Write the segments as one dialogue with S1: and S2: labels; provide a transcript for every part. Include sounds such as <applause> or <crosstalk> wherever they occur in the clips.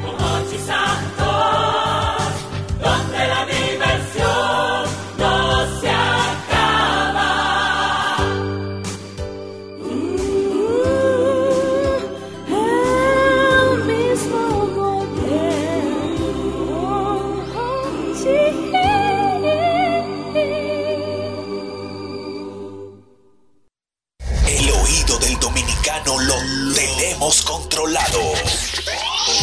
S1: con Hochi Santos, donde la diversión no se acaba.
S2: El mismo golpe con
S3: El oído del dominicano lo tenemos controlado.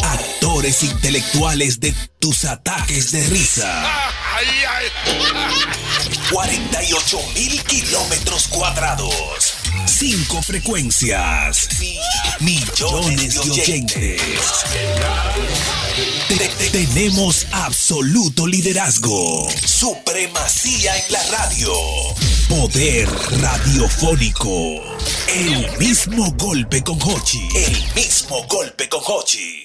S3: Actores intelectuales de tus ataques de risa. 48 mil kilómetros cuadrados. Cinco frecuencias. Millones de oyentes. Te- te- tenemos absoluto liderazgo. Supremacía en la radio. Poder radiofónico. El mismo golpe con Hochi. El mismo golpe con Hochi.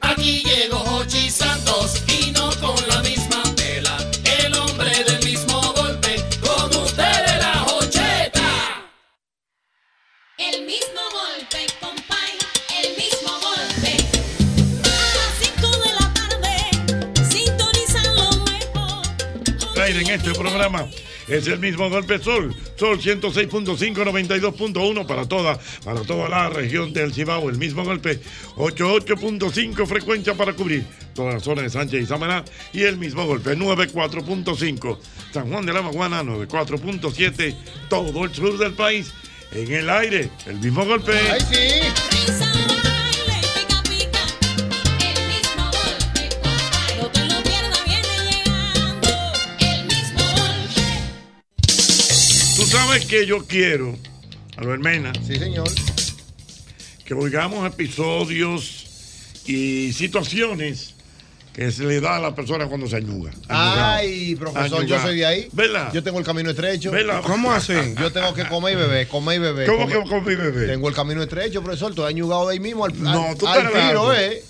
S4: Aquí llegó Hochi Santos y no con la misma tela. El hombre del mismo golpe, con ustedes la Hocheta.
S2: El mismo golpe, compay, el mismo golpe. A las 5 de la tarde, sintonizan lo mejor.
S5: aire en este programa. Es el mismo golpe Sol. Sol 106.5, 92.1 para toda, para toda la región del Cibao. El mismo golpe 88.5 frecuencia para cubrir toda la zona de Sánchez y Samaná. Y el mismo golpe 94.5 San Juan de la Maguana, 94.7 todo el sur del país. En el aire, el mismo golpe.
S2: No te lo pierdas, viene llegando el mismo golpe.
S5: Tú sabes que yo quiero, a Hermena. Sí, señor. Que oigamos episodios y situaciones que se le da a la persona cuando se añuga.
S6: Ay, profesor, yo soy de ahí.
S5: ¿Verdad?
S6: Yo tengo el camino estrecho.
S5: ¿Verdad? ¿Cómo así?
S6: <laughs> Yo tengo que comer y beber, comer y beber.
S5: ¿Cómo
S6: comer-
S5: que comí bebé?
S6: Tengo el camino estrecho, profesor. Estoy añugado de ahí mismo al,
S5: No,
S6: al-
S5: tú
S6: al
S5: estás
S6: tiro,
S5: relajando.
S6: ¿eh?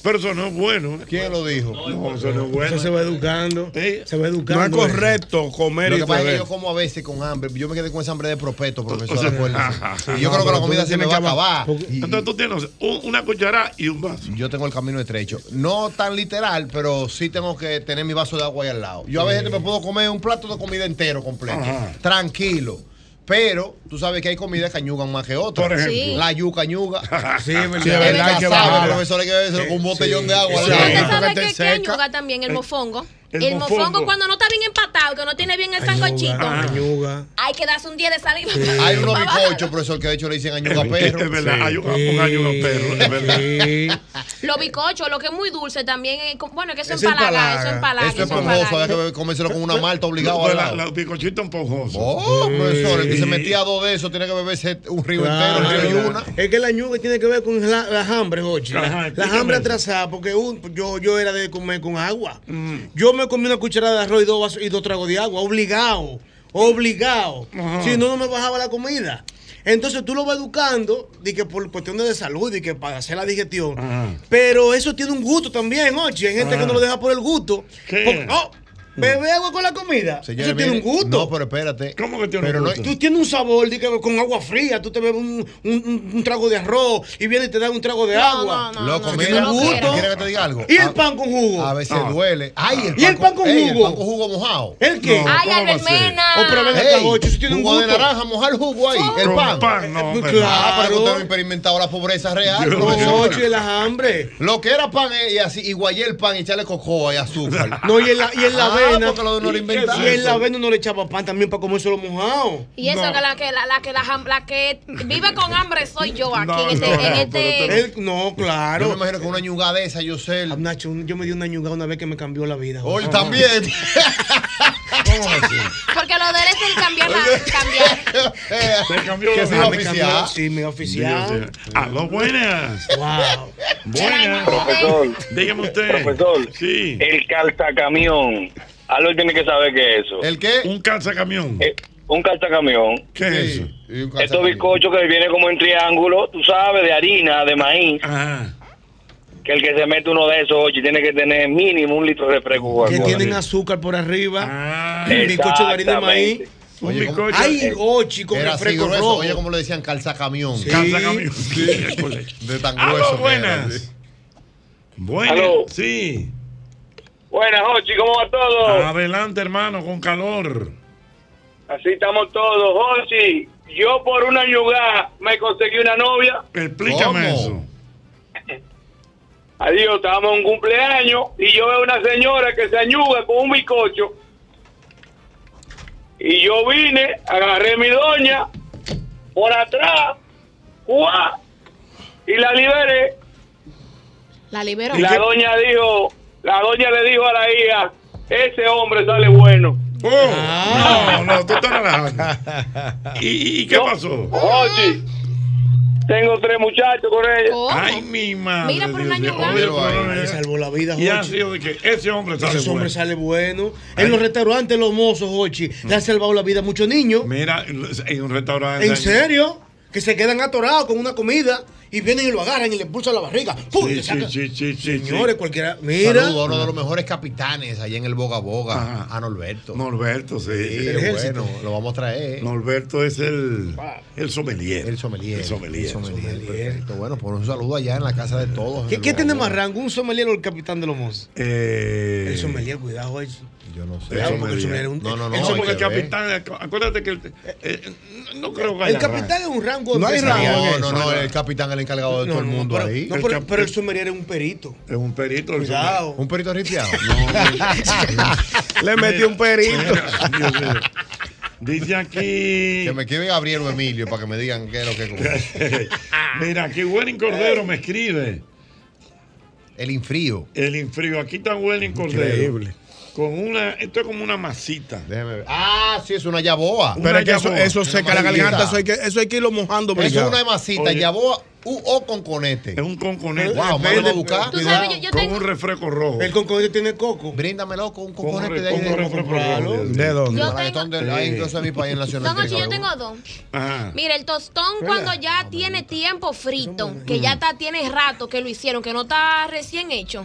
S5: Pero eso no es bueno.
S6: ¿Quién lo dijo?
S5: No, eso no es bueno.
S7: Eso se va educando. Se va
S6: No
S7: educando.
S6: es correcto
S7: comer
S6: Lo que pasa es que yo como a veces con hambre. Yo me quedé con esa hambre de prospecto, profesor.
S5: <laughs>
S6: acuérdese. Y yo creo que la comida se me va a acabar.
S5: Entonces tú tienes un- una cuchara y un vaso.
S6: Yo tengo el camino estrecho. No tan literal, pero sí tengo que tener mi vaso de agua ahí al lado. Yo a veces me puedo comer un plato de comida entero completo.
S5: Ajá.
S6: Tranquilo. Pero tú sabes que hay comidas que añugan más que otras.
S5: Por ejemplo. Sí.
S6: La yuca añuga.
S5: <laughs> Sí, es verdad.
S6: El
S5: Sí, es verdad, hay que
S6: cazabe,
S5: bajarla.
S6: profesor, hay que beberse con un botellón de agua.
S5: Sí.
S6: Le da
S5: Sí.
S6: tiempo
S8: ¿Sabes
S6: que
S8: qué,
S6: esté
S8: qué
S6: seca.
S8: añuga también? El
S6: Eh,
S8: mofongo.
S6: el
S8: El,
S6: mofongo.
S8: mofongo. cuando no está bien empatado, que no tiene bien el sancochito. Hay que darse un 10 de saliva.
S6: Hay unos bizcochos, profesor, que de hecho le dicen añuga perro.
S5: Es verdad, hay un un ayuga perro, es verdad.
S8: Los bizcochos, lo que es muy dulce también. eh, con- Bueno, es que eso
S6: Eso
S8: empalaga,
S6: empalaga.
S8: eso empalaga.
S6: Eso es
S8: eso
S6: pomposo,
S8: empalaga.
S6: había que comérselo con una malta obligado
S5: Los
S6: al lado.
S5: bizcochitos esponjosos.
S6: Oh, profesor, el que se
S5: Sí.
S6: metía dos de esos tiene que beberse un río
S7: Claro,
S6: entero, un río y
S7: claro.
S6: una.
S7: Es que la ñuga tiene que ver con la, las hambres, Jochi.
S6: Ajá,
S7: La- las
S6: explícame
S7: hambres
S6: eso.
S7: atrasadas, porque un- yo, yo era de comer con agua. Yo me comí una cucharada de arroz y dos, vasos- y dos tragos de agua, obligado, obligado.
S9: Ajá.
S7: Si no, no me bajaba la comida. Entonces tú lo vas educando, de que por cuestiones de salud, y que para hacer la digestión. Pero eso tiene un gusto también, Jochi. Hay gente que no lo deja por el gusto. Porque, no, bebe agua con la comida.
S6: Señores,
S7: eso tiene
S6: miren,
S7: un gusto.
S6: No, pero espérate. ¿Cómo que
S7: Pero no- tú tienes un sabor de que con agua fría, tú te bebes un, un- un- un trago de arroz y viene y te dan un trago de
S6: No,
S7: agua.
S6: no, no, Loco, no, mira,
S7: tiene un
S6: no
S7: gusto.
S6: quiero. ¿Quieres que te diga algo?
S7: Y el
S6: A-
S7: pan con jugo. Ah.
S6: A veces Pues duele. Ay, el
S7: y el pan con jugo.
S6: Ey, el pan con jugo mojado.
S7: ¿El qué?
S6: No,
S7: Ay,
S6: ¿cómo va a ser?
S7: Albermena. O, pero ven acá,
S6: Ey,
S7: Gocho, eso tiene un
S6: jugo de
S7: gusto.
S6: naranja, mojar jugo ahí. El
S7: Con
S6: pan.
S7: pan, no, Ah,
S6: Eh,
S7: hombre.
S6: claro. pero
S7: Claro.
S6: usted no ha experimentado la pobreza real.
S7: Yo-
S6: profesor.
S7: Gocho, y la hambre.
S6: Lo que era pan eh, y así, y guayé el pan y echarle cocoa y azúcar.
S7: <laughs> No, y en la, y en la
S6: Ah,
S7: avena.
S6: porque lo de uno lo
S7: Y-
S6: inventaron.
S7: Y en la avena uno le echaba pan también para comerse los mojados.
S8: Y eso que la que la, la que la, jam- la que vive con hambre soy yo aquí en este, en este-
S7: Él- no, claro. Ah,
S6: Yo me imagino que una ñugada de esa, yo sé.
S7: Nacho, un- yo me di una ñugada una vez que me cambió la vida. Ah,
S6: Hoy también.
S8: porque lo de él es el cambiar la cambiar.
S5: Se cambió
S6: Que
S5: la
S6: se
S5: vida.
S6: va
S7: Ah,
S6: a
S7: me
S6: oficial.
S7: cambió, sí, me
S5: Dios,
S7: oficial.
S5: Dios. Aló, buenas.
S7: Wow.
S5: Buenas.
S10: Profesor,
S5: Dígame usted.
S10: profesor,
S5: Sí.
S10: el calzacamión. Algo tiene que saber qué es eso.
S6: ¿El qué?
S5: Un calzacamión.
S10: Eh, un calzacamión.
S5: ¿Qué es eso?
S6: Y un
S10: Estos
S6: calzado.
S10: bizcochos que vienen como en triángulo, tú sabes, de harina, de maíz,
S5: Ajá.
S10: que el que se mete uno de esos, oye, tiene que tener mínimo un litro de refresco.
S7: Que
S10: Coca-Cola.
S7: tienen azúcar por arriba.
S5: Ah,
S7: un bizcocho de harina de maíz.
S10: Exactamente.
S5: un
S6: Oye, ¿cómo-
S5: bizcocho.
S7: Ay, ochi, con
S6: Era así
S7: refresco
S6: grueso.
S7: rojo.
S6: Oye, como le decían, calza camión.
S7: Sí.
S5: Calzacamión. <laughs>
S6: De tan
S5: Aló,
S6: grueso. que era,
S5: buenas.
S6: sí.
S5: Buenas.
S10: Aló.
S5: Sí.
S10: Buenas, Hochi, ¿cómo va todo?
S5: Adelante, hermano, con calor.
S10: Así estamos todos. Hochi, yo por una ñugá me conseguí una novia.
S5: Explícame
S6: ¿Cómo?
S5: eso.
S10: Adiós, estábamos en un cumpleaños y yo veo una señora que se añuga con un bizcocho. Y yo vine, agarré mi doña por atrás, ¡guá! y la liberé.
S8: La liberó.
S10: La doña dijo, la doña le dijo a la hija, ese hombre sale bueno.
S5: Oh, No, no, tú estás relajando. ¿Y, y qué pasó?
S10: Oye, tengo tres muchachos con ella.
S8: ¿Cómo?
S5: Ay, mi madre.
S8: Mira por
S5: Dios
S8: una
S5: mío.
S8: ñugada.
S5: Oye, pero no
S7: Le
S5: es-
S7: salvó la vida,
S5: Y ha
S7: Hochi.
S5: sido de que ese hombre sale
S7: Ese hombre
S5: bueno.
S7: sale bueno. En los restaurantes, los mozos, Hochi, le han salvado la vida a muchos niños.
S5: Mira, en un restaurante.
S7: ¿En serio? Que se quedan atorados con una comida y vienen y lo agarran y le impulsan la barriga. ¡Pum! Y
S5: Sí,
S7: le
S5: sí,
S7: sacan.
S5: sí, sí, sí, sí.
S7: Señores, cualquiera. Mira.
S6: Saludo a uno de los mejores capitanes allá en el Boga Boga,
S5: Ajá.
S6: a Norberto.
S5: Norberto,
S6: Sí,
S5: sí.
S7: ejército.
S6: bueno, lo vamos a traer.
S5: Norberto es el, el sommelier.
S6: El sommelier.
S5: El sommelier.
S6: El sommelier, perfecto. Bueno, por un saludo allá en la casa de todos. en
S7: ¿Qué,
S6: el
S7: qué
S6: Boga
S7: tiene
S6: Boga.
S7: más rango? ¿Un sommelier o el capitán de los mozos?
S5: Eh,
S7: El sommelier, cuidado, Hochi.
S6: Yo no sé.
S7: Cuidado, porque
S5: sommelier.
S7: el sommelier es un.
S6: No, no, no.
S7: el,
S5: No,
S7: sommelier-
S5: porque el
S6: que ver.
S5: capitán, acuérdate que el- eh, no creo que
S7: el
S5: haya
S7: capitán es un rango.
S6: No hay
S7: empresarial.
S6: rango.
S5: eso,
S6: No, no,
S5: no.
S6: el capitán es el encargado de todo el mundo
S7: pero,
S6: ahí.
S7: no,
S5: El
S7: pero,
S5: cap-
S7: pero el sommelier es un perito.
S5: Es un perito. el
S7: Cuidado.
S6: ¿Un perito ripiado?
S7: <laughs> Le metí un perito.
S5: sommelier. Dios mío. Dice aquí.
S6: que me quede Gabriel o Emilio para que me digan qué es lo que es.
S5: <laughs> Mira, aquí Welling Cordero me escribe.
S6: El infrío.
S5: El infrío. Aquí está Welling Cordero.
S9: Increíble.
S5: Con una, esto es como una masita.
S6: Déjame ver. Ah, sí, es una yaboa.
S5: Una
S9: Pero es que eso,
S5: yaboa.
S9: eso
S6: Una
S9: seca la
S6: masita.
S9: garganta, eso hay que, eso hay que irlo mojando.
S6: Eso es
S9: obligado.
S6: una masita,
S5: Oye.
S6: yaboa u o con conete.
S5: Es un conconete.
S6: Wow,
S5: Verde,
S6: vamos a buscar.
S8: Tú sabes, yo, yo
S5: con
S8: tengo
S5: un refresco rojo.
S7: El concoide tiene coco.
S6: Bríndamelo con un
S5: Con un
S6: coconete
S5: re-
S6: de ahí
S5: con un
S6: de
S5: refresco rojo. Dios mío.
S9: ¿De dónde?
S8: Yo-
S6: Para que
S8: tengo-
S6: donde- ahí incluso en mi país en Nacional.
S8: Don Hochi, yo
S6: Salud.
S8: tengo dos.
S5: Ajá.
S8: Mira, el tostón cuando ya tiene tiempo frito, que ya está, tiene rato que lo hicieron, que no está recién hecho.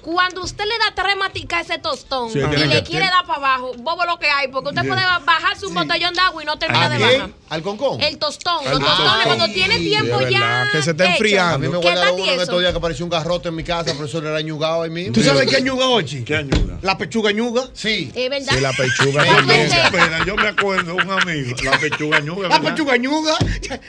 S8: Cuando usted le da tres maticas a ese tostón
S9: Sí,
S8: y
S9: tiene
S8: le
S9: que-
S8: quiere dar para abajo, bobo lo que hay, porque usted puede bajarse un botellón de agua y no termina
S6: ¿A
S8: de
S6: qué?
S8: bajar.
S6: ¿Al concón?
S8: El tostón, los
S6: El
S8: tostones
S6: tostón.
S8: cuando tiene
S6: Sí,
S8: tiempo
S9: es
S8: ya.
S9: verdad, que se está
S8: hecho,
S9: enfriando.
S6: A mí me
S8: que está
S6: guardaron uno en
S8: tieso.
S6: estos días que apareció un garrote en mi casa, pero eso le era ñugado ahí mismo.
S7: ¿Tú sabes qué añuga, Hochi?
S5: ¿Qué ayuda?
S7: La pechuga ñuga.
S6: Sí.
S8: Es verdad.
S9: Sí, la pechuga
S8: Cuando
S9: también.
S8: se-
S5: Espera, yo me acuerdo un amigo, la pechuga ñuga.
S7: La
S5: ¿verdad?
S7: pechuga ñuga.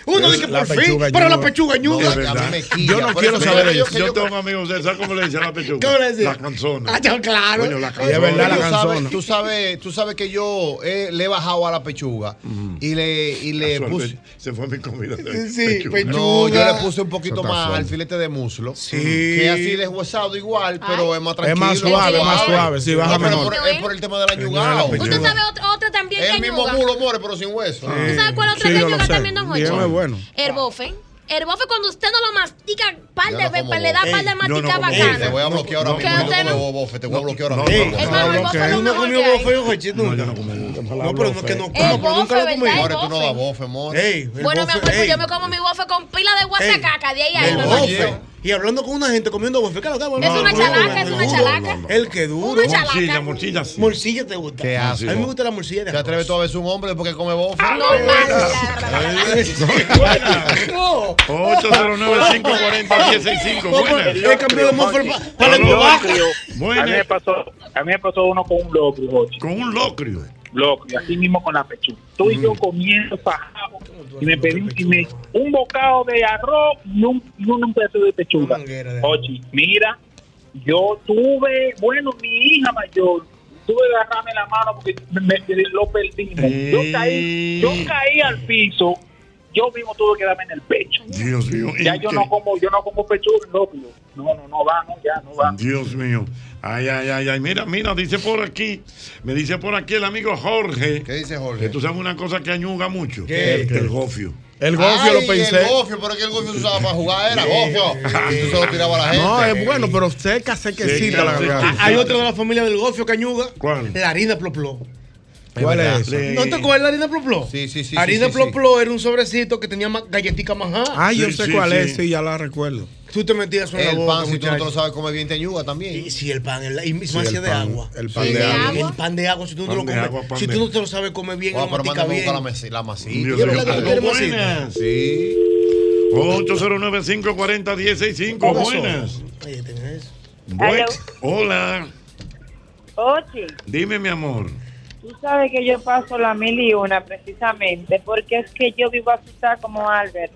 S7: Uno dice
S9: La
S7: por fin,
S9: pechuga
S7: pero la
S9: ñuga.
S7: pechuga
S6: No,
S7: ñuga.
S6: a mí me quilla.
S9: Yo no
S6: Por
S9: quiero
S6: eso
S9: saber
S6: yo-
S9: de
S6: yo-
S9: eso.
S6: que
S5: Yo
S6: yo-
S5: tengo un amigo, ¿usted sabe cómo le dice la pechuga?
S7: ¿Cómo le decía?
S5: La canzona.
S7: Ah, ya, claro.
S5: Coño, la
S7: Y es
S5: canzona.
S9: es verdad la
S6: tú sabes,
S9: canzona.
S6: tú sabes, tú sabes que yo eh, le he bajado a la pechuga y le, y le
S5: Suerte,
S6: puse.
S5: Mm. Se fue mi comida. de
S7: Sí, pechuga.
S6: No, yo le puse un poquito
S9: Eso está
S6: más
S9: suave.
S6: al filete de muslo.
S7: Sí.
S6: Que así deshuesado igual, pero
S8: Ay.
S6: es más
S9: Es
S6: tranquilo.
S9: más suave, es más suave. Sí, baja
S6: pero
S9: mejor.
S6: por- es por el tema del añugado.
S9: Señora,
S8: Usted sabe otra, otra también
S6: Es
S8: que
S6: el mismo
S8: ayuda.
S6: mulo, more, pero sin hueso.
S8: ¿Tú sabes cuál otra que
S9: Sí, yo lo
S8: ayuda
S9: sé.
S8: también, don Jorge?
S9: Bien, es bueno.
S8: Herbofe. Herbofe cuando usted no lo mastica par
S6: Ya
S8: de
S6: no
S8: veces,
S6: como
S8: le da
S6: bobo.
S8: par de
S5: Ey, yo
S8: masticas
S5: no como bobo.
S6: Te
S8: bacanas.
S6: voy a
S5: No,
S6: bloquear
S5: no,
S6: ahora
S8: no,
S6: mismo. Yo
S8: usted
S6: como
S8: no-
S6: bofe, te voy a bloquear
S5: no,
S6: ahora mismo.
S5: no,
S8: Es más, el bofe
S9: Ok.
S8: es lo
S7: Uno
S8: mejor
S7: comió
S8: que hay.
S7: bofe, Hochi.
S5: No, yo
S7: nunca.
S5: no como bofe.
S7: No, pero no es que no
S8: Es
S7: como, pero nunca lo
S8: Eh, bofe,
S7: comí.
S8: ¿verdad?
S6: More, tú no
S8: bofe.
S6: das bofe, more.
S7: Ey, el
S8: Bueno, mi
S7: bofe,
S8: amor, pues
S7: ey,
S8: yo me como mi bofe con pila de guasacaca de ahí a
S7: el
S8: ahí.
S6: Oye.
S7: bofe. Y hablando con una gente comiendo bofe, claro, claro,
S8: Es una
S7: no,
S8: chalaca, es
S7: no,
S8: una
S7: no,
S8: chalaca.
S7: no. El que duro.
S8: Una chalaca.
S5: Morcilla, morcilla. sí.
S7: Morcilla te gusta.
S6: Qué
S7: a
S6: asco.
S7: mí me gusta la morcilla de
S6: ¿Te atreves tú a veces un hombre después que come bofe?
S8: Ah, No, mal.
S5: Buenas.
S7: No.
S5: 809-540-165. Buenas.
S7: He cambiado de mofer para
S5: Aló.
S7: el
S10: A
S7: bobaca.
S10: mí, me
S5: Buenas.
S10: pasó, a mí me pasó uno con un locro, Jochi.
S5: Con un locrio. Mm.
S10: Locro, así mismo con la pechuga. Tú y yo comiendo fajado y me pedí y me- un bocado de arroz y un, y un plato de pechuga.
S7: Una manguera de arroz.
S10: Jochi, mira, yo tuve, bueno, mi hija mayor
S11: tuve que agarrarme la mano porque me- me- lo perdimos. Yo caí, yo caí al piso, yo mismo tuve que darme en el pecho.
S5: Dios mío.
S11: Ya yo no como, yo no como pechuga, lógico. No, no, no va, no, ya, no va.
S5: Dios mío. Ay, ay, ay, ay. Mira, mira, dice por aquí. Me dice por aquí el amigo Jorge. ¿Qué
S6: dice Jorge?
S5: Que tú sabes una cosa que añuga mucho.
S6: ¿Qué?
S5: El, el gofio.
S9: El
S6: Ay, El gofio, pero que el gofio se usaba para jugar, era gofio. Y tú se lo tiraba a la gente.
S9: No, es bueno, pero seca, sequecita la
S7: Ah,
S9: garganta.
S7: Hay otra de la familia del gofio cañuga.
S5: ¿Cuál?
S7: La harina plopló.
S9: ¿Cuál es? esa?
S7: ¿No te acuerdas de la harina plopló?
S9: Sí, sí, sí,
S7: Harina
S9: sí, sí,
S7: plopló era un sobrecito que tenía ma- galletica majá.
S9: Ah, yo sé cuál es, sí, ya la recuerdo.
S7: Tú te metías en la
S9: El
S7: boca,
S9: pan, si tú no te lo
S7: muchacho.
S6: sabes comer bien teñuga también.
S7: Y si el pan, el, y
S9: Sí,
S7: más
S9: el
S7: si es de
S9: pan,
S7: agua.
S9: el pan Sí, de de agua. agua.
S7: El pan de agua, si tú no te
S9: Pan
S7: lo
S9: de
S7: comes,
S9: agua, pan
S7: si
S9: de-
S7: tú no te lo sabes comer bien,
S6: Guau,
S7: lo
S6: pero
S7: masticas
S6: mándame
S7: bien.
S6: a buscar la mesi- la masita.
S5: Dios
S6: Yo lo
S5: mío.
S6: que tú
S5: Aló,
S6: quieres,
S5: buenas.
S6: Sí.
S5: 809-540-165. Buenas. Buen- Hola.
S12: Oye,
S5: Dime, mi amor.
S12: tú sabes que yo paso la mil y una precisamente, porque es que yo vivo asustada como Albert.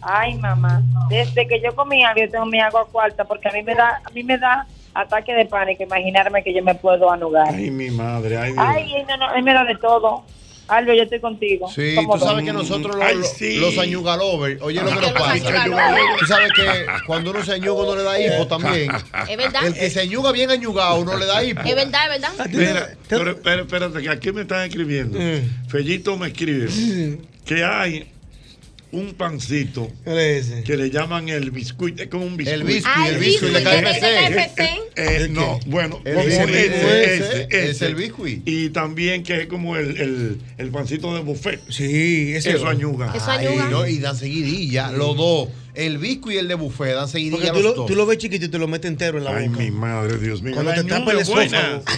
S12: Ay, mamá, desde que yo comí algo, yo tengo mi agua cuarta, porque a mí me da, a mí me da ataque de pánico imaginarme que yo me puedo anugar.
S5: Ay, mi madre. Ay, Dios.
S12: Ay, no, no, a mí me da de todo. Albert, yo estoy contigo.
S6: Sí,
S12: Como
S6: tú sabes
S12: dos.
S6: que nosotros los,
S5: Ay,
S6: los,
S5: sí.
S6: los añuga lover, oye lo que
S12: Los
S6: nos pasa.
S12: añuga lover.
S6: Tú sabes que cuando uno se añuga uno le da hipo
S7: <laughs>
S6: también.
S8: Es verdad.
S6: El que se añuga bien añugado uno le da pues.
S5: pues.
S6: hipo.
S8: Es verdad, es verdad.
S5: Mira, pero, pero, espérate, que aquí me están escribiendo.
S6: Eh.
S5: Fellito me escribe que hay un pancito que le llaman el biscuit. Es como un biscuit.
S6: El biscuit, Ah, el el biscuit, biscuit, el de KFC. KFC.
S5: Eh, eh, no, bueno,
S6: El
S5: como
S6: biscuit,
S5: ese,
S6: ese,
S5: ese,
S6: es el biscuit.
S5: Y también que es como el, el, el pancito de buffet.
S7: Sí,
S6: ese-
S5: Eso añuga.
S6: Eso Ay, añuga. no, y dan seguidilla, los dos. El biscuit y el de buffet dan
S7: Porque
S6: seguidilla
S7: tú
S6: los
S7: lo,
S6: dos.
S7: tú lo ves chiquito y te lo metes entero en la boca. Ay, mi
S5: madre, Dios mío.
S7: Cuando te
S5: Ay,
S7: tapa el
S5: no,
S7: esófago.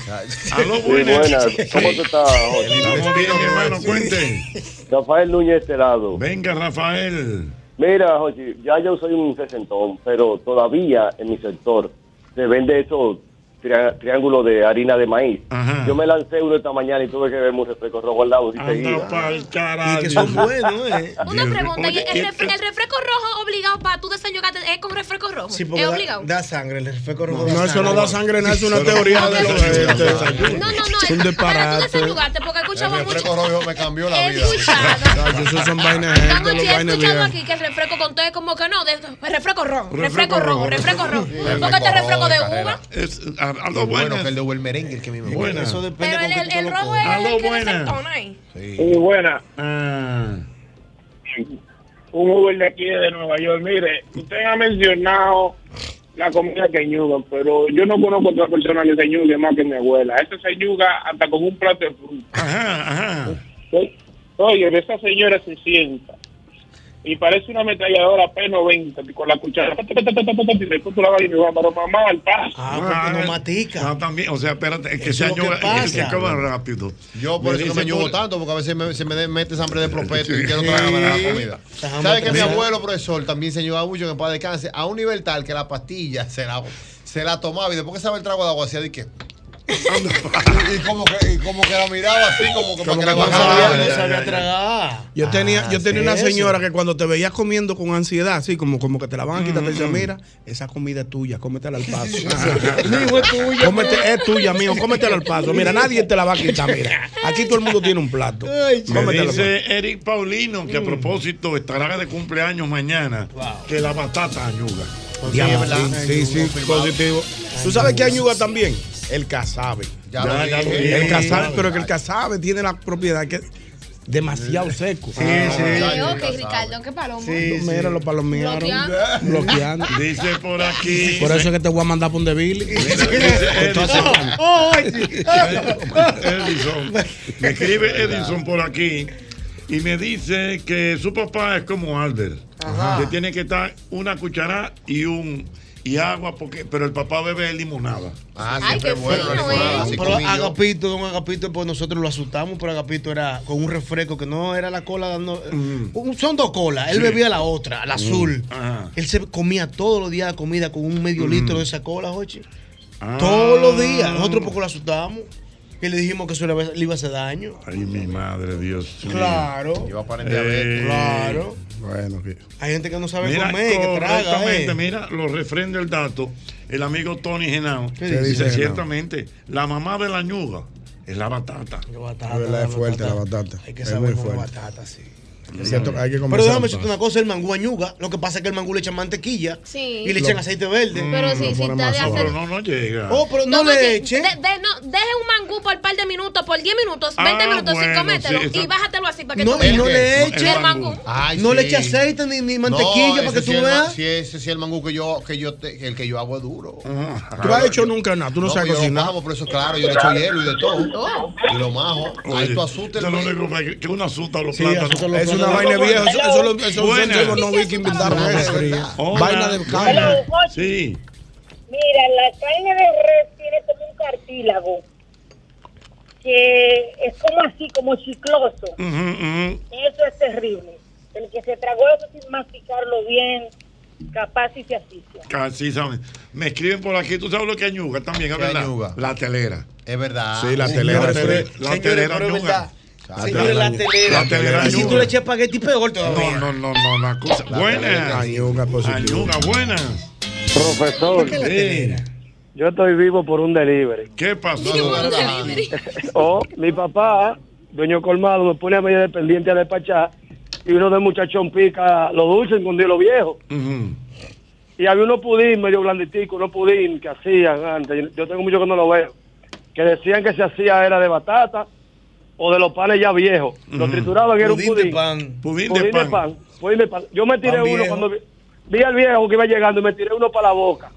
S5: buenas.
S13: Sí, buenas. ¿Cómo tú estás, Jorge?
S5: Estamos bien, mi hermano, cuente.
S13: <laughs> Rafael Núñez de este lado.
S5: Venga, Rafael.
S13: Mira, Jorge, ya yo soy un sesentón, pero todavía en mi sector se vende esos tria- triángulos de harina de maíz.
S5: Ajá.
S13: Yo me lancé uno esta mañana y tuve que verme un refresco rojo al lado. Y seguía.
S5: carajo.
S13: Y que son
S7: buenos,
S5: <laughs>
S7: ¿eh?
S8: Una pregunta, ¿y el, refre- el refresco rojo obligado para tú desañogarte es con refresco rojo?
S7: Sí, porque
S8: es obligado.
S7: da, da sangre, el refresco rojo.
S9: No, eso no da sangre, no es una teoría de este los
S8: No, no, no.
S9: Es
S8: es-
S9: un
S8: Para tú
S9: disparate.
S8: desañogarte, porque escuchamos mucho.
S6: me cambió
S9: la
S8: vida. Escuchado.
S9: No, Ah, yo eso son vainas,
S6: eh,
S9: de gente, los
S8: Anoche he
S9: vainas
S8: escuchado
S9: viejas.
S8: aquí que el refresco con todo es como que no, de, refresco rojo,
S6: Refresco
S8: refresco rojo,
S6: rojo,
S8: refresco
S6: <laughs>
S8: rojo.
S6: refresco
S8: Porque este refresco de
S6: rojo de
S8: uva,
S5: Es, a, a
S6: lo bueno que el de el merengue, el que a mí me
S5: Buenas.
S6: gusta.
S8: pero el, el- el rojo es
S5: Aló,
S8: el que
S5: buenas.
S8: desentona ahí.
S11: Y buena.
S5: Ah.
S11: Un Uber de aquí de Nueva York. Mire, usted ha mencionado la comida que ñuga, pero yo no conozco otra persona que se ñugue más que mi abuela. Esa se ñuga hasta con un plato de fruta.
S5: Ajá, ajá.
S11: Oye, esa señora se sienta y parece una ametralladora P90 con la cuchara. Y después tú la vas y me va, pero mamá, al paso.
S5: Ah,
S6: Ah,
S5: no matica. ah, también, o sea, espérate, es que
S6: Eso es
S5: se
S6: lo que
S5: añuga, es que se
S6: pasa.
S5: come rápido.
S6: Yo por eso no me
S5: dice por-
S6: añugo tanto, porque a veces me, se me de- mete hambre de propeto y quiero tragarme la comida.
S5: Déjame
S6: ¿Sabes que mi
S5: terminar.
S6: abuelo, profesor, también se añugaba mucho que para descanse a un nivel tal que la pastilla se la, se la tomaba y después que sabe el trago de agua hacía de que... y, y como que, y como que la miraba así, como que para que la bajara.
S9: no sabía
S7: tragar.
S9: Yo tenía,
S7: Ah,
S9: yo tenía una
S6: eso.
S9: señora que cuando te veía comiendo con ansiedad, así como, como que te la van a quitar, te decía, mira, esa comida es tuya, cómetela al paso. <laughs>
S7: Mijo, es tuya.
S9: Cómete- es tuya, mijo, cómetela al paso. Mira, nadie te la va a quitar, mira. Aquí todo el mundo tiene un plato.
S5: Me Mm.
S9: Cómetela al paso.
S5: dice Eric Paulino que a propósito estará de cumpleaños mañana que la batata añuga.
S9: Diablo, sí, sí, sí, positivo. ¿Tú sabes qué añuga también? El cazabe.
S5: Ya lo Ya, ya dije. lo dije.
S9: El cazabe,
S5: Sí.
S9: pero que el cazabe tiene la propiedad que es demasiado seco. Ah, Sí,
S8: Ay, ok, Ricardo, qué palomo.
S9: Mira, lo palomearon.
S8: Bloqueando.
S9: Bloqueando.
S5: Dice por aquí.
S9: Por eso es que te voy a mandar por un Billy.
S5: Edison. Me escribe Edison por aquí y me dice que su papá es como Albert. Que tiene que estar una cuchara y un y agua, porque, pero el papá bebe limonada.
S6: Ah,
S7: Ay,
S6: siempre qué bueno, fino, limonada, ¿eh? así
S7: Pero
S6: comí yo.
S7: Agapito, don Agapito, pues nosotros lo asustamos, pero Agapito era con un refresco que no era la cola dando. eh, un- Son dos colas. Él
S9: Sí.
S7: bebía la otra, la
S9: Mm.
S7: azul.
S9: Ajá.
S7: Él se comía todos los días la comida con un medio
S9: Mm.
S7: litro de esa cola, Jochi. Todos los días. Nosotros poco lo asustábamos. Y le dijimos que eso le, iba- le iba a hacer daño.
S5: Ay, mi madre, Dios. mío.
S7: Claro.
S5: Iba a poner
S7: diabetes. Claro.
S5: Bueno, que.
S7: Hay gente que no sabe
S5: Mira,
S7: comer, que traga.
S5: correctamente,
S7: eh.
S5: mira, lo refrenda el dato. El amigo Tony Genao
S7: ¿Qué
S5: dice,
S7: dice Genao?
S5: ciertamente, la mamá de la ñuga es la batata.
S7: batata,
S9: La verdad es fuerte la batata.
S7: Hay que
S9: es
S7: saber
S9: muy
S7: comer
S9: fuerte.
S7: batata, sí.
S9: Hay que to- hay que comer
S7: Pero déjame
S9: salsa.
S7: decirte una cosa, el mangú añuga. Lo que pasa es que el mangú le echan mantequilla
S8: Sí.
S7: y le echan aceite verde.
S8: Pero si, si está de hacer.
S5: no, no llega.
S7: Oh, pero no
S8: Toma,
S7: le
S8: de-
S7: echen.
S8: de- de- no, deje un mangú por un par de minutos, por 10 minutos,
S7: Ah,
S8: 20 minutos sin
S7: bueno,
S8: comértelo
S7: sí,
S8: y
S7: exacto.
S8: bájatelo así para que
S7: No,
S8: tú
S7: y no
S8: veas.
S7: le
S8: El
S7: eche.
S8: mangú.
S6: Ay,
S7: no
S6: sí.
S7: le eche aceite ni, ni mantequilla
S6: No,
S7: para que
S6: ese
S7: tú
S6: sí el ma-
S7: veas.
S6: Sí, ese sí el mangú que yo, que yo te- el que yo hago es duro.
S14: Tú has hecho nunca nada, tú no, sabes
S6: yo lo
S14: cocinar.
S6: majo, por eso claro, yo le echo hielo y de todo. Y lo majo. Ahí tú asustes.
S5: Yo lo único que que una asusta a los
S6: Sí,
S5: plátanos.
S6: asusta a los Es una plátanos. vaina vieja, eso- eso lo- eso lo
S5: Buenas.
S6: hicieron los
S14: novios que inventaron
S5: Hola.
S14: eso, ¿verdad?
S5: Hola.
S14: Vaina de carne.
S15: Hello,
S5: Sí.
S15: Mira, la carne de res tiene como un cartílago que es como así, como chicloso. Eso es terrible. El que se tragó eso sin masticarlo bien, capaz y se asfixia.
S5: Casi saben. Me escriben por aquí, tú sabes lo que es ñuga también, es
S6: ¿Qué
S5: verdad.
S6: añuga?
S5: La telera.
S6: Es verdad.
S9: Sí, la telera,
S5: pero-
S9: señores,
S5: La
S9: señores,
S5: telera
S9: pero es
S5: ñuga.
S9: verdad. Señores, la telera.
S5: La telera
S9: Y si tú
S5: ñuga.
S9: le
S7: echas espagueti, peor
S5: todavía. No, no, no, no, la cosa. Buenas.
S9: Añuga positivo.
S5: Añuga, buenas.
S10: Profesor,
S5: ¿Por qué la
S10: sí.
S5: telera?
S10: yo estoy vivo por un delivery.
S5: ¿Qué pasó?
S10: <laughs> o mi papá, dueño colmado, me pone a medio dependiente a despachar y uno de muchachón pica los dulces con lo viejo. Y había unos pudín medio blanditico, unos pudín que hacían antes, yo tengo mucho que no lo veo, que decían que se hacía era de batata o de los panes ya viejos. Lo
S5: Ujú.
S10: trituraban y era un
S5: Mm. Pudín de
S10: pudín.
S5: pan. Pudín de pan.
S10: pudín de pan. Yo me tiré
S5: Pan
S10: uno
S5: viejo.
S10: cuando vi, vi al viejo que iba llegando y me tiré uno para la boca.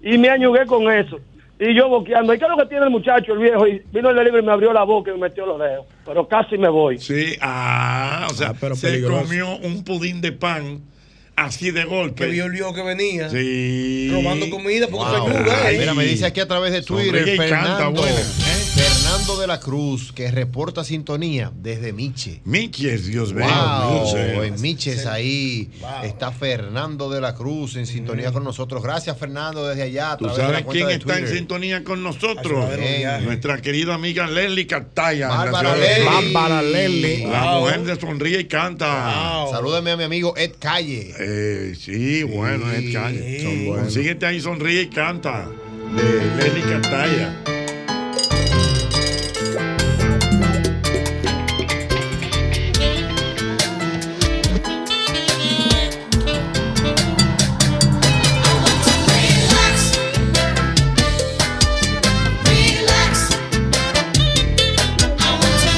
S10: Y me añugué con eso. Y yo boqueando, ¿y qué es lo que tiene el muchacho, el viejo? Y vino el delivery, me abrió la boca y me metió los dedos. Pero casi me voy.
S5: Sí, ah, o sea, se
S10: peligroso.
S5: comió un pudín de pan así de golpe.
S7: Que vio el lío que venía.
S5: Sí.
S7: Robando comida porque
S6: Wow.
S7: soy ayuda.
S6: Ay, Mira, me dice aquí a través de Twitter
S5: Sonríe y canta,
S6: Fernando, Eh,
S5: buena.
S6: Fernando de la Cruz, que reporta sintonía desde Miche.
S5: Miches, Dios mío.
S6: Wow,
S5: Miches.
S6: en Miches ahí está Fernando de la Cruz en sintonía con nosotros. Gracias, Fernando, desde allá. A
S5: Mm. ¿Tú
S6: través de la
S5: sabes
S6: cuenta
S5: quién
S6: de
S5: está en
S6: Twitter.
S5: sintonía con
S6: A
S5: nosotros?
S6: su
S5: Eh,
S6: madre.
S5: Nuestra querida amiga Leslie Castalla.
S6: Bárbara Lely. Bárbara Lely.
S5: La
S6: Wow.
S5: mujer de Sonríe y Canta.
S6: Salúdame a mi amigo Ed Calle.
S5: Eh, sí, bueno, Ed Calle. Son buenos. Consíguete ahí Sonríe y Canta de Leslie Castalla.
S4: Relax, relax. I want to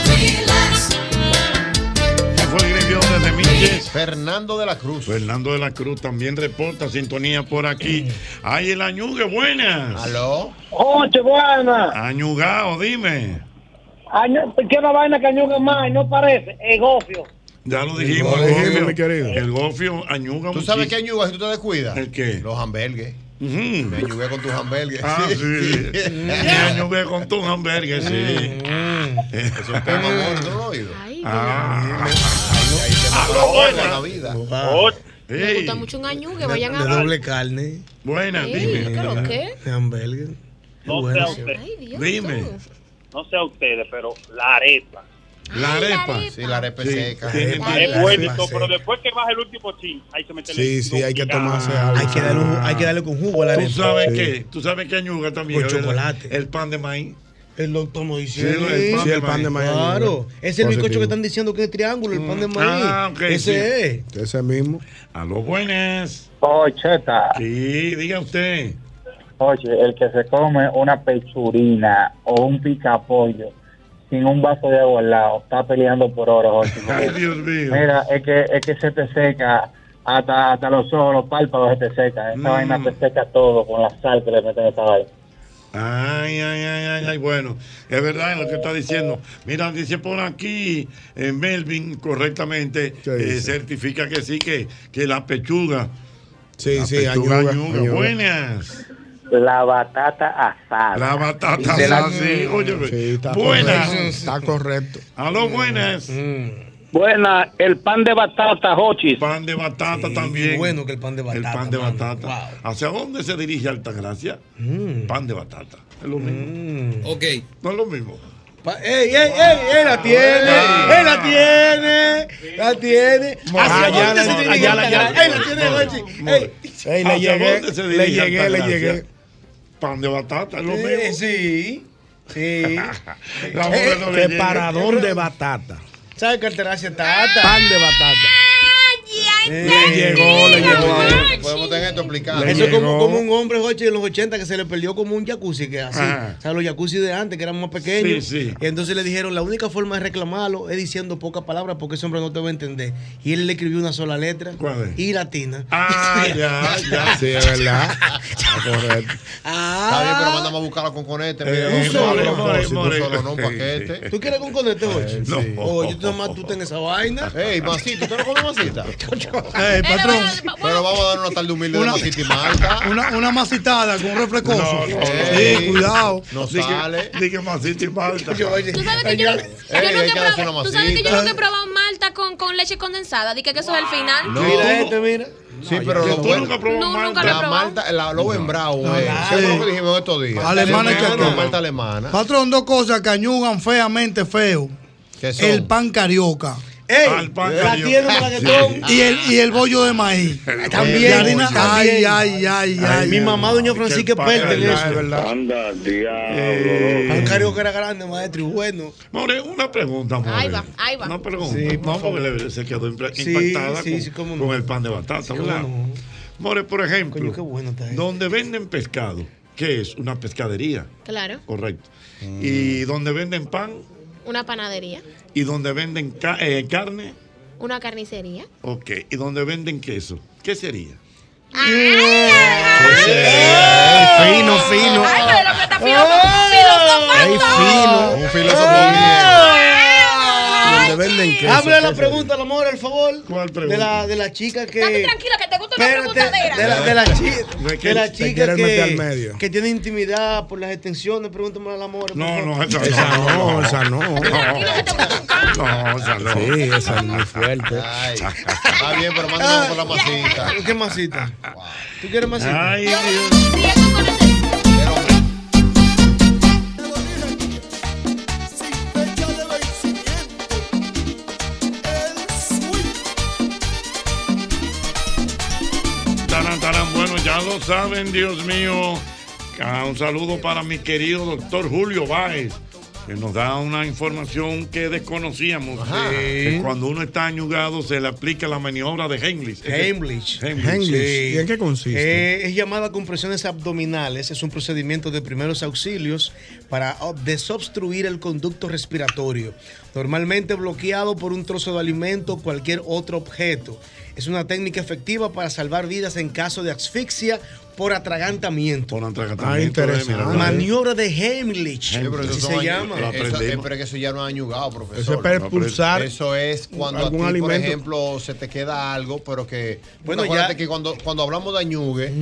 S4: relax.
S5: desde Miches.
S6: Fernando de la Cruz.
S5: Fernando de la Cruz también reporta sintonía
S6: <clears throat>
S5: por aquí. Ay, el añugue, buenas.
S6: ¿Aló?
S5: Oye, buenas. Añugao, dime.
S15: Año-
S12: pues,
S15: ¿Qué es la vaina que añuga más? Y No parece, es gofio.
S5: Ya lo dijimos,
S6: Lo
S5: el
S6: dijimos,
S5: gofio.
S6: mi querido.
S5: El gofio añuga
S6: ¿Tú sabes qué
S5: muchísimo.
S6: añugas si tú te descuidas?
S5: ¿El qué?
S6: Los hamburgues. Me añugué con tus hamburgues.
S5: Ah, sí. Me añugué con tus hamburgues, sí.
S6: Es un tema amor, ¿no lo has oído? Ah,
S5: Ah. Ah, buena.
S6: la vida.
S8: Me gusta mucho un añú que vayan a
S7: De
S8: ver.
S7: doble carne.
S5: Buena,
S8: Ey, dime. ¿pero qué?
S7: De hamburger.
S13: No
S7: Bueno,
S13: sé a
S7: sí.
S13: ustedes.
S5: Dime.
S13: No sé a ustedes, pero la arepa.
S5: La arepa.
S6: Sí, la arepa
S5: Sí,
S6: seca.
S5: tiene-
S6: La
S13: Es
S6: arepa
S13: buenito,
S6: seca.
S13: pero después que baja el último chin, hay que meterle.
S14: Sí, sí, hay que tomarse algo.
S7: Hay que darle, un- hay que darle con jugo a la
S5: ¿Tú
S7: arepa.
S5: sabes
S7: Sí.
S5: qué? ¿Tú sabes qué añuga también?
S7: Con
S5: ¿verdad?
S7: chocolate.
S5: El pan de maíz.
S7: El doctor
S5: Sí,
S7: Moisés.
S5: el pan,
S7: Sí,
S5: de, maíz.
S7: Claro. Es el bizcocho que están diciendo que es triángulo, el pan de maíz.
S5: Ah, ok.
S7: Ese
S5: es. Ese mismo. A los buenas.
S16: Ocheta.
S5: Sí, diga usted.
S16: Oye, el que se come una pechurina o un picapollo sin un vaso de agua al lado, está peleando por oro, Jorge.
S5: <laughs> Ay, Dios mío.
S16: Mira, es que, es que se te seca, hasta, hasta los ojos, los párpados se te secan.
S5: Mm.
S16: Esa vaina te seca todo con la sal que le meten a esa vaina.
S5: Ay, ay, ay, ay, ay, bueno, es verdad lo que está diciendo. Mira, dice por aquí, eh, Melvin correctamente eh, certifica que sí, que, que la pechuga. Sí,
S9: sí, añuga,
S5: pechuga añuga.
S9: añuga.
S5: Buenas.
S16: La batata asada.
S5: La batata
S9: Se la-
S5: asada, sí, oye,
S9: Sí, está
S5: buenas.
S9: correcto, Está correcto.
S7: Mm.
S5: Aló, buenas.
S2: Buena, el pan de batata, Hochis.
S5: Pan de batata también.
S7: bueno que el pan de batata.
S5: El pan de batata. ¿Hacia dónde se dirige Altagracia?
S7: Mm.
S5: Pan de batata. Es lo mismo.
S7: Ok.
S5: No es lo mismo.
S7: Mm.
S5: Ah,
S7: ¡Ey, ey, ey! ¡Él la tiene! ¡Él la tiene! ¡La tiene!
S5: Allá,
S7: Así
S5: allá,
S7: es, se dirige
S5: allá,
S7: Instagram.
S5: allá.
S7: ¡Él la tiene,
S5: No,
S7: Hochi!
S5: no.
S7: ¡Ey!
S5: Ey,
S7: ¿Hacia
S5: le llegué,
S7: dónde se
S5: le
S7: dirige
S5: llegué, le
S7: Altagracia?
S5: llegué. Pan de batata, es lo
S7: Sí, Eh,
S5: mismo.
S7: Sí, <laughs> sí.
S5: La mujer no le llega.
S9: Preparador de batata.
S7: ¿Sabes qué alteración está alta?
S9: Pan de batata.
S7: Le llegó, le llegó.
S6: Podemos tener esto explicado.
S7: Eso es como, como un hombre Jorge, en los 80 que se le perdió como un jacuzzi, que así.
S6: Ajá.
S7: O sea, los jacuzzi de antes que eran más pequeños.
S6: Sí, sí.
S7: Y entonces le dijeron, la única forma de reclamarlo es diciendo pocas palabras porque ese hombre no te va a entender. Y él le escribió una sola letra. Y latina. <laughs>
S5: Ah,
S6: ya, ya.
S17: Sí, es verdad.
S6: Está bien,
S7: Ah.
S6: pero mandamos a buscarlo con conete.
S17: Eh,
S6: mira,
S17: un solo,
S6: a
S17: more,
S6: propósito,
S17: more.
S6: un solo, no un paquete.
S7: ¿Tú quieres con conete, Jorge?
S6: No.
S7: Oye, tú nomás tú estás en esa vaina.
S6: Ey, masita, ¿tú no comes
S7: <laughs>
S6: masita?
S7: Ey, patrón.
S6: Pero vamos a dar una tarde humilde
S7: Una-
S6: de masita y malta.
S9: Una, una macitada con un refrescoso.
S6: No, no,
S9: Sí,
S6: no.
S9: cuidado.
S6: No
S9: Di que-
S6: sale.
S5: Dije masita y malta.
S8: ¿Tú sabes que yo,
S9: Ey,
S8: yo
S9: hay
S8: nunca he
S9: que
S8: probado-
S9: hacer una
S8: tú sabes que yo
S9: masita.
S8: nunca he probado malta con, con leche condensada? Dije que eso es el final.
S6: No.
S7: Mira este, mira.
S6: Sí, pero lo
S7: tú
S6: bueno-
S7: nunca
S8: probó No, nunca lo he
S6: La
S8: probado.
S6: malta, la lobo en bravo, eh. Eso es lo que dijimos estos días.
S9: Alemana que
S6: Alemana,
S9: acá.
S6: malta alemana.
S9: Patrón, dos cosas que añugan feamente feo.
S6: ¿Qué son?
S9: El pan carioca.
S7: ¡Ey!
S9: la
S7: tiene un baguetón.
S9: Y el, y el bollo de maíz.
S7: También,
S9: De harina.
S7: también.
S9: Ay, ay, ay, ay.
S7: Mi mamá, doña Francisca, es pertenece.
S5: Anda,
S7: Eh, Un
S5: diablo.
S7: cario que era grande, maestro, y bueno.
S5: More, una pregunta, More.
S8: Ahí va, ahí va.
S5: Una pregunta.
S7: Sí, por
S5: no,
S7: favor.
S5: porque le- se quedó impre-
S7: Sí,
S5: impactada
S7: sí,
S5: con,
S7: sí, cómo
S5: con el pan de batata,
S7: Sí,
S5: ¿verdad?
S7: cómo
S5: More, por ejemplo,
S7: Coño, qué bueno está eso.
S5: donde venden pescado, que es una pescadería,
S8: Claro,
S5: correcto. Y donde venden pan
S8: una panadería,
S5: y donde venden ca- eh, carne,
S8: una carnicería.
S5: ok. Y donde venden queso, ¿qué sería?
S8: Ah,
S9: Fino, fino.
S18: Ah.
S7: Ey,
S9: fino.
S6: Un filósofo
S9: Donde venden queso.
S7: Háblale la
S9: queso.
S7: pregunta, al amor, al favor.
S5: pregunta?
S7: De la, de la chica que.
S8: Tranquila, que te gusta una
S7: Espérate,
S8: preguntadera.
S7: de la, de la chi-
S5: No es que
S7: de la
S5: te
S7: chica
S5: quieres
S7: que,
S5: meter al medio.
S7: que tiene intimidad por las extensiones, pregúntame al amor.
S5: No, no, esa,
S9: Esa no,
S5: esa no. No, no, esa no.
S9: Sí, esa es muy fuerte.
S6: Está bien, pero mandamos por la masita.
S7: ¿Qué masita? ¿Tú quieres masita?
S5: Ay, Tarán, tarán. Bueno, ya lo saben, Dios mío. Ah, Un saludo para mi querido doctor Julio Báez, que nos da una información que desconocíamos.
S7: Ajá.
S5: Que cuando uno está añugado se le aplica la maniobra de Heimlich.
S7: Heimlich.
S9: Heimlich. ¿Y en qué consiste?
S7: Eh, es llamada compresiones abdominales. Es un procedimiento de primeros auxilios para ob- desobstruir el conducto respiratorio, normalmente bloqueado por un trozo de alimento o cualquier otro objeto. Es una técnica efectiva para salvar vidas en caso de asfixia por atragantamiento.
S5: Por
S9: Ah, interesante. mira,
S7: Maniobra de Heimlich.
S6: eh, Sí, pero
S7: así
S6: eso
S7: se llama.
S6: eh, pero que eso ya no ha añugado, profesor.
S9: Eso es para expulsar
S6: Eso es cuando a ti,
S9: algún
S6: por
S9: alimento.
S6: ejemplo, se te queda algo, pero que.
S7: Bueno,
S6: Bueno, acuérdate
S7: ya-
S6: que cuando, cuando hablamos de añugue,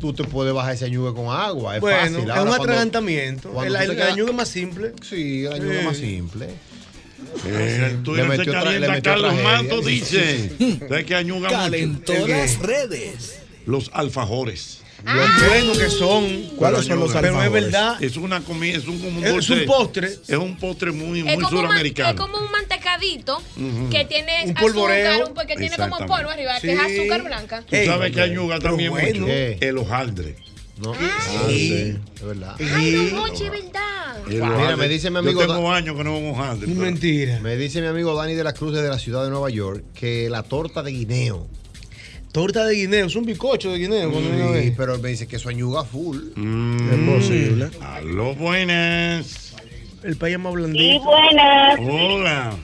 S6: tú te puedes bajar ese añugue con agua. Es
S7: bueno,
S6: fácil.
S7: es
S6: Ahora,
S7: un
S6: cuando-
S7: atragantamiento.
S6: cuando
S7: El,
S6: tú te
S7: el
S6: quedas-
S7: añugue es más simple.
S6: Sí, el añugue es más simple.
S5: Eh, tú
S6: Le
S5: eres
S6: metió otra-
S5: calienta,
S6: le metió
S5: Carlos
S6: tragedia.
S5: Mato dice. ¿Sabes que añuga mucho?
S19: Calentó
S5: ¿El qué?
S19: las redes.
S5: Los alfajores.
S8: Ah.
S7: Lo bueno que son.
S9: ¿Cuáles son los
S5: Pero es
S9: alfajores?
S5: verdad. Es una comida, es un, como un
S7: Es
S5: dulce.
S7: un postre.
S5: Es un postre muy,
S8: Es
S5: muy
S8: como, un man- es
S5: suramericano.
S8: como un mantecadito
S5: Ujú.
S8: que tiene
S5: Un polvoreo.
S8: azúcar, un po- que tiene como
S5: Exactamente.
S8: polvo arriba,
S5: Sí.
S8: que es azúcar blanca.
S5: Tú sabes que añuga también
S6: bueno.
S5: mucho
S6: ¿Qué?
S5: el hojaldre.
S6: No.
S5: Ah,
S6: sí, es verdad.
S8: Ay, no, Mochi, ¿verdad?
S5: El
S6: Mira,
S5: hojaldre.
S6: me dice mi amigo.
S5: Yo tengo años que no vamos a hojaldre. pero-
S7: Mentira.
S6: Me dice mi amigo Dani de las Cruces de la ciudad de Nueva York que la torta de guineo.
S7: Torta de guineo, es un bizcocho de guineo. cuando uno
S6: Sí,
S7: ve.
S6: pero me dice que eso añuga full.
S5: Mm. A los buenas.
S7: El país es más blandito.
S20: Sí, buenas.
S5: Hola.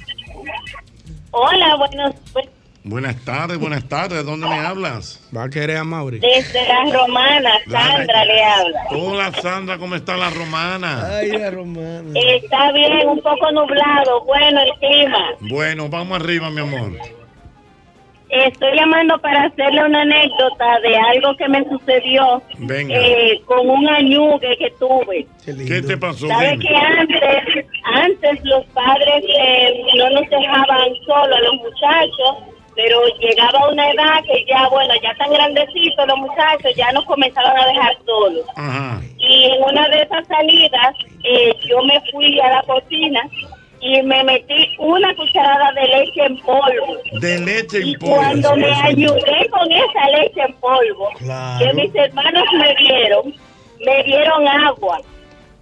S20: Hola, buenos, pues,
S5: Buenas tardes, buenas tardes. ¿Dónde me hablas?
S9: Va a querer a Mauri.
S20: desde las romanas, Sandra le habla.
S5: Hola, Sandra, ¿cómo está la romana?
S7: Ay, la romana.
S20: Está bien, un poco nublado, bueno el clima.
S5: Bueno, vamos arriba, mi amor.
S20: Estoy llamando para hacerle una anécdota de algo que me sucedió
S5: Venga.
S20: eh, con un añugue que tuve.
S5: ¿Qué te pasó?
S20: ¿Sabe
S5: Dime.
S20: que antes, antes los padres eh, no nos dejaban solos a los muchachos, pero llegaba una edad que ya, bueno, ya tan grandecitos los muchachos, ya nos comenzaban a dejar solos. Y en una de esas salidas, eh, yo me fui a la cocina y me metí una cucharada de leche en polvo.
S5: De leche en polvo.
S20: Cuando me ayudé con esa leche en polvo,
S5: Claro.
S20: que mis hermanos me dieron, me dieron agua.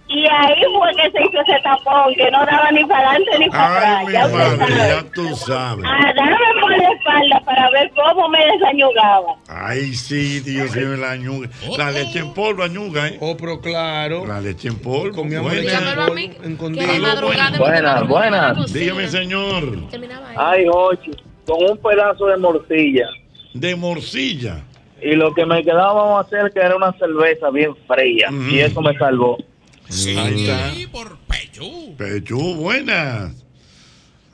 S20: Y ahí fue que se hizo ese tapón, que no daba ni para adelante ni para
S5: Ay, mi
S20: atrás. Ya usted
S5: madre,
S20: sabe.
S5: ya tú sabes.
S20: A darme por la espalda para ver cómo me desañugaba.
S5: Ay, sí, Dios mío, la añuga. La leche en polvo, añuga, ¿eh?
S7: Oh, pero claro.
S5: La leche en polvo.
S7: Comíamos
S5: buena.
S7: leche en Llámalo a polvo mí,
S5: Aló,
S7: de madrugada me
S5: buenas.
S7: quedaba
S2: buenas.
S5: Dígame, señor.
S2: Ay, Jochi, con un pedazo de morcilla.
S5: ¿De morcilla?
S2: Y lo que me quedaba más cerca era una cerveza bien fría. Y eso me salvó.
S5: Ahí está. Pechú, buenas.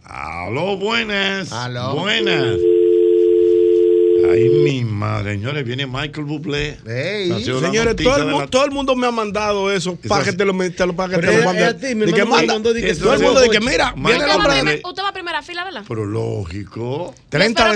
S5: Aló, buenas.
S6: Aló.
S5: Buenas. Ay, mi madre, señores, viene Michael Bublé. Nació la
S9: Señores,
S5: noticia
S9: todo el,
S5: de
S9: mu-
S5: la-
S9: todo el mundo me ha mandado eso. Para que te lo, me- te lo, para que
S5: Pero
S9: te lo
S5: es-
S9: mande.
S5: es a ti, mi
S9: Di que
S5: hermano me
S9: manda.
S5: mandó, di que-
S9: todo el mundo dice, mira,
S5: Michael
S9: viene el
S8: Usted va,
S9: hombre.
S8: primer- usted va a primera fila, ¿verdad?
S5: Pero lógico.
S8: Espero que ese loco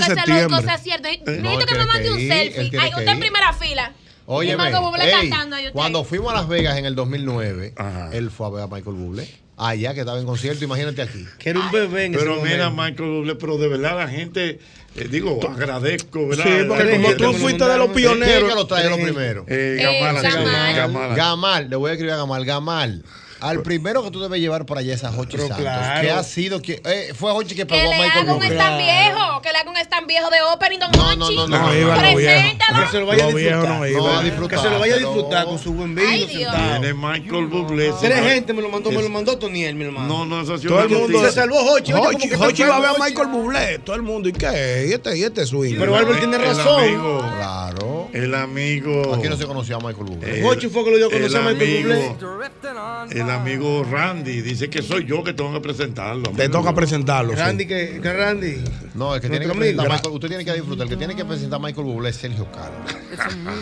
S8: sea cierto. Necesito que me mande un selfie. Ay, usted en primera fila.
S6: Oye,
S8: Y Marco Bublé cantando ahí usted.
S6: cuando fuimos a Las Vegas en el 2009, él fue a ver a Michael Bublé. Allá que estaba en concierto, imagínate aquí.
S7: Que era un bebé
S5: Pero mira, Michael Bublé, pero de verdad la gente, eh, digo, agradezco, ¿verdad?
S6: Sí, porque
S5: La
S6: como
S5: gente
S6: tú
S5: me
S6: fuiste de
S5: mandaron-
S6: los pioneros.
S5: ¿Quién es
S6: lo trae lo
S5: Eh,
S6: primero?
S5: eh, Gamal, sí, Gamal.
S6: Gamal, le voy a escribir a Gamal. Gamal, al primero que tú debes llevar para allá es a Hochi Santos.
S7: claro.
S6: Que ha sido que. eh, fue Hochi que
S8: Que
S6: pegó a
S8: le
S6: Michael
S8: haga un
S6: Bublé.
S8: stand viejo. Que le haga un stand viejo de ópera y don Hochi.
S6: no, no, iba, no,
S8: Preséntalo.
S7: Que se lo vaya a
S6: Los viejos
S7: disfrutar.
S6: no iban.
S7: No, a disfrutar, que se lo vaya a
S6: pero-
S7: disfrutar con su buen vino.
S8: Ay, Dios.
S7: sentado.
S5: Viene Michael Bublé.
S7: Tres
S5: señor.
S7: gente me lo mandó, me lo mandó Toniel, mi hermano.
S5: No, no, eso ha sido
S9: Todo el
S5: una
S9: mundo.
S5: noticia.
S9: Se salvó Hochi.
S5: Hochi,
S9: Hochi,
S5: Hochi
S9: va a ver a Michael Bublé. Todo el mundo. ¿Y qué? Y este, y este swing.
S5: Pero Álvaro tiene razón.
S6: Claro.
S5: El amigo.
S6: Aquí no se conocía a Michael Bublé.
S5: El-
S7: Hochi fue que lo dio a conocer a
S5: Eh, el
S7: Michael
S5: amigo- El amigo Randy dice que soy yo que tengo que presentarlo.
S9: Te toca presentarlo. sí.
S7: Randy, que, que Randy.
S6: No, el que tiene que
S7: Nuestro
S6: presentar
S7: amigo.
S6: a Michael- usted tiene que disfrutar. El que tiene que presentar a Michael Bublé es Sergio Carlos.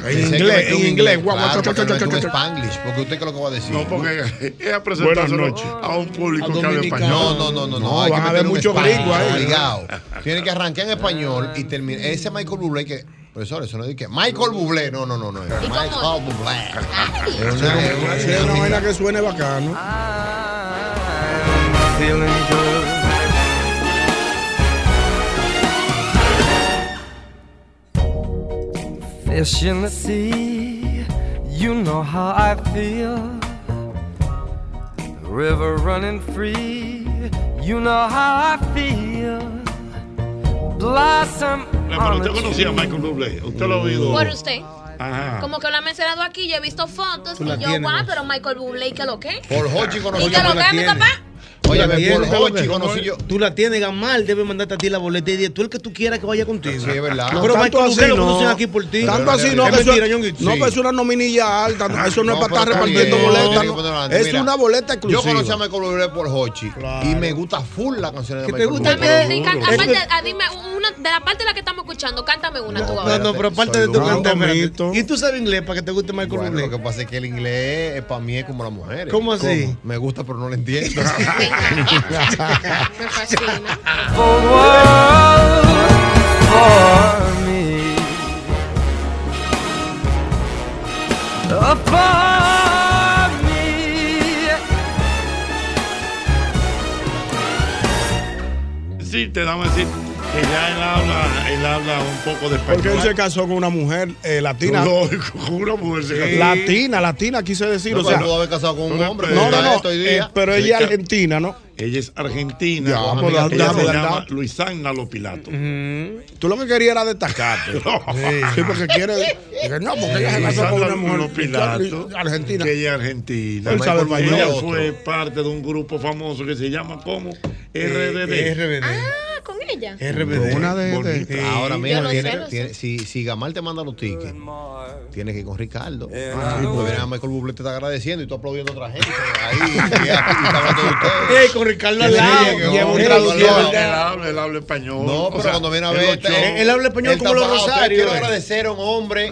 S9: En inglés, en inglés. Guau, guau,
S6: Claro,
S9: cha,
S6: para que
S9: cha,
S6: no
S9: cha,
S6: meta
S9: cha,
S6: un
S9: cha.
S6: Spanglish, porque usted que lo que va a decir.
S5: No, porque ella
S6: Buenas
S5: presentárselo
S6: noches.
S5: a un público que habla español.
S6: No, no, no, no, no. hay que meterle un español, obligado. Tiene que arrancar en español y terminar. Ese Michael Bublé que. Profesor, eso no es de que. Michael Bublé. No, no, no, no. es Michael Bublé. Es una- es una-
S9: Sí, es una vaina que suene bacano.
S21: Fish in
S8: <laughs>
S21: the sea, you know how I feel. River running free, you know how I feel. Blossom.
S5: Ah, pero usted
S21: on a
S5: conocía a
S21: tree.
S5: Michael Bublé. Usted lo ha oído.
S8: Por usted.
S5: Ajá.
S8: Como que lo han mencionado aquí, yo he visto fotos
S5: Ah. Tú
S8: y
S5: la
S8: yo,
S5: tienes,
S8: guau,
S5: ¿no?
S8: pero Michael Bublé, ¿y qué lo que?
S6: Por Hochi
S8: ¿Y
S6: conocí
S8: qué
S6: yo.
S8: lo
S6: por la
S8: que, mi
S6: tienda.
S8: papá?
S6: Oye,
S7: La
S6: me-
S7: tienes,
S6: por
S7: ¿no?
S6: Hochi conocí yo.
S7: Tú la tienes, Gamal, debe mandarte a ti la boleta y di, tú el que tú quieras que vaya contigo.
S6: Sí, es verdad.
S9: No,
S7: Pero
S9: tanto
S7: Michael Bublé lo
S9: no.
S7: conocen aquí por ti.
S9: Tanto así no,
S7: Es
S9: que eso,
S7: mentira,
S9: no pues,
S7: Ñonguito. Sí.
S9: que es una nominilla alta. no, Eso no, es para estar
S6: pero está
S9: repartiendo
S6: bien, tiene
S9: boletas.
S6: que
S9: no.
S6: ponerlo adelante.
S9: Es
S6: Mira,
S9: una boleta
S6: Yo
S9: exclusiva.
S6: conocí a Michael Bublé por Hochi. Y me gusta full la canción de
S9: ¿Que te
S6: Michael
S9: gusta
S6: Bublé.
S9: qué?
S8: Y can-
S9: Duro.
S8: aparte,
S9: Es
S8: ah, dime, una, de la parte de la que estamos escuchando, cántame una tú
S6: espérate.
S8: ahora.
S7: No, pero aparte de
S6: Soy
S7: tu
S6: duro.
S7: canta, espérate. ¿Y tú sabes inglés para que te guste Michael
S6: Bueno,
S7: Bublé?
S6: lo que pasa es que el inglés eh, para mí es como las mujeres.
S7: ¿Cómo así?
S6: Me gusta, pero no lo entiendo. <laughs>
S8: Me fascina.
S21: for me. For me.
S5: Sí, te damos a decir que ya él habla, él habla un poco de español.
S9: Porque él se casó con una mujer eh, latina.
S5: No, juro, mujer se casó.
S9: Latina, latina, quise decir.
S5: No,
S9: o
S5: pero
S9: sea,
S5: pudo haber
S6: casado con un
S5: hombre,
S9: No,
S5: ¿verdad?
S9: no, no.
S5: Esto hoy
S9: eh,
S5: día.
S9: pero
S5: Sí,
S9: ella es
S5: que-
S9: argentina, ¿no?
S5: Amiga, Ella es argentina.
S9: Ya, pues,
S5: ella
S9: dame,
S5: se
S9: dame.
S5: llama Luisana Lopilato.
S9: Tú lo que querías era
S5: <laughs>
S9: destacarte. Sí, porque quiere. Dije, no, porque ella se casó con una mujer
S5: Lopilato. Argentina. Que ella es argentina.
S9: Él sabe
S5: Michael
S9: español.
S5: Bublé fue parte de un grupo famoso que se llama como RBD.
S7: RBD.
S8: Ah, con ella?
S6: Con Una de, de-
S9: Bonita.
S6: ahora
S9: Yo
S6: mismo
S9: lo
S6: tiene,
S9: sé, lo
S6: tiene- si, si Gamal te manda los tickets, tienes que ir con Ricardo. Ah, porque viene a Michael Bublé te está agradeciendo y tú aplaudiendo a otra gente. Ahí, y, y está hablando de ustedes.
S7: Ey, con Ricardo al lado.
S6: Llegó,
S7: Lleva un
S6: llegó,
S7: traductor.
S6: llegó.
S7: Él
S5: habla, él habla español.
S6: No,
S5: O
S6: pero
S5: sea,
S6: cuando viene a
S5: él
S6: ver. este,
S5: lo
S6: está-
S5: choca. Él habla español
S6: está
S5: como los
S6: bajado. Ustedes
S5: rosarios,
S6: Quiero
S5: eh.
S6: agradecer a un hombre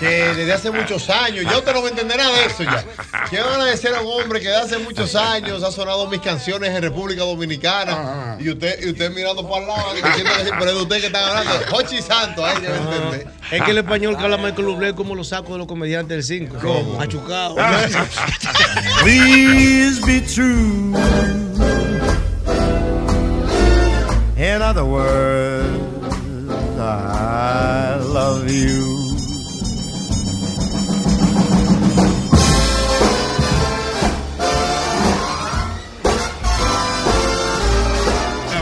S6: que desde hace muchos años, yo te no voy a entender nada de eso ya. Quiero agradecer a un hombre que desde hace muchos años ha sonado mis canciones en República Dominicana. Y usted, y usted mirando para el lado, diciendo que sí, pero es de usted que están hablando. Jochi Santos, ahí debe entender.
S7: Es que el español que habla Michael Bublé es como los sacos de los comediantes del 5. ¿Cómo? Machucado.
S18: Please be true. In other words, I love you.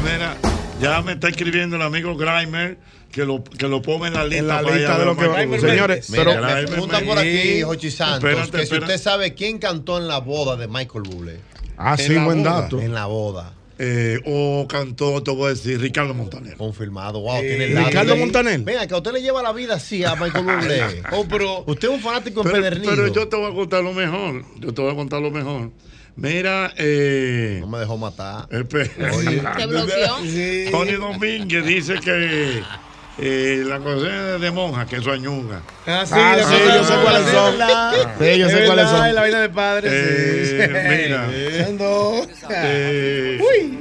S5: Mira, mira, ya me está escribiendo el amigo Grimer que lo, que lo ponga en la lista.
S9: la
S5: para
S9: lista
S5: allá,
S9: de lo que va-
S5: Grimer
S9: señores,
S5: Méndez.
S9: pero-
S5: Mira,
S9: Me
S5: Grimer
S6: Pregunta por
S5: Méndez.
S6: aquí, Jochi Santos,
S5: Espérate,
S6: que si
S5: espérate.
S6: usted sabe quién cantó en la boda de Michael Bublé.
S17: Ah, sí,
S6: la
S17: buen
S6: boda.
S17: dato.
S6: En la boda.
S5: Eh, o cantó, te voy a decir, Ricardo Montaner.
S6: Confirmado, wow,
S5: tiene
S17: Eh,
S6: el dato. Venga, que a usted le lleva la vida así a
S5: <laughs>
S6: Michael Bublé.
S5: Oh, pero-
S6: usted es un fanático
S5: Pero,
S6: empedernido.
S5: pero yo te voy a contar lo mejor. Yo te voy a contar lo mejor. Mira, eh, no
S6: me dejó matar.
S5: <laughs> Te
S8: bloqueó.
S5: Tony Domínguez dice que eh, la cosa de monja, que eso añuga.
S7: Ah, sí, Ah, la sí, cosa yo de sé monja, cuáles sí, son. es verdad. Sí, yo Es sé verdad, cuáles son. es la vaina de padre, sí.
S5: Eh,
S7: <laughs>
S5: Mira.
S7: Son dos.
S5: Eh,
S7: Uy.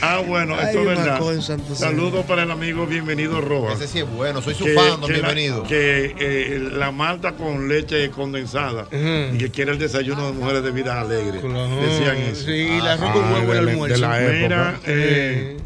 S5: Ah, bueno,
S7: Hay
S5: esto es
S7: una
S5: verdad.
S7: cosa en Santo
S5: Saludos para el amigo Bienvenido Rojas.
S6: Ese sí es bueno, soy su fan, don
S5: que la-
S6: Bienvenido.
S5: que eh, la malta con leche condensada y que quiere el desayuno de mujeres de vida alegre. Decían eso.
S7: Sí, y la arroz con huevo era el almuerzo.
S5: Mira, eh,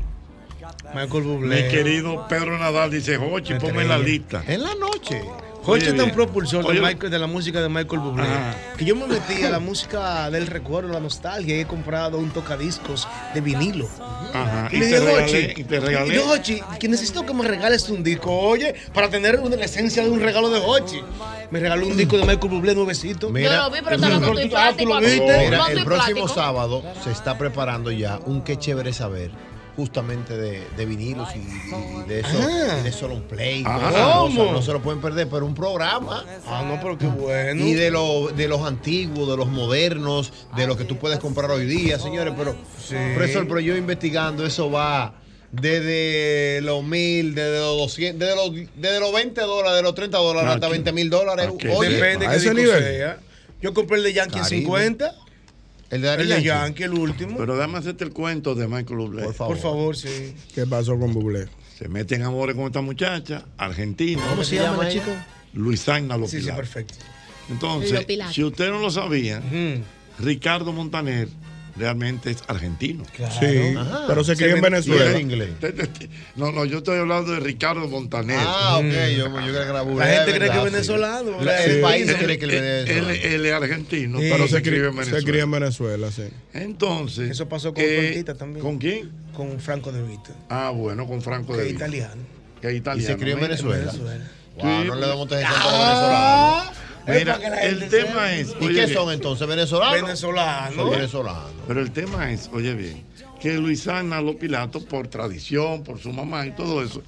S7: Michael Bublé. Eh,
S5: mi querido Pedro Nadal dice, Jochi, ponme en la lista.
S6: En la noche.
S7: Jorge
S5: Oye,
S7: es tan
S5: bien.
S7: propulsor de,
S5: Oye,
S7: Michael- de la música de Michael Bublé
S5: Ajá.
S7: <laughs> que yo me metí a la música del recuerdo, la nostalgia y he comprado un tocadiscos de vinilo.
S5: Ajá,
S7: Y
S5: y
S7: le
S5: te
S7: dije,
S5: regalé,
S7: Jochi,
S5: y te regalé.
S7: y yo, Jochi, que necesito que me regales un disco, oye, para tener una- la esencia de un regalo de Jochi. Me regaló un disco de Michael Bublé nuevecito.
S6: Mira, Yo lo vi, pero te lo
S7: Ah,
S6: corté
S7: tú lo viste.
S6: Mira, el próximo sábado se está preparando ya un qué chévere saber justamente de, de vinilos y, y de eso,
S7: Ah.
S6: y de solo un play.
S7: Ah,
S6: todas esas cosas.
S7: ¿cómo?
S6: No se lo pueden perder, pero un programa.
S7: Ah, no, pero qué bueno.
S6: Y de, lo- de los antiguos, de los modernos, de lo que tú puedes comprar hoy día, señores. Pero, profesor, pero yo investigando, eso va desde los mil, desde los 200, desde los, desde los 20 dólares, de los 30 dólares
S7: No,
S6: hasta
S7: aquí-
S6: 20 mil dólares.
S7: Aquí-
S6: Oye,
S7: Depende
S6: a
S7: qué
S6: ese
S7: disco
S6: nivel.
S7: sea. Yo compré el de Yankee en
S5: Caribe.
S7: 50.
S6: El
S7: El de Yankee, el último.
S5: Pero dame hacerte el cuento de Michael Bublé. Por
S7: favor. sí.
S5: ¿Qué pasó con Bublé? Se meten amores con esta muchacha, argentina.
S7: ¿Cómo se llama la chica?
S5: Luisana Lopilato.
S7: Sí, sí, perfecto.
S5: Entonces,
S7: Lopilato.
S5: si usted no lo sabía, Ricardo Montaner realmente es argentino.
S9: Sí,
S5: Ajá.
S9: pero se crió en
S5: me-
S9: Venezuela.
S5: y era inglés. No, no, yo estoy hablando de Ricardo Montaner.
S6: Ah, ok,
S9: Mm.
S6: yo, yo creo que era
S5: La
S6: burla,
S5: gente
S6: es
S5: cree que es
S6: verdad, sí.
S5: venezolano.
S6: La- El país cree que el
S5: Él,
S6: venezolano.
S5: él es argentino,
S9: Sí,
S5: pero se
S9: se,
S5: crió en
S9: cri- se cría
S5: Venezuela.
S9: en Venezuela, sí.
S5: Entonces.
S7: Eso pasó con
S5: eh,
S7: Franquita también.
S5: ¿Con quién?
S7: Con Franco de Vita.
S5: Ah, bueno, con Franco
S7: Que
S5: de
S7: es
S5: Vita.
S7: italiano.
S5: Que es
S6: Y
S5: italiano.
S6: se crió en
S5: mira.
S6: Venezuela.
S5: Sí.
S6: Wow, no le damos tanto ejemplo
S7: Ah,
S6: a venezolanos.
S5: Mira, el tema es.
S6: ¿Y
S5: oye
S6: qué
S5: bien, Ah,
S6: son entonces? ¿Venezolanos?
S7: Venezolanos.
S6: Son venezolanos.
S5: Pero el tema es, oye bien, que Luisana Lopilato, por tradición, por su mamá y todo eso,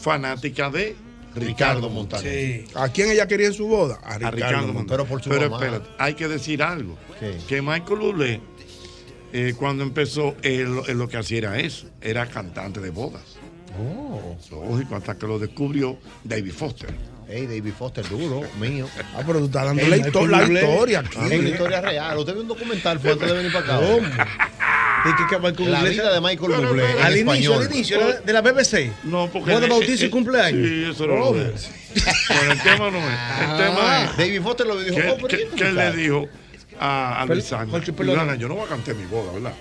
S5: fanática de Ricardo Montaner.
S9: ¿A quién ella quería en su boda? A
S5: A
S9: Ricardo,
S5: Ricardo Montaner.
S9: Montaner.
S5: Pero espérate, hay que decir algo. Que Michael Bublé, eh, cuando empezó, él, lo- él lo que hacía era eso, era cantante de bodas. Lógico, hasta que lo descubrió David Foster.
S6: Hey, David Foster, duro, mío.
S9: Ah, pero tú estás dando la, histo- la
S5: Ah,
S9: historia aquí.
S6: Es Ah, la historia real. Usted vio un documental fue antes de venir para acá.
S9: ¿Cómo?
S6: La vida de Michael
S7: Pero,
S6: Bublé.
S7: pero,
S6: en
S7: Al inicio,
S6: español.
S7: al inicio, era de la BBC.
S5: No, porque.
S7: Boda,
S5: eh,
S7: bautizo
S5: eh,
S7: y cumpleaños. Oh.
S5: Sí, eso era lo
S7: Obvio.
S5: de- Pero el tema no es. El
S9: Ah,
S5: tema es.
S6: Ah, David Foster lo dijo.
S5: ¿Qué,
S6: oh, pero
S5: qué-
S6: ¿y
S5: qué
S6: tú
S5: le
S6: sabes?
S5: dijo a, a Luisana?
S6: Jorge, perdón.
S5: Luisana, yo no voy a cantar mi boda, ¿verdad?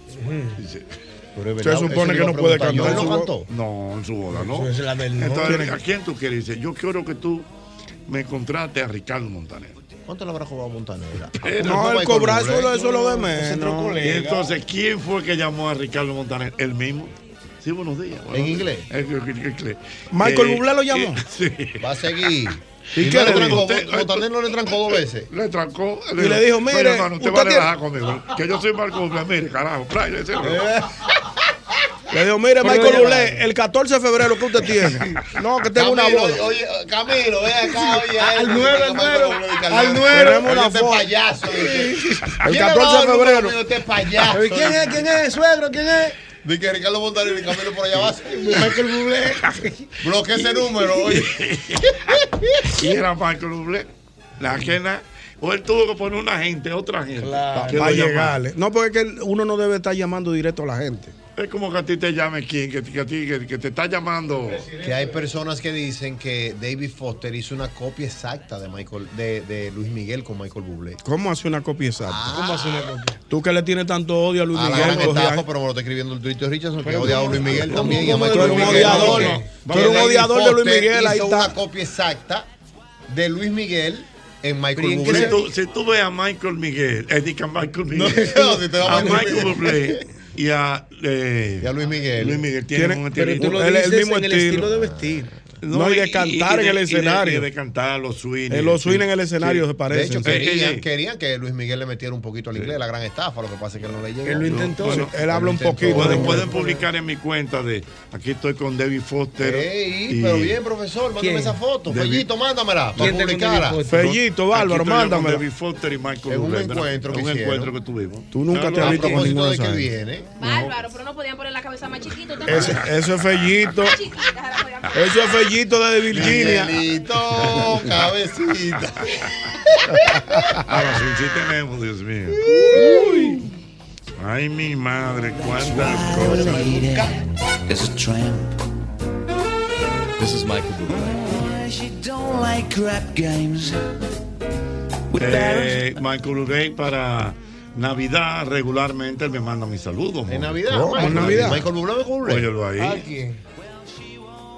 S5: Dice,
S6: verdad, Se supone eso que iba a no puede preguntar yo. cantar en
S5: ¿No
S6: su
S5: cantó?
S6: boda.
S5: No, en su boda, ¿no?
S7: Eso es la del norte.
S5: Entonces, ¿a quién tú quieres? Dice, yo quiero que tú me contrates a Ricardo Montaner.
S6: ¿Cuánto le habrá cobrado Montanera?
S9: No, el cobrar solo eso lo de menos.
S5: Y entonces, ¿quién fue que llamó a Ricardo Montaner? El mismo. Sí, buenos días.
S6: ¿En inglés?
S5: En inglés.
S6: Michael
S5: Eh,
S6: Bublé lo llamó.
S5: eh, Sí.
S6: Va a seguir.
S5: ¿Y
S6: ¿Y,
S5: qué
S6: no
S5: le
S6: le trancó?
S5: dijo usted?
S6: Montaner no le trancó dos veces.
S5: Le trancó.
S6: Y le dijo,
S5: Mira,
S6: mire,
S5: hermano, usted
S6: usted
S5: va a
S6: tiene-
S5: relajar conmigo. Que yo soy Marco Bublé. Mire, carajo. playa, ese-
S9: Le digo, mire,
S6: Pero
S9: Michael
S6: oye,
S9: Lulé, el 14 de febrero, ¿qué usted
S5: <laughs>
S9: tiene? No, que tengo una
S6: Camilo,
S9: boda.
S6: Oye, Camilo,
S9: <laughs>
S6: ven acá, oye. eh,
S9: Al
S6: esto,
S9: nueve,
S6: que
S9: al
S6: te mandó
S9: nueve,
S6: Lulú y Calderón.
S9: al nueve. Tenemos
S6: Oye,
S9: una
S6: este
S9: foto.
S6: payaso.
S9: El 14 de febrero.
S6: Este payaso.
S9: Pero, ¿y quién es? ¿Quién es? ¿Suegro? ¿Quién es?
S6: Dice que Ricardo Montaner y Camilo por allá va.
S9: Michael Bublé.
S6: Bloquea ese número, oye.
S5: Y era Michael Bublé.
S6: Mm.
S5: La quena. O él tuvo que poner una gente, otra gente.
S9: Pa-
S5: que
S9: pa'
S5: lo llamara.
S9: llegarle. No, porque es que uno no debe estar llamando directo a la gente.
S5: Es como que a ti te llame quien, que, que a ti que, que te está llamando.
S6: Que hay personas que dicen que David Foster hizo una copia exacta de Michael, de, de Luis Miguel con Michael Bublé.
S9: ¿Cómo hace una copia exacta?
S6: ¿Cómo hace una
S9: copia? Tú que le tienes tanto odio a Luis
S6: A la
S9: Miguel.
S6: gran
S9: cogí
S6: estafa,
S9: ahí.
S6: pero me lo está escribiendo el Twitter Richardson, que odia a Luis Miguel
S9: ¿Cómo,
S6: también. y a
S9: cómo
S6: Michael
S9: tú eres un
S6: Bublé,
S9: odiador?
S6: que-
S9: No.
S6: que
S9: Tú eres un
S6: David
S9: odiador de Luis
S6: Foster
S9: Miguel, ahí
S6: hizo
S9: está.
S6: una copia exacta de Luis Miguel en
S5: Pero ¿y
S6: Michael
S5: en qué si,
S6: Bublé.
S5: tú, si tú ves a Michael Miguel, eh, diga a Michael Miguel,
S6: <laughs> no, si te va a
S5: a
S6: Michael
S5: Michael
S6: Miguel.
S5: Bublé y a, eh,
S6: Luis Miguel.
S5: Luis Miguel tiene
S9: Tiene-
S5: un
S9: pero
S5: estilo.
S9: tú lo Él es el dices mismo en el estilo. estilo de vestir. No, y de cantar en el
S5: y de-
S9: escenario.
S5: Y de, cantar los swing.
S9: En los swing en el escenario se
S6: De
S9: parecen.
S6: hecho,
S9: Sí.
S6: querían,
S9: Sí, sí.
S6: querían que Luis Miguel le metiera un poquito al inglés, la gran estafa, lo que pasa es que no le llegó.
S9: Él lo intentó, sí, él habla
S6: lo
S9: un
S6: intentó.
S9: poquito.
S5: Pueden, pueden publicar en mi cuenta de aquí estoy con David Foster.
S6: Ey,
S5: y-
S6: pero bien, profesor, mándame
S5: ¿Quién?
S6: esa foto.
S5: David-
S6: Fellito, mándamela para
S5: ¿Quién te
S6: publicarla.
S5: contó?
S9: Fellito, Bárbaro,
S5: Aquí estoy yo con
S9: mándamela.
S5: David Foster y Michael
S6: En un
S5: Bublé, ¿verdad?
S6: encuentro que
S5: un
S6: hicieron.
S5: encuentro que tuvimos.
S9: Tú nunca te
S5: Claro,
S9: has visto con
S5: propósito
S9: ninguno de
S5: de que
S9: esos.
S5: viene.
S8: Bárbaro, pero no podían poner la cabeza más chiquita. usted
S9: Eso,
S8: no-
S9: eso es Fellito.
S8: Más chiquita la podían poner.
S9: Eso es Fellito de Virginia.
S6: Fellito, cabecita.
S5: Ahora Ah, sí, sí tenemos, Dios mío. Ay, mi madre, cuántas cosas.
S15: is a tramp. This is Michael Bublé. She don't like crap games.
S5: Eh, Michael Bublé para Navidad regularmente él me manda mis saludos.
S6: En
S5: ¿no?
S6: Navidad,
S5: ¿Cómo?
S6: Michael,
S5: en Navidad.
S6: Michael Bublé, Michael Bublé.
S5: Óyelo ahí.
S6: ¿A quién?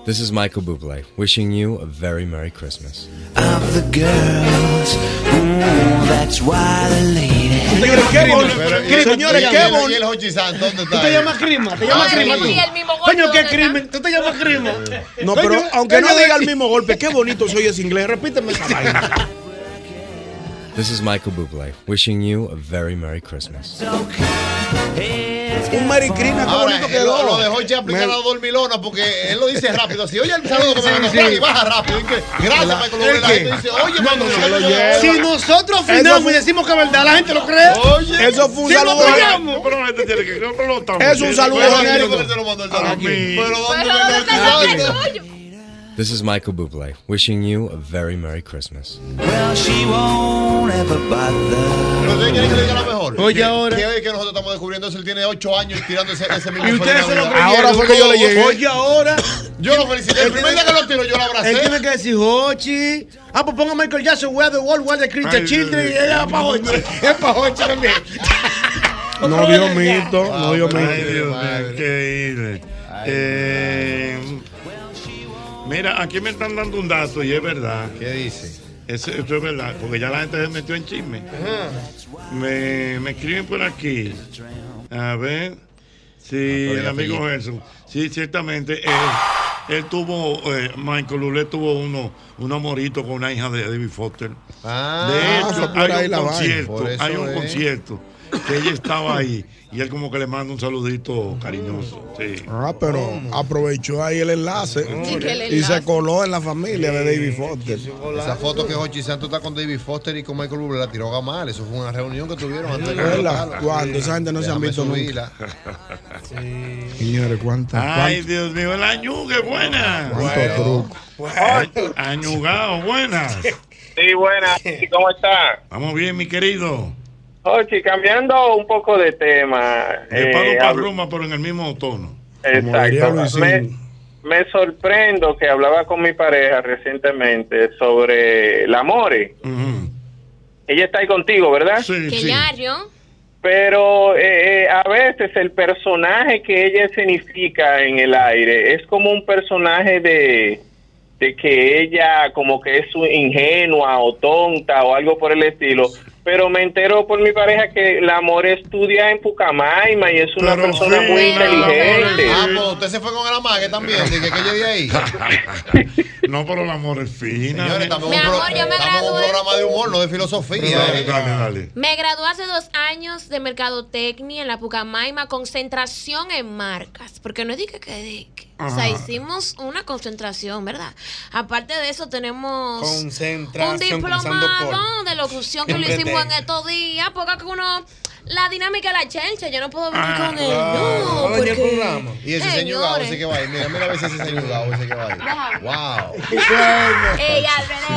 S22: This is Michael Bublé wishing you a very Merry Christmas.
S15: Of the girls. Ooh, that's why the lady.
S9: Señores, qué bonito. Señores, qué
S6: ¿Y el
S9: bonito.
S6: Hochi Sanz, ¿Dónde
S9: ¿Tú
S6: está?
S9: te
S6: él?
S9: llamas Crima? ¿Te llamas
S6: Ah,
S9: Crima
S6: sí.
S9: tú?
S6: Sí, el
S8: mismo golpe,
S9: Coño, qué
S8: ¿dónde
S9: crimen. ¿Tú te llamas Crima? No, pero aunque no diga el mismo golpe, qué bonito soy ese inglés. Repíteme esa vaina.
S22: This is Michael Bublé wishing you a very Merry Christmas.
S9: Un Merry Christmas, qué
S6: Ahora,
S9: bonito
S6: él lo,
S9: quedó.
S6: lo dejó ya aplicar
S9: Me-
S6: la dormilona porque él lo dice rápido. Así, oye, el saludo que me mandó Frank, y baja rápido. y que, gracias,
S9: La-
S6: Michael Bublé. La
S9: ¿El
S6: gente
S9: qué?
S6: dice, oye,
S9: No,
S6: Michael
S9: no, no,
S6: Bublé,
S9: lo
S6: yo-
S9: lleva.
S7: Si nosotros
S9: Eso
S7: afinamos
S9: fue-
S7: y decimos que es verdad, la gente lo cree.
S6: Oye.
S9: Eso fue un
S7: Si
S9: saludo.
S7: nosotros
S9: gen-
S7: llamamos.
S5: Pero la gente tiene que no, pero lo estamos
S9: Es un
S5: haciendo.
S9: saludo
S5: Bueno,
S9: genérico.
S5: yo te lo mando el saludo.
S9: ¿A quién?
S5: Pero
S8: Pero
S6: ¿dónde me lo
S8: ¿dónde está el
S6: quitaste?
S8: suyo?
S22: This is Michael Bublé wishing you a very Merry Christmas.
S15: Well, she won't ever
S6: Pero
S15: bother.
S6: usted quiere que le diga lo mejor.
S22: Oye,
S6: Que-
S22: ahora-
S6: Que hoy que nosotros estamos descubriendo eso, él tiene 8 años tirando ese, ese mismo
S9: Y ustedes
S6: fue
S9: se lo
S6: Navidad.
S9: creyeron. Ahora fue que yo le llegué.
S7: Oye, ahora.
S6: Yo lo felicité. El primer día que lo tiro, yo lo abracé.
S7: Él tiene que decir, Hochi. Ah, pues ponga Michael Jackson, Where the World, Where the Christian
S9: Ay,
S7: Children.
S9: Dios
S7: Y ella va para Hochi. Es para Hochi también.
S9: No, Dios mío, no, Dios mío.
S5: Ay, Dios mío, qué horrible. Eh, mira, aquí me están dando un dato y es verdad.
S6: ¿Qué dice?
S5: Eso, eso es verdad, porque ya la gente se metió en chisme. Me, me escriben por aquí. A ver. Sí,
S6: Ah, pero
S5: el
S6: ya
S5: amigo
S6: fue.
S5: Jesús. Sí, ciertamente. Él, él tuvo, eh, Michael Lulé tuvo uno, un amorito con una hija de David Foster. de
S6: fue
S5: hecho,
S6: Ah, por
S5: hay
S6: ahí
S5: un
S6: la vaina.
S5: concierto,
S6: Por eso
S5: hay un
S6: es.
S5: concierto que ella estaba ahí y él como que le manda un saludito cariñoso. Sí. <laughs>
S9: Ah, pero aprovechó ahí el enlace
S5: Sí, que el
S9: y se
S5: enlace.
S9: coló en la familia de David Foster.
S6: Esa foto que Hochi Santos está con David Foster y con Michael Bublé la tiró Gamal. Eso fue una reunión que tuvieron antes de que
S9: ¿Verdad?
S6: votaran.
S9: Cuando esa gente no se han
S6: Déjame
S9: visto
S6: subirla.
S9: nunca. Señores, cuántas.
S5: Ay, Dios mío, el añú, qué buena.
S9: truco.
S5: Añugado, buenas.
S11: Sí, buenas. ¿Cómo está?
S5: Vamos bien, mi querido.
S11: Ochi, cambiando un poco de tema.
S5: De
S11: eh,
S5: palo para
S11: hablo-
S5: Roma, pero en el mismo tono.
S11: Exacto. Me, me sorprendo que hablaba con mi pareja recientemente sobre el amore. Ella está ahí contigo, ¿verdad?
S5: Sí,
S8: Que ñario.
S11: Pero eh, eh, a veces el personaje que ella significa en el aire es como un personaje de,
S10: de que ella como que es su- ingenua o tonta o algo por el estilo. Pero me entero por mi pareja que la amor estudia en Pucamaima y es una persona muy inteligente.
S6: Ah, pues usted se fue con el amague también. Dije que yo de
S5: <laughs>
S6: ahí.
S5: No, pero el amor es fina.
S6: Señores, tampoco
S8: Mi
S6: un, pro-
S8: amor, yo me
S6: tampoco un
S8: gradué.
S6: programa de humor, no de filosofía.
S5: Dale, dale, dale.
S8: Me gradué hace dos años de mercadotecnia en la Pucamaima, concentración en marcas, porque no es dije que... de- que- o sea,
S7: Ajá.
S8: hicimos una concentración, ¿verdad? Aparte de eso, tenemos un
S7: Concentración. comenzando por-
S8: diplomado de locución que lo
S7: Siempre
S8: hicimos en
S7: te-
S8: estos días, porque que uno... La dinámica de la chelcha, yo no puedo venir
S6: Ah,
S8: con él.
S6: claro.
S8: No, porque...
S6: Y ese señor Gabo, ese que va ahí. Mira, mira a ver si ese señor Gabo, ese que va ahí. Wow.
S5: <laughs>
S8: Ey,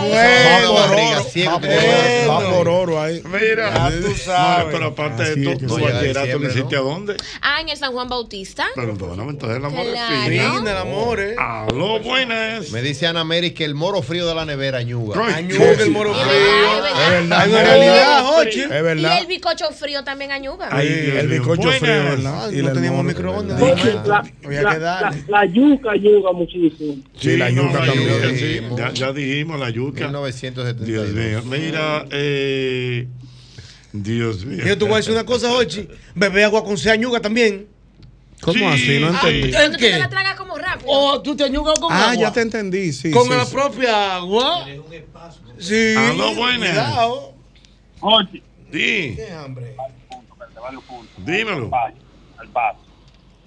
S6: Bueno, barriga, siempre.
S9: Va por oro ahí.
S5: Mira, tú sabes. pero aparte de todo, tu bachillerato lo hiciste a dónde?
S8: Ah, en el San Juan Bautista.
S5: Perdóname, entonces el
S8: amor es Claro.
S6: fino.
S8: fino.
S6: el amor, eh.
S5: Aló, buenas.
S6: Me dice Ana Mary que el moro frío de la nevera, Ñuga.
S5: Ay, Ñuga, el
S6: moro
S8: frío. Es
S9: verdad,
S6: ah, Es
S9: es
S6: verdad,
S9: verdad.
S6: Jochi.
S9: Es
S8: Y
S9: verdad.
S8: el bicocho frío también añuga.
S9: el bizcocho frío, ¿verdad? Y no teníamos microondas.
S23: La, la, la yuca ayuda muchísimo.
S5: Sí, la yuca
S6: también.
S5: sí, ya, ya dijimos la yuca.
S6: 1970.
S5: Dios mío. Mira, eh, Dios mío.
S7: Yo te voy a decir una cosa, Jochi. Bebé agua con seañuga también. Ah,
S9: ¿Cómo así? No entendí.
S8: Tú
S7: ¿El
S8: te
S7: qué?
S8: la tragas como rápido.
S7: O tú te añugas con
S9: Ah,
S7: agua.
S9: ya te entendí, sí.
S7: con
S9: sí,
S7: la
S9: sí.
S7: propia agua. Sí.
S5: Aló, buenas.
S7: Cuidado.
S13: Oye,
S5: Di, dímelo.
S13: Al paso.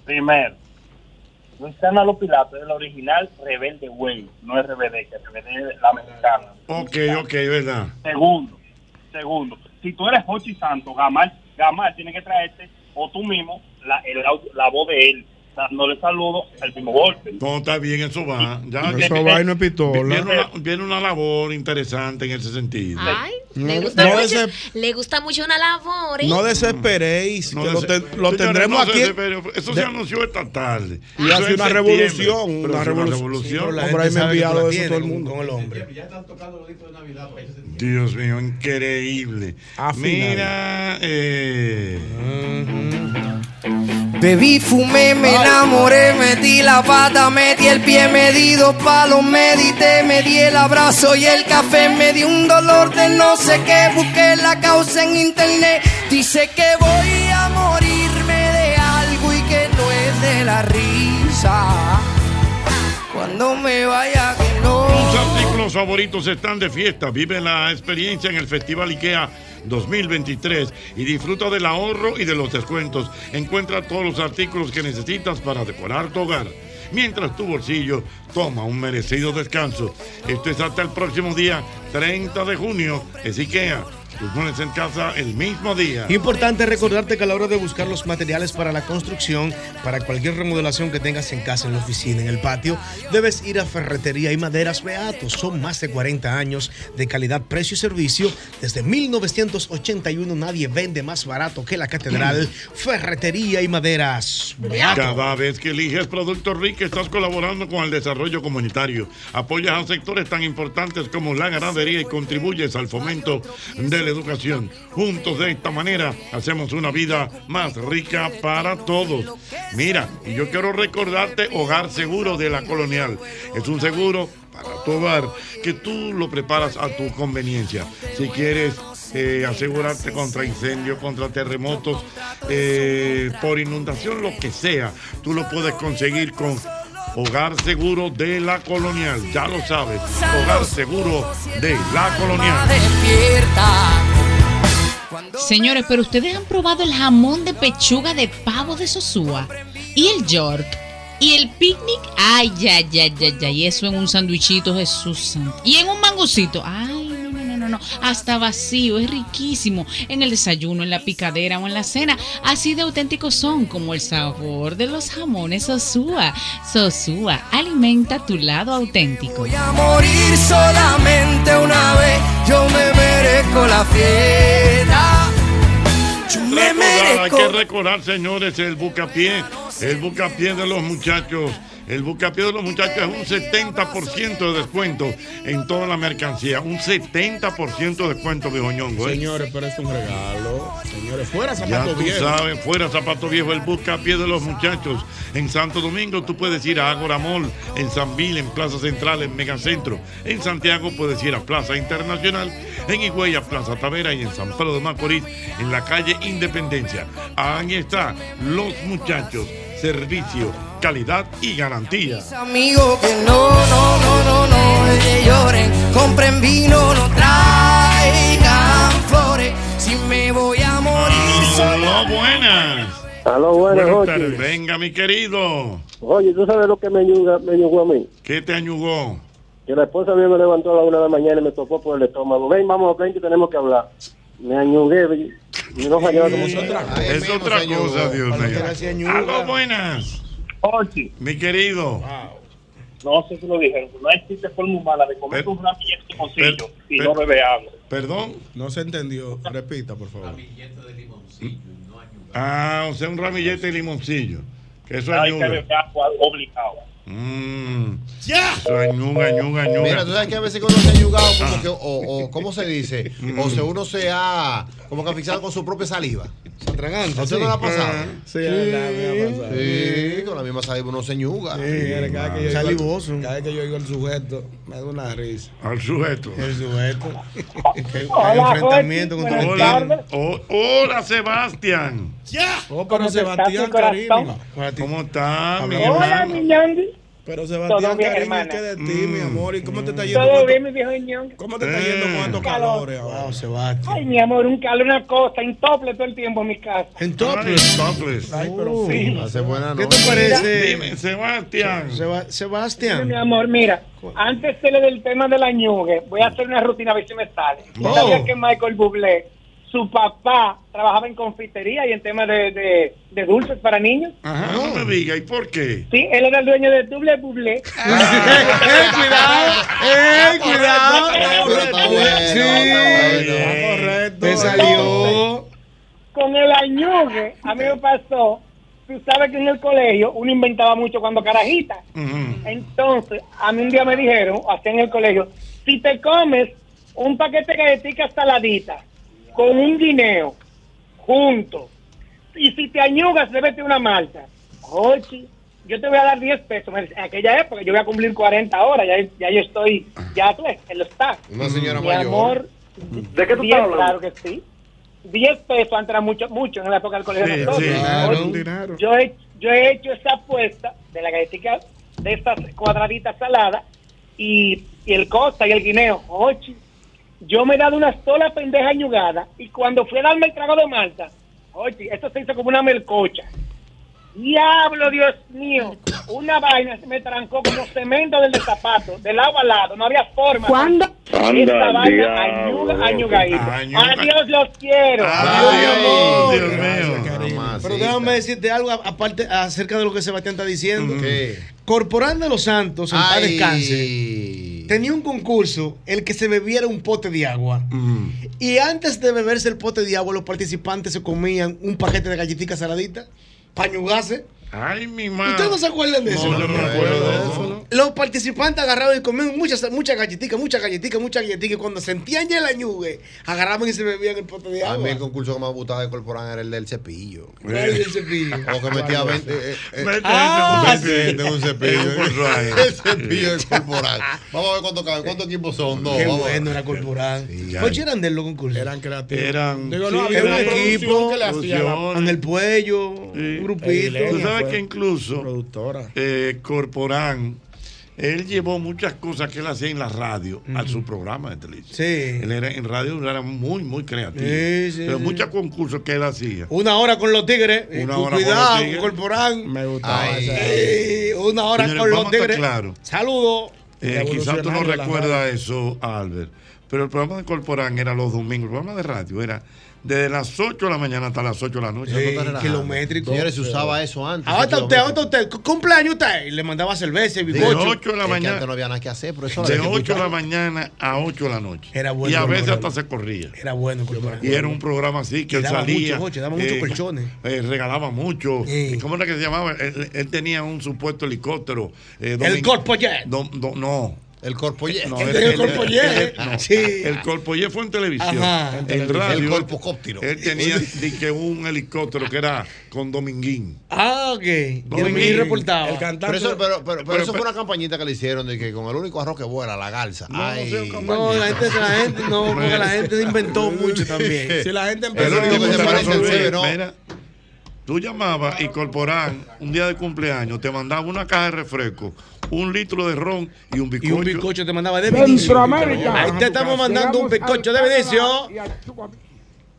S13: Primero, Luisana Los Pilatos es la original rebelde güey, no es RBD, que RBD es la mexicana.
S5: Ok, ok, verdad.
S13: Segundo, segundo, si tú eres Jochi Santos, Gamal, Gamal tiene que traerte, o tú mismo, la, el au- la voz de él, dándole saludo al mismo golpe.
S5: No, está bien, eso va. Ya,
S9: Eso va y no es
S5: Viene
S9: pistola.
S5: una, viene una labor interesante en ese sentido.
S8: Ay,
S9: No,
S8: le, gusta
S9: no
S8: mucho,
S9: desep-
S8: le gusta mucho una labor. ¿eh?
S9: No desesperéis, que lo, te- lo
S5: Señores,
S9: tendremos
S5: no
S9: aquí.
S5: se desesperen, Eso se anunció esta tarde.
S9: Y hace
S5: Eso en
S9: una
S5: septiembre.
S9: revolución,
S5: Pero
S9: una
S5: hace
S9: revolución. Sí, pero la Hombre, ahí gente me sabe que enviado tú la eso tienes todo el con- mundo.
S7: Con el hombre.
S5: Dios mío, increíble. Mira, eh,
S24: Bebí, fumé, me enamoré, metí la pata, metí el pie, me di dos palos, medité, me di el abrazo y el café, me di un dolor de no sé qué, busqué la causa en internet, dice que voy a morirme de algo y que no es de la risa. Cuando me vaya que no.
S5: Tus artículos favoritos están de fiesta. Vive la experiencia en el Festival IKEA 2023 y disfruta del ahorro y de los descuentos. Encuentra todos los artículos que necesitas para decorar tu hogar. Mientras tu bolsillo toma un merecido descanso. Esto es hasta el próximo día 30 de junio. Es IKEA. Tus muebles en casa el mismo día.
S7: Importante recordarte que a la hora de buscar los materiales para la construcción, para cualquier remodelación que tengas en casa, en la oficina, en el patio, debes ir a Ferretería y Maderas Beato. Son más de 40 años de calidad, precio y servicio. Desde 1981 nadie vende más barato que la catedral
S5: Mm.
S7: Ferretería y Maderas Beato.
S5: Cada vez que eliges Productos Rica estás colaborando con el desarrollo comunitario, apoyas a sectores tan importantes como la ganadería y contribuyes al fomento de la educación. Juntos de esta manera hacemos una vida más rica para todos. Mira, y yo quiero recordarte Hogar Seguro de la Colonial. Es un seguro para tu hogar que tú lo preparas a tu conveniencia. Si quieres eh, asegurarte contra incendios, contra terremotos, eh, por inundación, lo que sea, tú lo puedes conseguir con Hogar Seguro de la Colonial. Ya lo sabes, Hogar Seguro de la Colonial.
S25: Señores, pero ustedes han probado el jamón de pechuga de pavo de Sosúa y el York y el picnic. Ay, ya, ya, ya, ya. Y eso en un sandwichito, Jesús santo. Y en un mangocito. Ay, no, no, no, no, no. Hasta vacío, es riquísimo. En el desayuno, en la picadera o en la cena. Así de auténticos son como el sabor de los jamones Sosúa. Sosúa, alimenta tu lado auténtico.
S24: a morir solamente una vez. Yo me merezco la fiesta. Yo me
S5: Recordar, hay
S24: merezco.
S5: que recordar, señores, el bucapié, el bucapié de los muchachos El bucapié de los muchachos es un 70% de descuento en toda la mercancía. Un 70% de descuento, viejo ñongo. ¿eh?
S9: Señores, pero es un regalo. Señores, fuera
S5: Ya
S9: zapato
S5: tú
S9: viejo.
S5: sabes, fuera zapato viejo, el buscapié de los muchachos. En Santo Domingo tú puedes ir a Ágora Mall, en San Vil, en Plaza Central, en Megacentro. En Santiago puedes ir a Plaza Internacional, en Higüey a Plaza Tavera y en San Pedro de Macorís, en la calle Independencia. Ahí está, los muchachos, servicio, calidad y garantía.
S24: amigos que no, no, no, no, no que lloren, compren vino, no traigan flores, si me voy a morir sola.
S5: Aló, buenas.
S26: Aló, buenas, Jochi.
S5: tardes. Venga, mi querido.
S26: Oye, ¿tú sabes lo que me ñuga- me ñugó a mí?
S5: ¿Qué te añugó?
S26: Que la esposa mía me levantó a la una de la mañana y me tocó por el estómago. Ven, vamos, ven que tenemos que hablar. Me añugué, vi- mi roja lleva como
S5: Es otra cosa, Dios mío. Aló, buenas. Mi querido.
S27: No sé si lo dijeron, no existe forma humana de comer un ramillete de limoncillo y no bebe agua.
S5: Perdón.
S17: No se entendió. Repita, por favor.
S5: Ah, o sea, un ramillete de limoncillo. Que eso
S27: Hay que
S5: añuga.
S27: beber agua obligado.
S5: Mm. Eso añuga, añuga, añuga.
S6: Mira, tú sabes que a veces cuando se ha yugado, como que, o, o, ¿cómo se dice? O se uno se ha, como que asfixiado con su propia saliva. Se atraganta. ¿Usted no
S9: sí.
S6: la ha pasado?
S9: Ah, sí, la- me ha pasado.
S6: Sí, con la misma saliva uno se ñuga.
S9: Señores, cada, que yo oigo, cada vez que yo oigo al sujeto, me da una risa.
S5: Al sujeto.
S9: El
S5: <laughs>
S9: sujeto. Que- que hay
S5: Hola,
S9: enfrentamiento con
S5: Jorge.
S9: Tarantino.
S5: Buenas Oh, hola, Sebastián.
S9: Oh, pero
S5: ¿Cómo te está,
S9: Sebastián
S5: mi corazón?
S9: Carini.
S5: ¿Cómo está, mi
S9: Hola,
S5: hermano?
S9: mi Pero
S5: Todo
S9: Sebastián
S5: bien,
S9: Carini,
S5: hermana.
S9: ¿qué de ti, mi amor? ¿Y cómo te está yendo?
S12: Todo
S9: con
S12: bien, mi viejo ñón.
S9: estos- ¿Cómo te está yendo con estos calores ahora? Wow, Sebastián.
S12: Ay, mi amor, un calor, una cosa, en tople todo el tiempo en mi casa.
S9: En
S5: topless.
S9: Ay, pero sí.
S6: Uh, Hace buena
S9: ¿Qué
S6: noche.
S9: te parece?
S5: Dime, Sebastián.
S9: Seba-
S12: Mi
S9: Sebastián.
S12: amor, mira, antes de lo del tema de la ñugue, voy a hacer una rutina a ver si me sale. ¿Tú
S9: Oh.
S12: ¿Sabías que Michael Bublé, su papá, trabajaba en confitería y en temas de, de- de dulces para niños?
S5: Ajá, no me diga, ¿y por qué?
S12: Sí, él era el dueño de Double <laughs> Bublé.
S5: eh,
S12: cuidado!
S9: ¡Eh, cuidado!
S12: Te salió. Con el añugue, a mí me pasó. Tú sabes que en el colegio uno inventaba mucho cuando carajita. Entonces, a mí un día me dijeron, así en el colegio, si te comes un paquete de galletitas saladitas con un guineo junto, y si te añugas, débete una malta. Ochi, yo te voy a dar 10 pesos. Me dice, En aquella época yo voy a cumplir 40 horas, ya, ya yo estoy, ya tú ves, en los tax.
S6: Una señora
S12: Mi
S6: mayor.
S12: amor,
S6: ¿De qué tú
S12: 10,
S6: estás hablando?
S12: Claro que sí. 10 pesos antes era mucho, mucho en la época del colegio. de nosotros. Oye, yo he, yo he hecho esa apuesta de la galletita de estas cuadraditas saladas y, y el costa y el guineo. Oye, yo me he dado una sola pendeja ñugada y cuando fui a darme el trago de malta, oye, esto se hizo como una melcocha. Diablo, Dios mío, una vaina se me trancó como cemento del de zapato, del lado al lado, no había forma. ¿Cuándo? Esta
S5: Anda,
S12: vaina
S5: diablo.
S12: añuga, añugadita.
S5: Añuga.
S12: Adiós, los quiero.
S5: Ay, Dios mío.
S7: Pero déjame decirte algo a- aparte acerca de lo que Sebastián está diciendo.
S6: ¿Qué?
S5: Mm.
S7: Corporal de los Santos, en paz
S6: Ay.
S7: descanse, tenía un concurso el que se bebiera un pote de agua. Y antes de beberse el pote de agua, los participantes se comían un paquete de galletitas saladitas para ñugarse.
S5: Ay, mi madre.
S7: ¿Ustedes no se acuerdan de eso?
S5: No, no me acuerdo de eso.
S7: Los participantes agarraban y comían muchas, muchas galletitas, muchas galletitas, muchas galletitas. Y cuando sentían ya el añugue, agarraban y se bebían el pote de
S6: A
S7: agua.
S6: mí el concurso que más gustaba de Corporán era el del cepillo.
S7: ¿Cuál es el cepillo?
S6: O que metía 20. eh, eh,
S7: Vete, Ah,
S6: vete,
S7: sí.
S6: vete un cepillo.
S5: Es un corporán.
S6: El cepillo del Corporán. Vamos a ver cuánto cabe, cuántos equipos son. No,
S7: Qué
S6: vamos a ver.
S7: bueno era corporal.
S6: ya.
S7: Oye, eran de los concursos. Eran
S9: creativos.
S5: Eran-
S7: Digo, no,
S5: sí,
S7: había un
S5: eran
S7: equipo
S5: que le hacía la-
S7: en el puello, un grupito.
S5: Tú sabes que incluso eh, Corporán, él llevó muchas cosas que él hacía en la radio a su programa de televisión. Él era en radio era muy, muy creativo.
S7: Sí, sí,
S5: Pero
S7: sí.
S5: muchos concursos que él hacía.
S7: Una hora con los tigres. eh,
S5: Una
S7: con
S5: hora con
S7: cuidado,
S5: los tigres.
S7: corporán. Me
S5: gustaba esa.
S7: una hora
S5: Señores,
S7: con los
S5: vamos a estar
S7: tigres.
S5: claros.
S7: Saludos.
S5: Eh, quizás tú no recuerdas eso, Albert. Pero el programa de Corporán era los domingos. El programa de radio era desde las 8 de la mañana hasta las 8 de la noche.
S7: Ey, kilométrico.
S6: Señores, se usaba eso antes.
S7: Ahora está
S6: el
S7: usted, ahora está usted. cu- Cumpleaños usted. Y le mandaba cerveza y
S5: De
S7: bizcocho.
S5: 8 de la
S6: Es que
S5: mañana.
S6: antes no había nada que hacer, por eso
S5: de
S6: había que
S5: 8 de la
S6: escuchar.
S5: mañana a 8 de la noche.
S7: Era bueno,
S5: Y a
S7: era
S5: veces
S7: bueno.
S5: hasta se corría.
S7: Era bueno. Corporal.
S5: Y era un programa así que
S7: Y
S5: él
S7: daba
S5: salía.
S7: mucho, Jochi, daba muchos colchones.
S5: eh, regalaba mucho. Eh, ¿Cómo era que se llamaba? Él, él tenía un supuesto helicóptero. eh,
S7: El
S5: domin-
S7: Corpo Jet.
S5: dom- do- no.
S6: El Corpo Jet.
S5: No,
S6: Él
S5: él-
S6: tenía el
S5: él-
S6: Corpo
S5: él-
S6: Jet.
S5: él- no. El Corpo Jet fue en televisión.
S6: Ajá. En
S5: En
S6: televisión.
S5: radio.
S6: El Corpo Cóptero.
S5: Él
S6: <laughs>
S5: tenía di que un helicóptero que era con Dominguín.
S7: Ah, ok.
S5: Dominguín reportaba.
S6: El cantante. Pero eso, pero, pero- pero eso fue una campañita que le hicieron de que con el único arroz que vuela, la garza. Ay.
S7: No, la gente, la gente, <laughs> no, porque la gente inventó mucho también.
S9: <laughs> Si la gente
S5: El
S9: empezó
S5: único que
S9: a-
S5: se parece
S9: resolver,
S5: al Sebe,
S9: ¿no?
S5: Mira, tú llamabas y Corporán, un día de cumpleaños, te mandaba una caja de refresco, un litro de ron y un bizcocho. Y un bizcocho
S7: te mandaba de
S5: Centroamérica.
S7: Ahí te estamos mandando un bizcocho de Vinicio.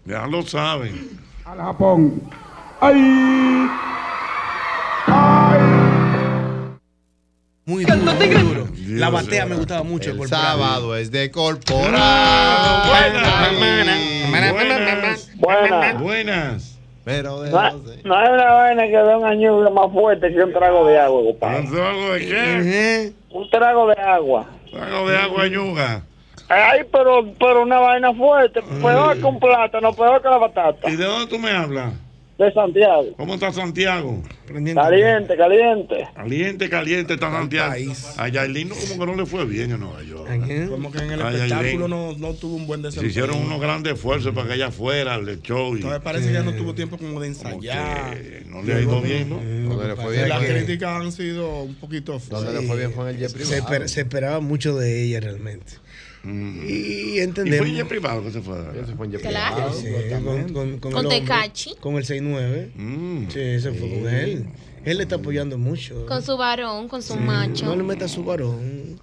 S5: Ya lo saben.
S16: Al Japón. ¡Ay!
S7: Muy duro, muy duro. La batea me gustaba mucho. El
S6: sábado es
S7: Ah,
S6: de corporal.
S5: Buenas.
S16: Buenas.
S5: Buenas.
S6: Pero de eh.
S16: No, hay- no hay una vaina que da un añudo más fuerte que un trago de agua, compadre.
S5: ¿Un trago de
S16: qué? Un trago de agua.
S5: trago de agua yuga.
S16: Ay, pero, pero una vaina fuerte.
S9: Mm.
S16: Peor que un plátano, peor que la batata.
S5: ¿Y de dónde tú me hablas?
S16: De Santiago.
S5: ¿Cómo está Santiago?
S16: Caliente, caliente.
S5: Caliente, caliente está Santiago. A Yailin no- como que no le fue bien en Nueva York.
S9: Como que en el
S5: Ay, ay,
S9: espectáculo
S5: ven.
S9: no, no tuvo un buen
S5: Se
S9: desempeño.
S5: hicieron unos grandes esfuerzos para que ella fuera al show. Y
S9: Entonces parece que ya no tuvo tiempo como de ensayar.
S5: no le ha ido bien, ¿no?
S6: Donde le fue bien
S9: Las
S6: fue-
S9: críticas han sido un poquito
S6: Donde le
S9: Sí.
S6: fue bien fue en el jet
S9: Se
S6: privado.
S7: Pero se esperaba mucho de ella realmente. Y
S5: Mm. Y
S7: entendemos.
S5: fue en jet privado que se fue. ¿verdad?
S8: Claro.
S7: Sí, con, con, con,
S8: Con
S7: el hombre,
S8: Tecachi.
S7: Con el 6-9.
S5: Mm.
S7: sí, ese fue con él. Él le está apoyando mucho.
S8: Con su varón, con su macho.
S7: No le meta a su varón.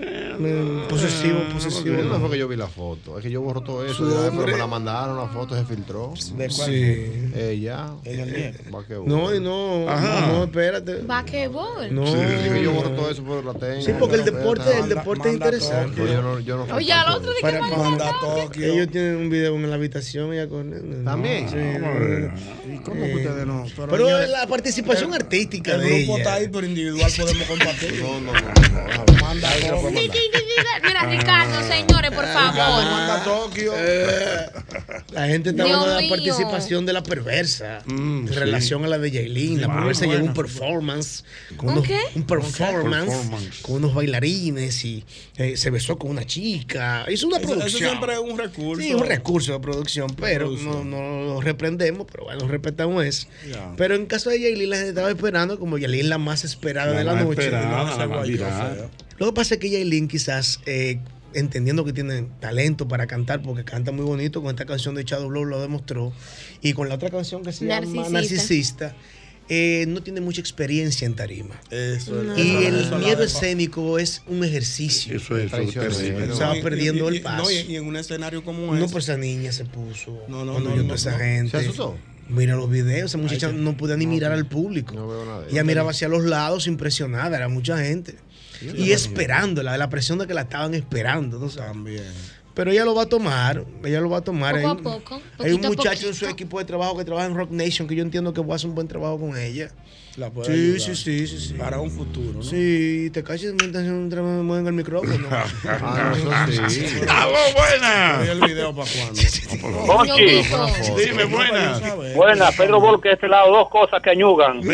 S7: Eh, Posesivo, posesivo.
S6: No, fue que yo vi la foto. Es que yo borro todo eso.
S7: Su
S6: ya, pero
S7: hombre.
S6: me la mandaron, la foto se filtró.
S7: ¿De cuál?
S6: Sí. Ella. Eh, Va que
S7: No, y
S9: Ah.
S7: no,
S6: Ajá.
S7: no, espérate.
S8: Basquetbol.
S7: No.
S6: Sí, es que yo borro todo eso por la tengo.
S7: Sí, porque el
S6: Pero
S7: deporte,
S6: está-
S7: el deporte es interesante.
S6: Yo no, yo no fui
S8: Oye, al otro día que
S7: Para-
S8: manda
S7: para- Ellos tienen un video en la habitación ya con
S6: También.
S7: Sí.
S9: ¿Y cómo que ustedes no?
S7: Pero,
S9: señores,
S7: la participación artística
S9: el
S7: de
S9: grupo
S7: ella.
S9: está ahí, pero individual podemos compartir. No, no, no. Manda todo.
S8: Mira, Ricardo, señores, por favor.
S9: Manda Tokio.
S7: Eh, La gente está
S8: Dios
S7: hablando de la
S8: mío.
S7: participación de la perversa en
S9: Mm, sí.
S7: relación a la de Yailin. La
S9: Sí,
S7: perversa
S9: bueno.
S7: llevó un performance. Con
S9: ¿Un
S7: unos,
S9: qué?
S7: Un performance,
S9: Performance.
S7: con unos bailarines y eh, se besó con una chica. Hizo una
S9: Eso-
S7: producción.
S9: Eso siempre es un recurso.
S7: Sí, un recurso de producción, pero no, no lo reprendemos, pero bueno, respetamos eso.
S9: Ya.
S7: Pero en caso de Yailin, la gente estaba esperando, como Yailin la más esperada
S5: La
S7: de la
S5: más
S7: noche.
S5: esperada,
S7: No,
S5: la
S7: se
S5: más
S7: guayó,
S5: viral.
S7: o sea. Lo que pasa es que Yailin quizás, eh, entendiendo que tiene talento para cantar, porque canta muy bonito, con esta canción de Shadow Blow lo demostró, y con la otra canción que se llama
S9: Narcisista.
S7: Narcisista, eh, no tiene mucha experiencia en tarima.
S9: Eso es-
S7: Y
S9: eso-
S7: el
S9: eso la
S7: miedo
S9: de-
S7: escénico es un ejercicio.
S5: Eso es, eso es terrible.
S7: Estaba
S9: Y- y-
S7: perdiendo
S9: y-
S7: el paso.
S9: No, y, y en un escenario como
S7: No,
S9: ese.
S7: pues esa niña se puso.
S9: No, no,
S7: cuando
S9: no, no,
S7: yo toda esa
S9: no.
S7: gente.
S9: ¿Se asustó?
S7: Mira los videos, esa muchacha
S9: Ay, qué-
S7: no podía ni mirar al público. Ella miraba hacia los lados impresionada, era mucha gente. Y esperándola, la presión de que la estaban esperando, ¿no sabes? Pero ella lo va a tomar, ella lo va a tomar. ¿eh?
S8: Poco
S7: Hay
S8: a
S7: un-
S8: poco.
S7: Hay un
S8: poquito a
S7: muchacho en su equipo de trabajo que trabaja en Rock Nation que yo entiendo que va a hacer un buen trabajo con ella.
S9: La puede
S7: Sí,
S9: ayudar.
S7: sí, sí, sí, sí.
S9: Para un futuro, ¿no?
S7: Sí, te cachas, mientras mueven
S9: <laughs>
S7: el micrófono. <laughs>
S9: Ah,
S5: ¡Aló, buenas!
S9: Oye, el video para cuando.
S16: Ochi.
S5: Dime, buenas.
S16: Buenas, Pedro Volque, de este lado, dos cosas que añugan.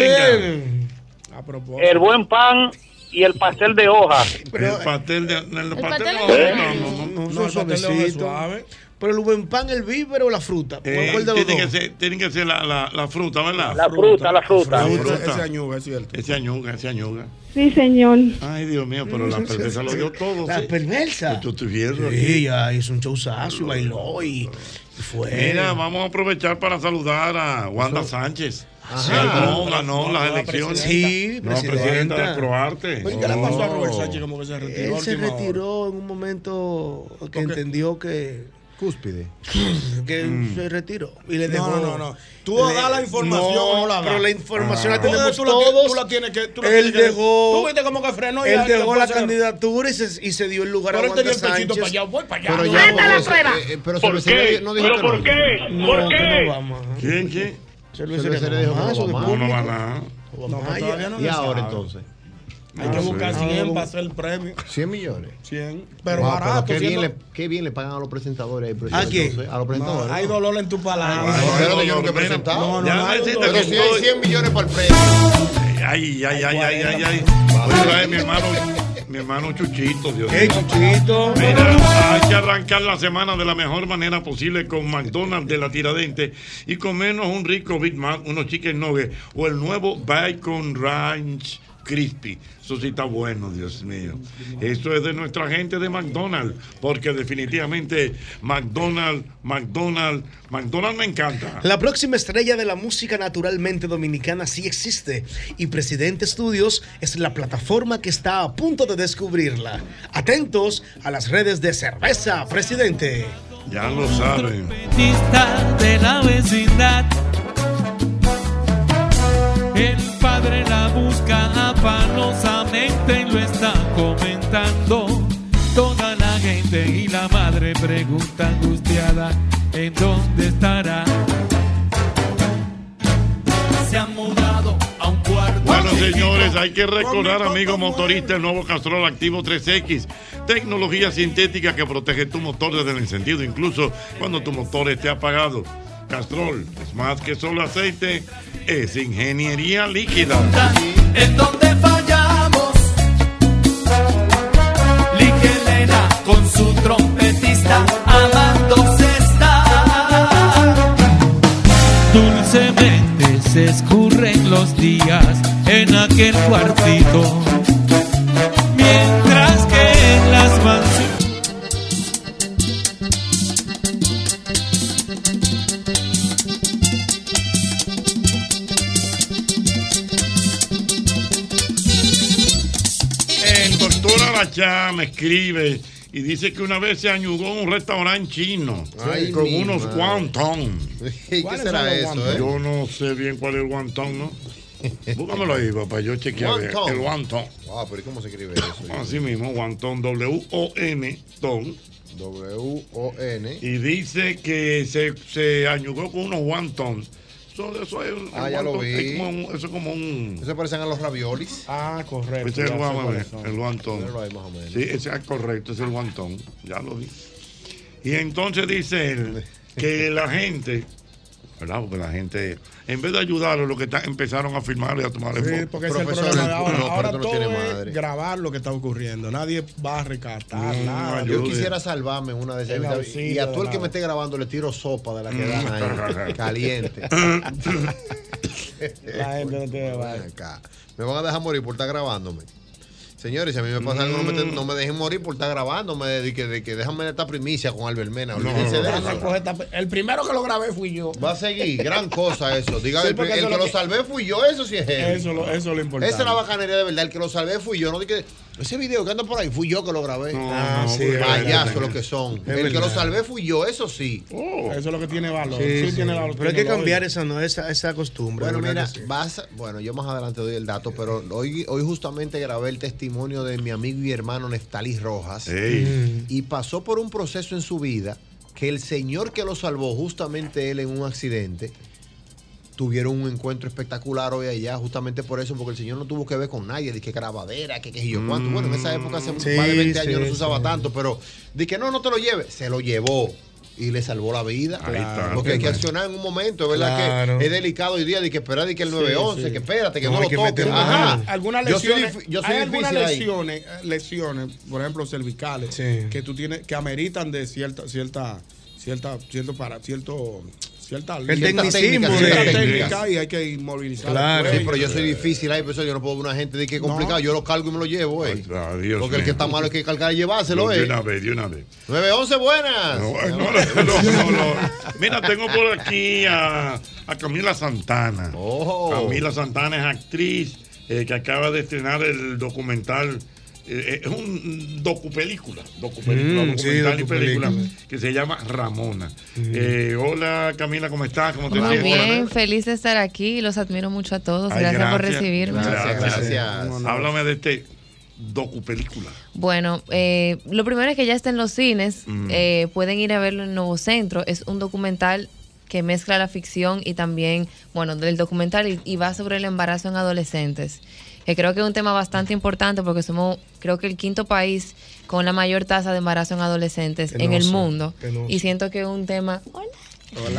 S16: El buen pan y el pastel de hoja.
S5: El pastel de. El, pastel
S7: pastel
S5: de-
S7: es
S5: no,
S7: bueno.
S5: no, no.
S7: No,
S9: No,
S7: son
S9: el pastel de hoja es
S7: suavecitos.
S9: suave.
S7: Pero el buen pan, el víver o la fruta.
S5: Eh,
S7: ¿Cuál de los
S5: tiene, que
S7: dos?
S5: ser, tiene que ser la, la, la fruta, ¿verdad?
S16: La fruta, la fruta.
S5: La
S9: Ese- ese añuga,
S5: es cierto. Ese añuga, ese añuga.
S13: Sí, señor.
S5: Ay, Dios mío, pero la perversa lo dio todo.
S7: La
S5: sí.
S7: perversa.
S5: Yo estoy viendo aquí.
S7: Sí, ya hizo un showzazo y bailó y y fue.
S5: Mira, vamos a aprovechar para saludar a Wanda Sánchez. Ganó, ganó las elecciones.
S7: Sí,
S5: No, presidenta de
S7: presidenta.
S5: ProArte.
S9: Pero ¿y ¿Qué le pasó a
S5: Oh.
S9: Robert Sánchez como que se retiró?
S7: Él
S9: a
S7: se
S9: última hora?
S7: retiró en un momento que entendió que
S6: Cúspide.
S7: <clears throat> que se retiró y le dejó.
S9: Mm. No, no, no. Tú das la información o no la das.
S7: Pero la información la
S9: Tú de-
S7: tenemos
S9: tú la tienes-
S7: todos.
S9: tú la tienes que- tú la
S7: él
S9: tienes que-
S7: dejó.
S9: Tú viste cómo que frenó y
S7: Él
S9: ahí
S7: dejó
S9: después
S7: la
S9: se-
S7: candidatura y se, y se dio el lugar
S9: Pero
S7: a
S9: él
S7: Wanda
S9: tenía el pechito
S7: Sánchez.
S9: para allá, voy para allá.
S7: Pero
S9: ya
S7: Mata la
S9: votó,
S7: prueba.
S9: eh, eh,
S6: pero
S9: ¿Por
S6: Cervecería
S9: qué?
S6: di- no dijo
S9: ¿Pero
S6: que no.
S9: por qué?
S6: No,
S9: ¿Por
S6: que
S9: qué?
S6: no vamos.
S5: ¿Quién, quién?
S6: Cervecería dijo que no va más.
S5: No, no va nada.
S9: No, pero todavía no
S6: y
S9: se
S6: ahora
S9: sabe.
S6: entonces.
S9: Hay que
S6: Ah,
S9: buscar
S6: sí.
S9: 100 para hacer el premio.
S6: 100 millones.
S9: 100. Pero
S6: Wow,
S9: barato.
S6: qué, bien
S9: siendo-
S6: le, qué bien le pagan a los presentadores. ahí,
S9: ¿A
S6: profesor,
S9: quién?
S6: entonces, a los
S9: No,
S6: presentadores.
S9: hay dolor en tu palabra.
S6: Pero que yo nunca he
S9: No, no,
S6: presentado.
S9: no, hay dolor.
S6: Pero si hay 100 millones para el premio.
S5: Ay, ay, ay, ay, ay, ay. Oye, trae mi hermano, mi hermano Chuchito, Dios
S7: ¿Qué, Chuchito?
S5: Mira, hay que arrancar la semana de la mejor manera posible con McDonald's de la Tiradente y comernos un rico Big Mac, unos chicken nuggets o el nuevo Bacon Ranch Crispy. Eso sí está bueno, Dios mío. Eso es de nuestra gente de McDonald's, porque definitivamente McDonald's, McDonald's, McDonald's me encanta.
S7: La próxima estrella de la música naturalmente dominicana sí existe y Presidente Studios es la plataforma que está a punto de descubrirla. Atentos a las redes de cerveza, Presidente.
S5: Ya lo saben.
S13: artista de la vecindad. El padre la busca afanosamente y lo está comentando. Toda la gente y la madre pregunta angustiada en dónde estará. Se han mudado a un cuarto.
S5: Bueno,
S13: chiquito.
S5: señores, hay que recordar, amigo motorista, el nuevo Castrol Activo 3X. Tecnología sintética que protege tu motor desde el encendido, incluso cuando tu motor esté apagado. Castrol es más que solo aceite, es ingeniería líquida.
S13: en donde fallamos. Ligelena con su trompetista amándose está. Dulcemente se escurren los días en aquel cuartito. Mientras que en las mansiones.
S5: El doctor Arachá me escribe y dice que una vez se añugó un restaurante chino
S6: Ay,
S5: con
S6: mi
S5: unos
S6: madre.
S5: guantón.
S6: <laughs> ¿Y qué será eso, eh?
S5: Yo no sé bien cuál es el
S6: <laughs>
S5: guantón, ¿no? Búscamelo ahí, papá, yo chequeaba
S6: Wonton.
S5: El guantón.
S6: Ah, pero ¿y cómo se escribe
S9: <laughs>
S6: eso?
S5: Así mismo, Guantón, W-O-N, Ton.
S6: W-O-N.
S5: Y dice que se, se añugó con unos guantón. Eso, eso es un-
S6: Ah, ya lo
S5: guantón,
S6: vi.
S5: es como un- eso es como un.
S6: Eso parecen a los raviolis.
S9: Ah, correcto.
S5: Ese es el, guan- el guantón.
S6: Míralo ahí, más o menos.
S5: Sí, ese es correcto, ese es el guantón. Ya lo vi. Y entonces dice él
S9: <laughs>
S5: que la gente, ¿verdad? Porque la gente, en vez de ayudarlo, lo que está, empezaron a firmarle y a tomarle
S9: Sí,
S5: fotos.
S9: porque ese es el problema de ahora. ahora todo es grabar lo que está ocurriendo. Nadie va a recatar nada.
S6: Yo quisiera salvarme en una de esas.
S9: El
S6: evitar-
S9: auxilio
S6: Y a todo el
S9: de
S6: que
S9: la-
S6: me esté grabando le tiro sopa de la que dan ahí, caliente. <laughs>
S9: La gente no tiene vaina.
S6: Acá. Me van a dejar morir por estar grabándome. Señores, si a mí me pasa algo, no me, te- no me dejen morir por estar grabándome. De que, de que déjame esta primicia con Albert Mena. olvídense de
S9: Déjame
S6: eso.
S9: coger esta- El primero que lo grabé fui yo.
S6: Va a seguir, gran cosa eso. Diga,
S9: Sí,
S6: el,
S9: porque
S6: el
S9: eso
S6: que
S9: lo
S6: lo
S9: que-
S6: salvé fui yo, eso sí es heavy.
S9: Eso lo- eso es lo importante.
S6: Esa es la bacanería de verdad, el que lo salvé fui yo. No dije, ese video que anda por ahí fui yo que lo grabé.
S9: no, Ah, sí, es
S6: payaso
S9: verdad.
S6: lo que son.
S9: Es
S6: el que lo
S9: verdad. Oh.
S6: salvé fui yo, eso sí.
S9: Eso es lo que tiene valor.
S6: Sí,
S9: Sí,
S6: sí.
S9: tiene valor.
S7: Pero hay que
S9: tiene valor.
S7: cambiar esa, no, esa, esa costumbre.
S6: Bueno,
S7: de verdad
S6: mira,
S7: que sí.
S6: vas a- bueno, yo más adelante doy el dato, pero hoy, hoy justamente grabé el testimonio de mi amigo y hermano Neftalí Rojas.
S7: Mm.
S5: Ey.
S6: Y pasó por un proceso en su vida que el señor que lo salvó, justamente él en un accidente, tuvieron un encuentro espectacular hoy allá, justamente por eso, porque el señor no tuvo que ver con nadie, de que grabadera, que qué sé yo cuánto. Bueno, en esa época hace
S9: Mm,
S7: Sí,
S6: más de 20
S7: Mm. sí,
S6: años no se
S7: sí.
S6: usaba tanto, pero de que no, no te lo lleve, se lo llevó. Y le salvó la vida.
S5: Ahí está.
S6: Porque hay que
S5: Qué bueno.
S6: accionar en un momento, es verdad
S5: Claro.
S6: que es delicado hoy día de que esperar de que el
S9: Sí,
S6: 911,
S9: sí.
S6: que espérate, que
S9: No,
S6: no,
S9: hay
S6: lo
S9: que
S6: toquen.
S9: meter
S6: Ajá.
S9: mano. Algunas
S6: Yo soy
S9: lesiones,
S6: dif- yo soy
S9: hay algunas
S6: difícil ahí.
S9: lesiones, eh, lesiones, por ejemplo, cervicales, que tú tienes, que ameritan de cierta, cierta, cierta, cierto para, cierto, cierta,
S7: El
S9: cierta
S7: tecnicismo
S9: técnica,
S7: de-
S9: cierta
S7: técnicas.
S9: técnica y hay que inmovilizar. el
S6: Sí,
S9: cuello.
S6: pero yo soy difícil ahí, por eso yo no puedo ver una gente de que es complicado, yo lo cargo y me lo llevo, eh. Porque el
S5: mío.
S6: que está malo hay que cargar y llevárselo,
S5: De
S6: eh.
S5: una vez, de una vez.
S6: 911, buenas.
S5: Mira, tengo por aquí a, a Camila Santana.
S7: Oh.
S5: Camila Santana es actriz eh, que acaba de estrenar el documental eh, es un docupelícula, docupelícula,
S7: Mm, sí,
S5: documental y
S7: docupelícula. Mm.
S5: película que se llama Ramona. Eh, hola Camila, ¿cómo estás? ¿Cómo te
S19: Muy
S5: sientes?
S19: bien, feliz de estar aquí. Los admiro mucho a todos.
S5: Ay,
S19: gracias, por recibirme.
S5: Gracias,
S6: gracias.
S5: Un honor. Háblame de este docupelícula.
S19: Bueno, eh, lo primero es que ya está en los cines.
S5: Mm.
S19: eh, pueden ir a verlo en Nuevo Centro. Es un documental que mezcla la ficción y también, bueno, del documental y, y va sobre el embarazo en adolescentes. Que creo que es un tema bastante importante porque somos, creo que el quinto país con la mayor tasa de embarazo en adolescentes en el
S28: Penoso,
S19: mundo.
S28: penoso.
S19: Y siento que es un tema...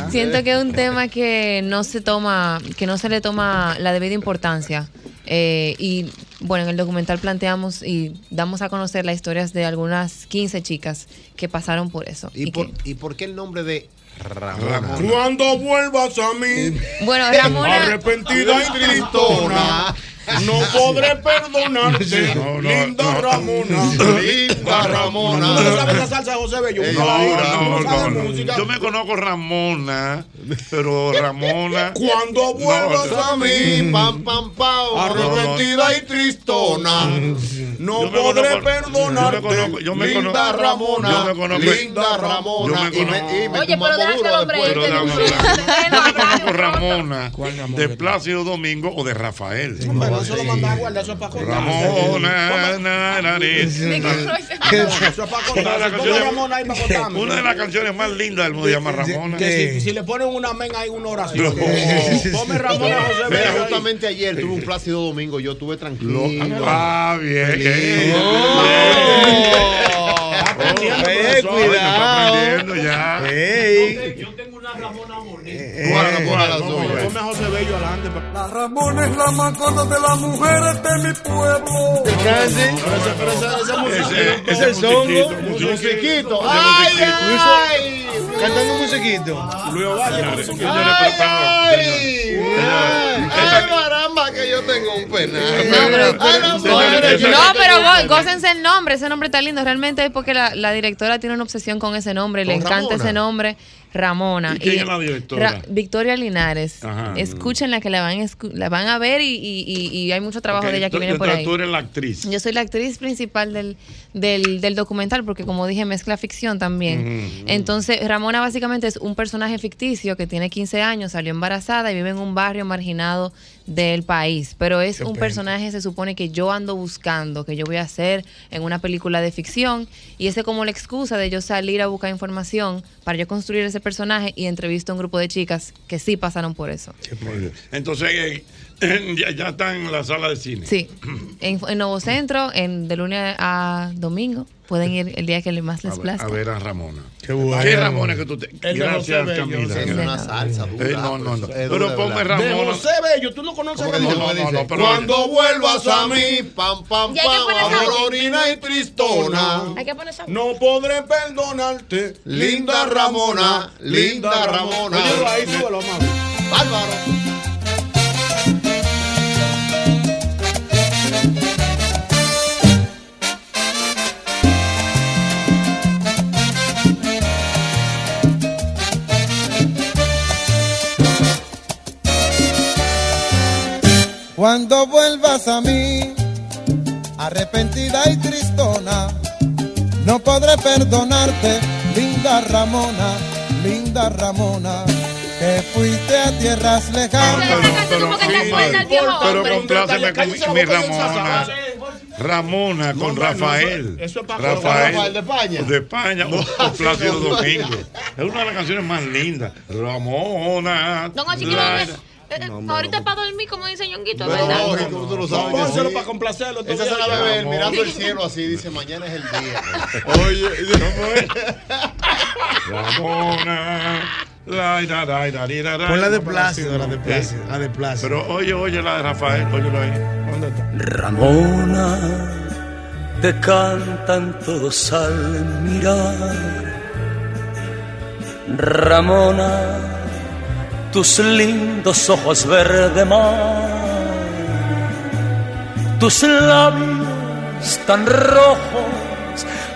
S19: Siento que
S5: <laughs>
S19: es un tema que no se toma, que no se le toma la debida importancia. Eh, y bueno, en el documental planteamos y damos a conocer las historias de algunas 15 chicas que pasaron por eso.
S6: ¿Y
S19: Y
S6: por,
S19: que-
S6: ¿Y por qué el nombre de Ramona?
S9: Cuando vuelvas a mí,
S19: bueno,
S9: Ramona, arrepentida y tristona, no podré perdonarte, linda Ramona, linda Ramona. ¿Tú sabes esa salsa de José Bello?
S5: No, no, no, no. Yo me conozco Ramona, pero Ramona.
S9: Cuando vuelvas
S5: No, Ah, no.
S9: a mí, pam, pam, pam, arrepentida y tristona, no podré perdonarte, linda Ramona, linda Ramona.
S5: Yo me
S8: Oye, pero deja que el hombre
S5: Pero
S8: entre.
S5: Ramona, yo me conozco Ramona de Plácido Domingo o de Rafael.
S7: Eso lo mandaba a guardar, eso es para cortar.
S5: Ramona, na, na, ni-
S7: Eso es para
S5: Una de las
S7: cortar. Ponle
S5: canciones-
S7: Ramona ahí para cortarme.
S5: Una de las canciones más lindas del mundo se llama Ramona.
S7: Que si, si le ponen un amén hay una oración.
S5: No.
S7: Ponme Ramona José
S6: Mira,
S7: Bello ahí.
S6: justamente ayer tuve un plácido domingo, yo estuve tranquilo.
S5: Ah, bien.
S6: Eh,
S5: Aprendiendo ya.
S7: Ponme Eh, a José Bello adelante.
S4: La Ramona es la macota de las mujeres de mi pueblo.
S7: Ese es
S4: musiquito,
S7: songo. Musiquito.
S4: Ay,
S7: ay. Cantando un musiquito. Luego
S6: Ay, caramba, que yo tengo un penal. No,
S19: No, pero go- gócense el nombre, ese nombre está lindo. Realmente es porque la, la directora tiene una obsesión con ese nombre, le
S5: ¿Con
S19: encanta
S5: Ramona?
S19: ese nombre, Ramona.
S5: ¿Y quién es la directora?
S19: Ra- Victoria Linares.
S5: Ajá.
S19: Escúchenla que la van, a escu- la van a ver y, y- y- y hay mucho trabajo
S5: Ok,
S19: de ella que
S5: tú-
S19: viene
S5: tú-
S19: por ahí.
S5: Tú eres la actriz.
S19: Yo soy la actriz principal del, del, del documental porque, como dije, mezcla ficción también.
S5: Ujú.
S19: Entonces, Ramona básicamente es un personaje ficticio que tiene 15 años, salió embarazada y vive en un barrio marginado del país. Pero es un personaje, se supone, que yo ando buscando, que yo voy a hacer en una película de ficción. Y ese es como la excusa de yo salir a buscar información para yo construir ese personaje y entrevisto a un grupo de chicas que sí pasaron por eso.
S5: Entonces, eh, eh, ya, ya está en la sala de cine.
S19: Sí, en, en Nuevo Centro, en, de lunes a domingo. Pueden ir el día que le- más les
S5: A ver,
S19: plazca.
S5: a ver a Ramona. Qué
S6: bueno.
S5: Ramona que tú te.
S6: El de
S5: Gracias,
S6: José Bello,
S5: Camila.
S6: sí, es
S5: Gracias.
S6: una salsa dura, pues.
S5: Eh, no, no, no.
S6: pero es
S5: Pero
S6: dura,
S5: ponme
S6: ¿verdad?
S7: De
S5: Ramona.
S7: José Bello, tú no conoces a
S5: No,
S7: Ramona.
S5: no, no, no, pero-
S9: Cuando vuelvas a mí, pam, pam,
S7: Y hay que
S9: pam,
S7: poner esa-
S9: arrorina y tristona.
S8: Hay que poner esa.
S9: No podré perdonarte, linda Ramona, linda Ramona.
S7: Óyelo ahí, súbelo, mami.
S4: Cuando vuelvas a mí, arrepentida y tristona, no podré perdonarte, linda Ramona, linda Ramona, que fuiste a tierras lejanas.
S5: Pero,
S4: que te
S5: sí,
S4: acuerdas
S5: madre.
S4: del viejo
S5: pero
S4: hombre.
S5: compláceme con
S4: Cállese la
S5: mi
S4: boca de
S5: Ramona. Ramona con Rafael.
S7: eso es para-
S5: Rafael
S7: Rafael de España.
S5: De España o- o Plácido
S7: no.
S5: Domingo. Es una de las canciones más lindas. Ramona.
S8: Don Ochi, que
S5: la-
S8: no ves. Eh,
S5: No, hombre,
S8: Ahorita es para dormir, como dice Ñonguito,
S5: Pero
S8: ¿verdad?
S5: lógico, tú lo sabes que
S7: Pónselo
S5: sí.
S7: para complacerlo.
S6: Esa se la bebe él, mirando el cielo así, dice, mañana es el día.
S5: Oye,
S6: <laughs>
S5: Ramona. La, la, la, la, la, la.
S7: Pon la de Plácido, la de Plácido,
S5: Eh,
S7: la de Plácido.
S5: Pero oye, oye la de Rafael, óyelo ahí. ¿Dónde está?
S29: Ramona, te cantan todos al mirar. Ramona, tus lindos ojos verde mar, tus labios tan rojos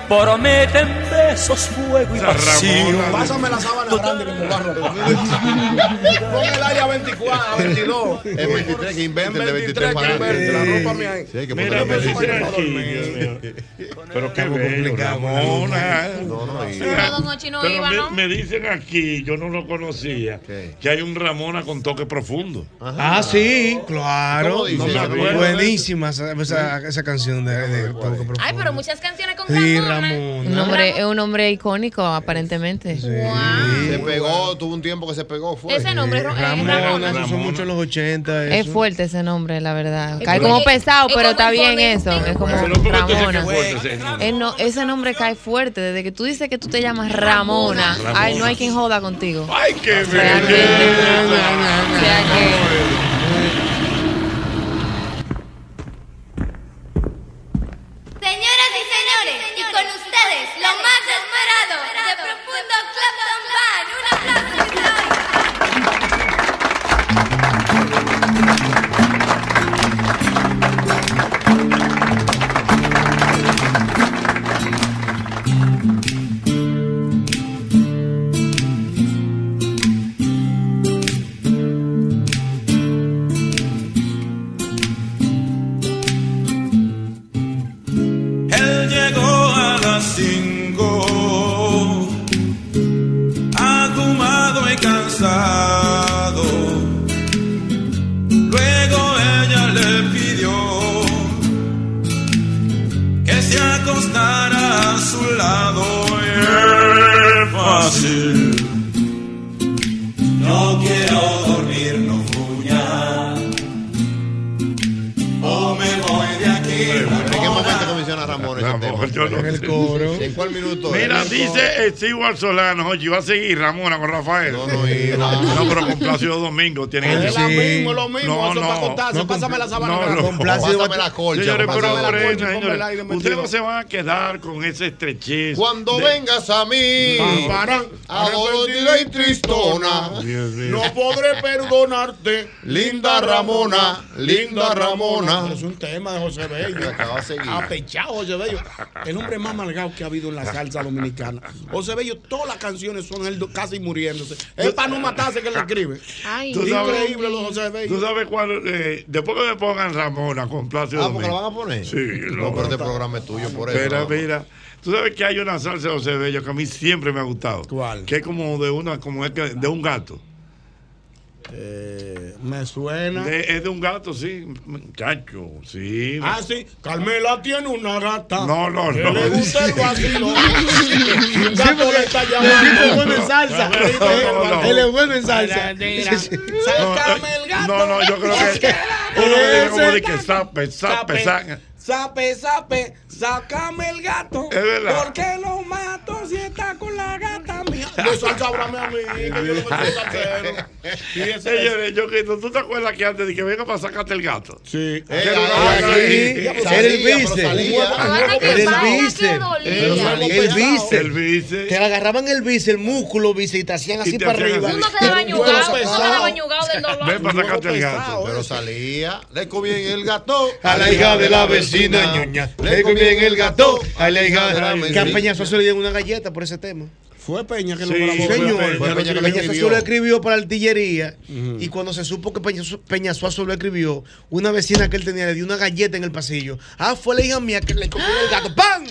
S29: prometen besos, fuego y pasión.
S7: Pásame la sábana grande que me barro. Pon el área 20.
S6: 24, a 22. Es 23 que inventen de 23 para adelante. La ropa mía. Sí, hay que
S5: Mira,
S6: ponerle
S5: me dice
S6: 23
S5: aquí, Pero qué bello, Ramona.
S8: Pero don Ochi no
S5: Pero
S8: iba,
S5: me,
S8: ¿no?
S5: me dicen aquí, yo no lo conocía, que hay un Ramona con toque profundo.
S7: Ah, sí, claro.
S5: ¿Cómo dice?
S7: No me
S5: No me
S7: acuerdo.
S5: acuerdo.
S7: Buenísima esa, esa- esa canción de, de Pablo Copro.
S8: Ay, pero ¿eh? muchas canciones con
S7: Sí,
S8: Ramona.
S7: Ramón.
S19: Un hombre, es un hombre icónico, aparentemente.
S6: Se pegó, tuvo un tiempo que se pegó. Fue.
S8: Ese nombre es Ro- es
S7: Ramona, eso son mucho en los 80.
S19: Es
S7: eso.
S19: fuerte ese nombre, la verdad.
S7: Es
S19: Cae
S7: como-
S19: como pesado,
S8: es
S19: pero
S8: como
S19: está bien
S8: imponente.
S19: eso. Es como
S5: Pero ¿por qué tú dices que
S19: Ramona.
S5: fuerte ese nombre?
S19: Eh, no, ese nombre cae fuerte. Desde que tú dices que tú te llamas Ramona,
S5: Ramona.
S19: ay, no hay quien joda contigo.
S5: Ay, qué
S18: Señoras y señores, y con ustedes, lo más esperado, de Profundo Clapton Band. Un aplauso.
S4: Él llegó a las cinco, abrumado y cansado. Luego ella le pidió que se acostara a su lado. Y es fácil. No quiero dormir, no fuña. O me voy de aquí.
S6: ¿En qué momento comisiona Ramón ese tema?
S5: En
S6: el
S7: coro.
S6: ¿En cuál minuto?
S5: Mira,
S6: es?
S5: dice Stewart Solano, oye, iba a seguir Ramona con Rafael. No, no, pero con Plácido Domingo tienen
S7: Ah,
S9: Es
S5: que
S9: lo mismo, lo mismo, eso es para contarse, pásame la sábana negra. Con Plácido
S5: Pásame
S9: Domingo.
S5: la colcha. Señores, pero
S9: Pásame la
S5: por eso,
S9: colcha y ponme
S5: señores,
S9: el aire
S5: ustedes
S9: metido.
S5: no se van a quedar con esa estrechez.
S6: Cuando
S5: de-
S6: vengas a mí,
S5: Parán,
S6: arrepentida y tristona,
S9: No podré perdonarte,
S6: linda Ramona, linda Ramona.
S9: Es un tema de José Bello.
S6: <laughs> Acaba de seguir.
S9: Apechado José Bello. El hombre más malgado que ha habido en la salsa dominicana. José Bello, todas las canciones son él do- casi muriéndose. Es para no matarse que le escribe.
S19: Ay,
S5: Tú sabes-
S9: Increíble lo de José Bello.
S5: Ah. Tú sabes cuál. eh, después que me pongan Ramona con Plácido
S6: Ah,
S5: Domingo.
S6: porque la van a poner.
S5: Sí,
S6: No, pero este programa es tuyo, por eso.
S5: Mira,
S6: ¿no?
S5: mira. Tú sabes que hay una salsa de José Bello que a mí siempre me ha gustado. ¿Cuál? Que es como de una, como es que- de un gato.
S9: Eh, me suena.
S5: De- es de un gato, sí, muchacho, sí.
S9: Ah, sí. Carmela tiene una gata.
S5: No, no,
S9: Que
S5: no.
S9: Le gusta
S5: <laughs>
S9: el vacilo. <laughs> Un
S7: Sí,
S9: gato
S7: porque
S9: le está
S7: el
S9: llamando.
S7: tipo es bueno en salsa.
S5: No, no, no.
S7: Él es bueno en
S9: <laughs>
S7: salsa.
S9: Sácame el gato.
S5: No, no, yo creo que uno que dice como de que sape, sape, sape.
S4: Sape, sape, sácame el gato.
S5: Es verdad.
S4: ¿Por qué lo mato si está con la gata
S5: <laughs>
S4: mía?
S9: No salsa, abrame a mí. que Yo no me quiero salsero. Y ese-
S5: Señores, yo que tú te acuerdas que antes de que venga para sacarte el gato.
S9: Sí.
S5: Era
S7: Era el vice. Era el vice. El vice.
S5: El vice.
S7: Te agarraban el vice, el músculo vice y te hacían así
S5: te
S7: para
S5: hacían
S7: arriba.
S5: así.
S8: Uno quedaba
S7: Era un huevo
S8: ñugado, uno
S7: pesado.
S8: quedaba ñugado del
S6: <laughs>
S5: Ven
S8: dolor.
S5: para sacarte el gato.
S6: Pero salía, le comí en el gato.
S7: A la hija de la vecina, ñoña. Le comí en el gato. A la hija de la vecina. Que a Peña Suazo le dieron una galleta por ese tema.
S9: Fue Peña que
S7: Sí,
S9: lo grabó.
S7: señor.
S9: Fue Peña que lo
S7: Suazo
S9: escribió.
S7: lo escribió para artillería. Y cuando se supo que Peña, Su- Peña Suazo lo escribió, una vecina que él tenía le dio una galleta en el pasillo. Ah, fue la hija mía que le comió el gato. ¡Pam!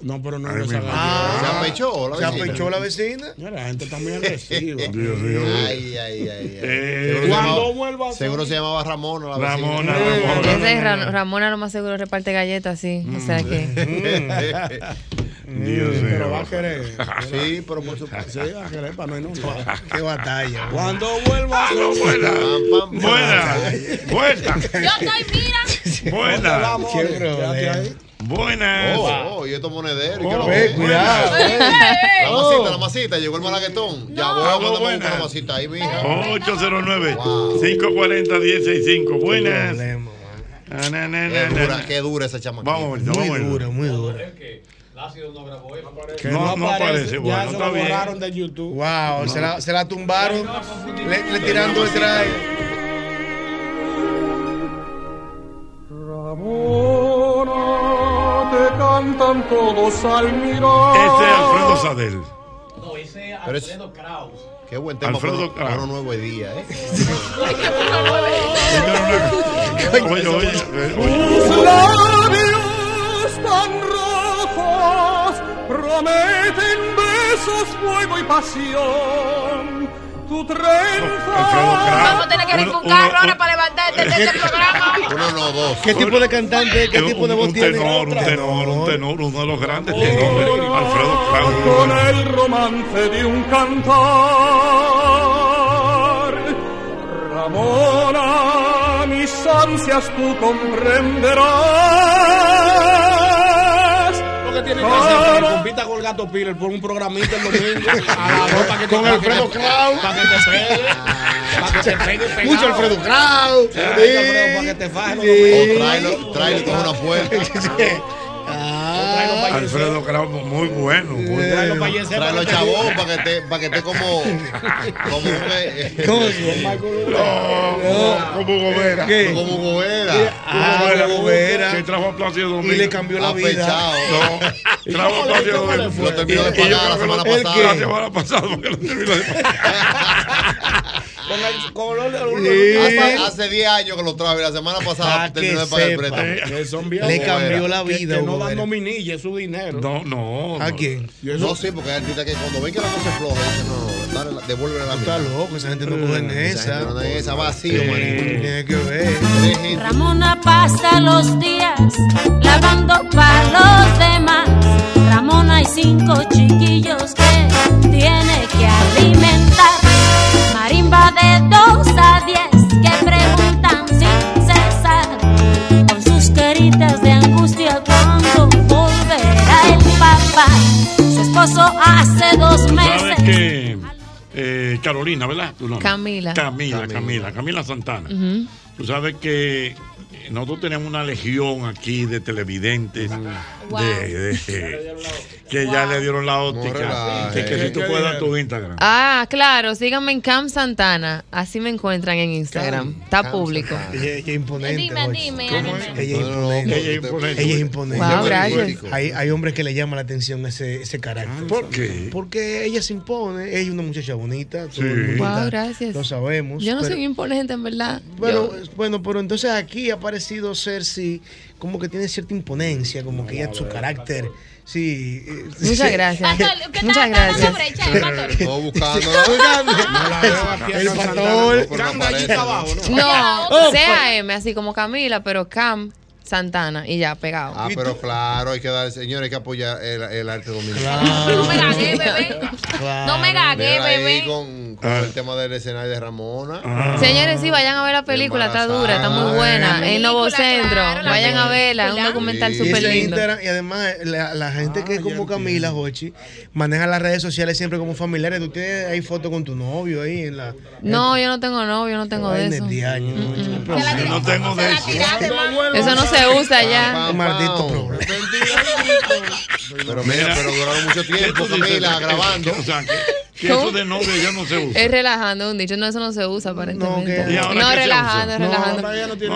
S9: No, pero no era esa
S7: Ah.
S9: galleta.
S6: Se apechó la
S7: Se
S6: vecina.
S7: apechó la vecina.
S9: Ya, La gente está muy
S5: <laughs>
S9: agresiva.
S6: Ay, ay, ay. ay.
S5: Eh,
S6: Seguro se
S9: Cuando
S6: llamaba-
S9: vuelva a
S6: Seguro se llamaba Ramona. La
S5: Ramona,
S19: Ese
S5: Ramona.
S19: es Ra- Ramona, lo más seguro, reparte galletas, sí. O sea
S9: Mm.
S19: que.
S9: <laughs>
S5: Dios mío.
S9: Pero va a <laughs> querer.
S6: Sí, pero por supuesto.
S9: Sí, va a querer para no inundar.
S7: Qué batalla.
S9: Cuando vuelva a
S5: Bueno, buena. Buena. Buena.
S8: Yo estoy, mira.
S5: Buena.
S7: Qué problema.
S5: Buena.
S6: Oh, oh, y esto monedero. y que lo
S7: Ve,
S6: que-
S7: cuidado.
S6: La masita,
S9: Oh.
S6: la masita, llegó el malaguetón. Ya voy a
S5: Algo
S6: mandar
S5: buena.
S6: una masita ahí, mija.
S5: 809-540-165. Buenas. Ah, Na, na,
S6: Qué
S5: na, na, na,
S6: dura,
S5: na.
S6: qué dura esa chamaquita.
S5: Vamos, vamos.
S7: Muy dura, muy dura.
S5: Que no, no aparece.
S9: Ya
S5: Bueno,
S9: se
S5: está
S9: lo
S5: bien.
S9: borraron de YouTube.
S7: Wow, se, la, se la tumbaron. Le, le tirando el traje.
S4: Ramona, te cantan todos al mirar.
S5: Este es Alfredo Sadel.
S6: Pero es- Qué buen tema.
S5: Alfredo
S6: para, para un nuevo día,
S19: <laughs>
S6: ¿eh?
S5: Oye, oye,
S4: Tus
S5: oye.
S4: labios tan rojos prometen besos, fuego y pasión. Tu trenza.
S8: Vamos a tener que rifar un carro ahora para levantar este, este programa.
S6: Uno, no, dos.
S7: ¿Qué tipo de cantante, qué
S5: Un-
S7: tipo de voz
S5: un
S7: tiene?
S5: tenor, un tenor, un tenor, uno de los grandes tenores, Alfredo Kraus.
S4: con el romance de un cantar. Ramona, mis ansias tú comprenderás.
S17: Lo que tiene que
S4: Claro.
S17: hacer es que compita con el gato Piler por un programita el domingo a la dos para que
S6: Con Alfredo Kraus.
S17: Para que te pegue. Para que te pegue pegado.
S6: Mucho Alfredo Kraus.
S17: Sí, Alfredo, para que te faje los
S6: O
S17: domingos.
S6: tráelo, tráelo con una puerta.
S5: Alfredo Kraus, muy bueno. Muy
S6: Tráelo
S5: bueno.
S6: para Tráelo chabón para que te, para que te como. eh, Como que.
S5: ¿Cómo
S6: No,
S5: como Gobera.
S6: ¿Qué? Como Gobera.
S5: Ah,
S6: Como
S5: como Gobera. Que trajo a Plácido Domingo.
S6: le cambió la vida.
S5: No, trajo a Plácido Domingo. Lo terminó de pagar la semana pasada. La semana pasada porque lo terminó de pagar.
S6: Con el color de
S5: uno. Sí.
S6: Hace- Hace 10 años que lo trajo y la semana pasada
S9: Ah,
S17: Para que
S6: terminó de pagar el
S17: sepa
S6: préstamo.
S17: Eh, que son viejos.
S6: Le cambió
S17: Gobera.
S6: la vida,
S17: Que, que no
S6: Gobera.
S17: dan nominilla, es su dinero.
S5: No,
S6: no.
S5: no.
S6: No, sí, porque hay artistas que cuando ven que la cosa es floja, dicen, no, dale, la- devuélvele la mitad. Está
S7: loco, esa gente no coge en
S6: esa. No en esa, vacío, manito.
S7: Tiene que ver.
S15: Ramona pasa los días lavando para los demás. Ramona hay cinco chiquillos que tiene que alimentar. Marimba de dos a diez que preguntan sin cesar. Con sus caritas de angustia cuando volverá el papá. Su esposo hace dos
S5: Tú
S15: meses.
S5: sabes que eh, Carolina, ¿verdad? Tu nombre.
S19: Camila.
S5: Camila, Camila, Camila Santana.
S19: Ujú.
S5: Tú sabes que eh, nosotros tenemos una legión aquí de televidentes
S19: Wow.
S5: de- de- que ya le dieron la óptica. Que, que si tú puedes dar tu Instagram.
S19: Ah, claro, síganme en Cam Santana. Así me encuentran en Instagram. Está público.
S7: Ella, ella es imponente.
S8: Dime,
S7: Jorge.
S8: dime,
S7: Ella es imponente.
S5: Ella es imponente.
S7: Ella es imponente.
S19: Wow, gracias.
S7: Hay, hay hombres que le llama la atención ese, ese carácter.
S5: ¿Por qué?
S7: Porque ella se impone. Ella es una muchacha bonita.
S5: Sí.
S19: Wow, gracias.
S7: Lo sabemos.
S19: Yo no
S7: pero-
S19: soy imponente, en verdad.
S7: Bueno,
S19: Yo-
S7: es- bueno, pero entonces aquí ha parecido ser, sí, como que tiene cierta imponencia, como que ella su carácter, sí. eh,
S19: Muchas
S7: sí.
S19: gracias.
S8: Pastor, ¿qué tal?
S19: Muchas gracias.
S6: Todo buscando.
S7: El pastor.
S19: <laughs> No,
S6: Oh,
S19: sea M, así como Camila, pero Cam Santana y ya pegado.
S6: Ah, pero claro, hay que dar, señores, hay que apoyar el, el arte dominicano.
S8: No me gagué, bebé. No me gagué,
S6: Mira ahí
S8: bebé.
S6: con, con
S17: Ah.
S6: el tema del escenario de Ramona.
S19: Señores, sí, vayan a ver la película, está dura, está muy buena. En Nuevo Centro, vayan a verla, es un documental
S7: Y
S19: súper
S7: ese
S19: lindo.
S7: Instagram, y además, la, la gente
S5: Ah,
S7: que es como Camila Hochi maneja las redes sociales siempre como familiares. Tú tienes ahí fotos con tu novio ahí en la.
S19: No, yo no tengo novio, yo no tengo de eso.
S8: Mm,
S5: Yo no tengo de eso.
S19: Eso no se usa ya.
S7: Ah, Maldito
S6: Pero mira, pero duraron
S5: <laughs>
S6: mucho tiempo, Camila, grabando.
S5: O sea, que, que eso de novio ya no se usa.
S19: Es relajando, un dicho. No, eso no se usa aparentemente.
S5: ¿Y
S19: No,
S5: ahora qué se
S19: relajando,
S5: usa?
S19: relajando.
S5: No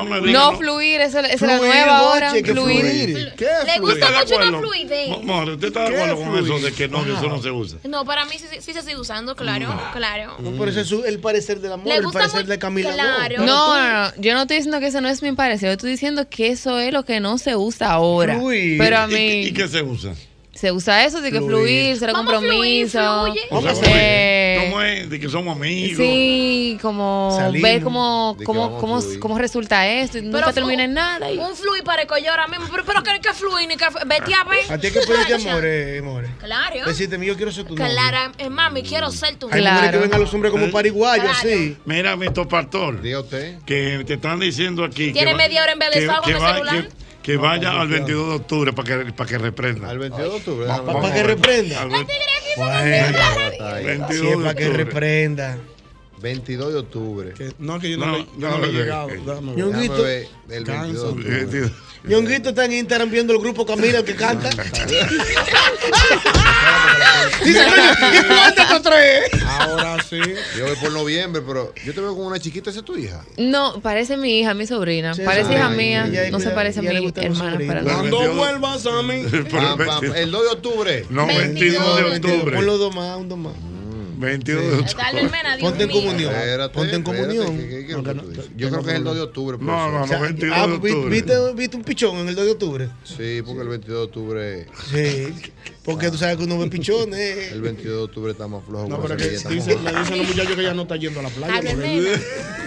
S5: me digas,
S19: No
S5: no.
S19: fluir, esa esa es la
S7: Fluir,
S19: nueva
S7: Boche,
S19: ahora.
S7: que
S19: Fluir.
S7: fluir. ¿Qué
S8: Le
S5: ¿Usted
S8: gusta
S5: está de
S8: mucho la
S5: acuerdo?
S8: fluidez.
S5: Mo- More, ¿usted está de
S7: ¿Qué
S5: acuerdo con
S7: fluir?
S5: eso de que novio eso no se usa?
S8: No, para mí sí, sí- sí se sigue usando, claro, claro.
S7: No, Por eso es su- el parecer del amor,
S8: Le
S7: el
S8: gusta
S7: parecer
S8: muy-
S7: de Camila.
S8: claro.
S19: No, no, no, yo no estoy diciendo que eso no es mi parecer, yo estoy diciendo que eso es lo que no se usa ahora.
S5: Fluir.
S19: Pero a
S5: ¿Y qué-
S19: mí
S5: ¿Y qué se usa?
S19: se usa eso, de que
S5: Fluir.
S19: fluir, será
S8: Vamos a fluir,
S19: compromiso.
S8: fluye.
S5: O sea,
S19: Eh,
S5: ¿Cómo es? De que somos amigos.
S19: Sí, como
S5: Salimos,
S19: ver cómo,
S5: de que
S19: cómo,
S5: vamos a
S19: cómo,
S5: fluir.
S19: cómo resulta esto y nunca termina en nada. y-
S8: Un fluir para el collo ahora mismo. Pero, pero que, que fluir, ni que vete a ver.
S7: A ti hay que pedirte amores, amores.
S8: Claro.
S7: Decirte, mi, yo quiero ser tu novio.
S8: Claro, eh, mami, quiero ser tu
S7: Hay mujeres que ven a los hombres como pariguayos, sí.
S5: ¿Eh? Mira, Mr. Pastor. Que te están diciendo aquí.
S8: Tiene
S5: que va-
S8: media hora embelesado
S5: que-
S8: con
S5: que
S8: el
S5: va-
S8: celular.
S5: que- que vaya al 22 de octubre para que, para que reprenda. Al
S6: 22 de octubre.
S5: Para que reprenda.
S7: Sí, es para que reprenda.
S6: 22 de octubre.
S17: no, que yo no, le- yo no le he llegado. Déjame ver.
S7: Ñonguito.
S6: Déjame ver el 22 de
S17: Canso.
S6: octubre.
S7: Ñonguito está en Instagram viendo el grupo Camila, el que <laughs> canta. Dice, coño, <laughs> ¿y cuánto te trae?
S6: Ahora sí. Yo voy por noviembre, pero yo te veo con una chiquita, esa es tu hija.
S19: No, parece mi hija, mi sobrina. parece
S6: sí.
S19: hija
S6: Ay,
S19: mía,
S6: ella-
S19: no se
S6: ella-
S19: parece a
S6: ella le
S19: mi
S6: gustan los
S19: hermana.
S6: sobrinos.
S19: para nada.
S6: Cuando
S17: vuelvas a mí.
S6: el 2 de octubre.
S5: No, 22 de octubre.
S7: Ponlo dos más, un dos más.
S5: 22 de octubre.
S8: Dale, hermana, Dios
S7: Ponte en
S8: mío.
S7: comunión.
S6: Espérate,
S7: Ponte en
S6: espérate,
S7: comunión.
S6: ¿qué- qué- qué es lo que tú dices? Yo creo que es el 2 de octubre.
S7: No,
S6: profesor.
S7: no, no, 22 de octubre. ah, ¿Viste, ¿Viste un pichón en el 2 de octubre?
S6: Sí, porque el 22 de octubre.
S7: Sí. Porque tú sabes que uno ve pichones.
S6: El 22 de octubre está más flojo.
S7: No,
S6: que una
S7: pero que
S6: servilleta
S7: dice-
S6: mojada.
S7: le
S17: Dicen los muchachos que ya no está yendo a la playa.
S5: Dije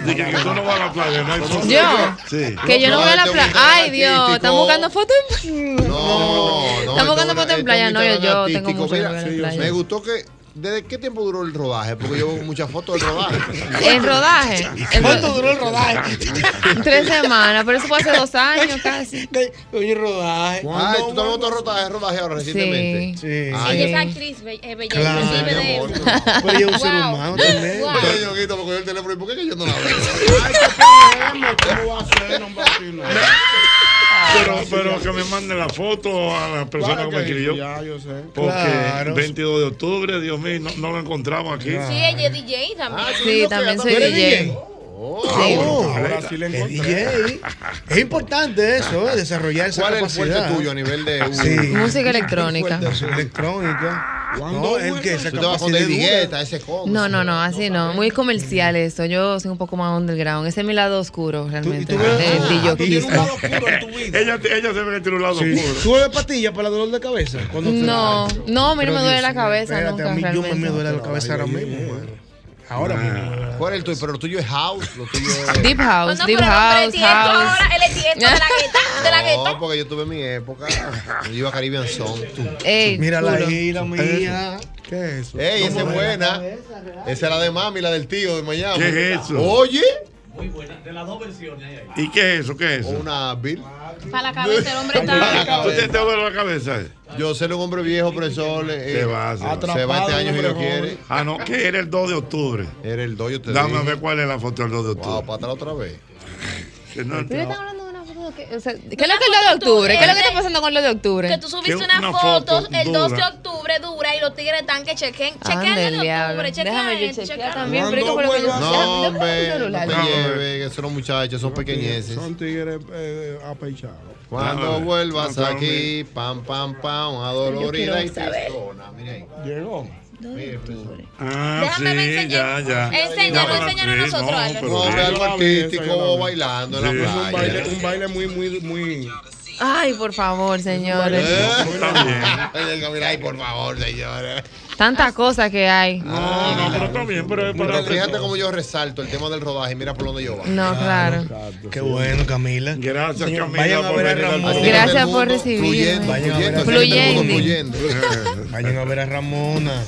S5: que tú no vas a la playa, no hay foto.
S19: Yo.
S5: Sí.
S19: Que yo no voy a la playa. Ay, Dios, están buscando fotos en playa. Están buscando fotos en playa. No, yo, yo tengo
S6: Artístico,
S19: mucho que
S6: mira,
S19: ver en
S6: sí,
S19: la
S6: Me
S19: playa.
S6: gustó que. ¿Desde qué tiempo duró el rodaje? Porque yo veo muchas fotos del rodaje.
S19: <laughs> El
S6: <laughs>
S19: rodaje. El
S6: ¿Cuánto
S19: ro-
S6: duró el rodaje?
S19: <laughs> Tres semanas, pero eso fue hace dos años casi.
S7: Oye, rodaje.
S6: Ay, Ah, tú también otro rodaje, rodaje ahora
S19: Sí.
S6: recientemente.
S7: Sí.
S6: Ay,
S8: Ella es actriz, be- eh, belleza,
S6: Claro,
S8: vive
S6: mi
S8: de
S6: amor, <laughs>
S8: eso.
S6: no.
S7: Pero ella es un
S8: Wow.
S7: ser humano también.
S8: Wow.
S6: Pero yo quito porque yo el teléfono y por qué que yo no la veo.
S17: ¿Cómo va a ser, hombre? Así no. <laughs>
S5: Pero, pero que me mande la foto a la persona que me escribió.
S17: Ya, yo sé.
S5: Porque
S17: Claro.
S5: 22 de octubre, Dios mío, no, no lo encontramos aquí.
S8: Sí, ella es DJ también.
S19: Sí, también soy DJ.
S17: Oh.
S5: Ah,
S7: ahora sí le DJ. Es importante eso, eh, desarrollar esa
S6: ¿Cuál es el
S7: capacidad. ¿eh?
S6: fuerte tuyo a nivel de
S19: Música electrónica.
S7: Electrónica.
S6: No, es que
S7: esa
S6: tú te vas
S7: capacidad
S6: a poner
S7: es dura.
S6: dieta, ese coco.
S19: No, no, no, así no. Muy comercial esto. Yo soy un poco más underground. Ese es mi lado oscuro, realmente.
S6: Eh,
S19: de DJista.
S5: Ella, ella se ve que tiene un lado
S7: Sí.
S5: oscuro.
S7: ¿Tú bebes pastillas para el dolor de cabeza? Cuando te-
S19: No,
S7: Ay,
S19: no, a mí no
S7: pero
S19: me duele
S7: Dios
S19: la
S7: mío,
S19: cabeza
S7: espérate,
S19: nunca,
S7: a mí yo me, me
S19: realmente.
S7: duele la cabeza ahora mismo. mano. Ahora mismo.
S6: ¿Cuál es el tuyo? Pero el tuyo es house, lo tuyo es...
S19: Deep house,
S8: No,
S19: deep
S8: pero el hombre
S19: house,
S8: tiesto
S19: house.
S8: ahora, él es tiesto de la gueta, de la gueta.
S6: No, porque yo tuve mi época. <laughs> Yo iba a Caribbean Song.
S19: Ey,
S7: Mira la
S6: chulo.
S7: gira mía. ¿Qué es eso?
S6: Ey, esa
S7: ¿Cómo
S6: es
S7: es?
S6: buena. Esa es la de mami, la del tío de Miami.
S5: ¿Qué es eso?
S6: Oye.
S5: ¿Y qué es eso? ¿Qué es eso?
S6: Una Bill.
S8: Para la cabeza el hombre está.
S5: ¿Tú te, te duele la cabeza?
S6: Yo seré un hombre viejo, profesor. eh,
S5: Se va, se va.
S6: se va este año si Dios
S5: hombre joven.
S6: quiere.
S5: Ah, no, que era el 2 de octubre.
S6: Era el 2, yo te
S5: Dame a
S6: dije.
S5: ver cuál es la foto del 2 de octubre.
S6: Wow, para atrás otra vez.
S5: Que no-
S19: Pero están hablando de una foto que- o sea, ¿Qué es lo que es lo de octubre? ¿Qué es lo que está pasando con lo de
S8: Que
S19: octubre?
S8: tú subiste
S19: Que
S8: una,
S19: una
S8: foto,
S19: foto
S8: el 2 de
S19: dura.
S8: octubre dura y los tigres están que chequen. Chequean
S19: Anda
S8: el
S19: el
S8: de
S19: diablo.
S8: octubre, chequean
S19: Ah, Déjame yo
S8: el
S19: chequear
S8: chequean.
S19: también. Pero es que por lo que yo-
S6: No,
S19: Déjame
S6: hombre,
S19: el
S6: no
S19: celular.
S6: te lleves, que son los muchachos, son pequeñeces.
S17: Son tigres eh, apechados.
S5: Ah,
S6: Cuando
S17: Déjame.
S6: vuelvas
S17: Déjame.
S6: aquí, pam, pam, pam,
S17: Yo
S6: adolorida
S17: quiero
S6: y
S17: saber.
S6: tristona. Mira ahí.
S17: Llegó.
S6: Mire,
S28: pues,
S6: profesor.
S5: Ah,
S8: Déjame
S5: sí,
S8: ver, enseñar-
S5: ya, ya.
S8: enséñanos,
S5: Ya,
S8: enséñanos
S5: sí,
S8: nosotros,
S5: no,
S8: Albert.
S5: pero
S6: No,
S5: sí.
S6: ve algo artístico bailando en
S5: Sí.
S6: la
S5: Es
S17: Un
S6: playa.
S17: baile, un baile muy, muy, muy.
S19: Ay, por favor, señores.
S6: Venga, mira ahí, por favor, señores.
S19: Tantas cosas que hay.
S5: Ah, No, no, pero está bien, pero es para
S6: Pero Ah, fíjate cómo yo resalto el tema del rodaje. Mira por dónde yo va.
S19: No, claro.
S7: Qué bueno, Camila.
S5: Gracias,
S7: Señor,
S5: Camila,
S7: Vayan a
S5: por
S7: ver a
S5: venir al
S7: Ramón.
S5: programa.
S19: Gracias por recibirme.
S7: Vayan a ver a-
S19: Fluyente.
S7: <laughs> Vayan a ver a Ramona.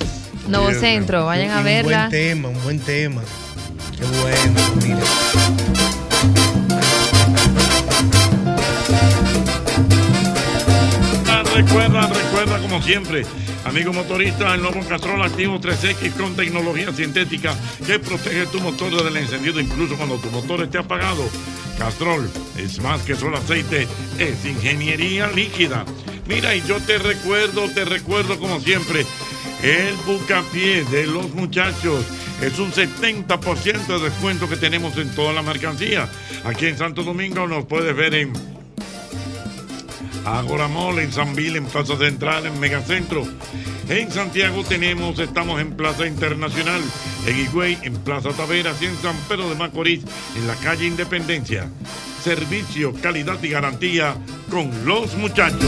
S19: Nuevo Centro, vayan a
S7: Un buen
S19: verla.
S7: tema, un buen tema. Qué bueno, mira.
S5: Ah, Recuerda, recuerda como siempre, amigo motorista, el nuevo Castrol Activo 3X con tecnología sintética que protege tu motor del encendido incluso cuando tu motor esté apagado. Castrol es más que solo aceite, es ingeniería líquida. Mira, y yo te recuerdo, te recuerdo como siempre, el bucapié de los muchachos es un 70% de descuento que tenemos en toda la mercancía. Aquí en Santo Domingo nos puedes ver en Agora Mall, en San Vil, en Plaza Central, en Megacentro. En Santiago tenemos, estamos en Plaza Internacional, en Higüey, en Plaza Taveras y en San Pedro de Macorís, en la calle Independencia. Servicio, calidad y garantía con los muchachos.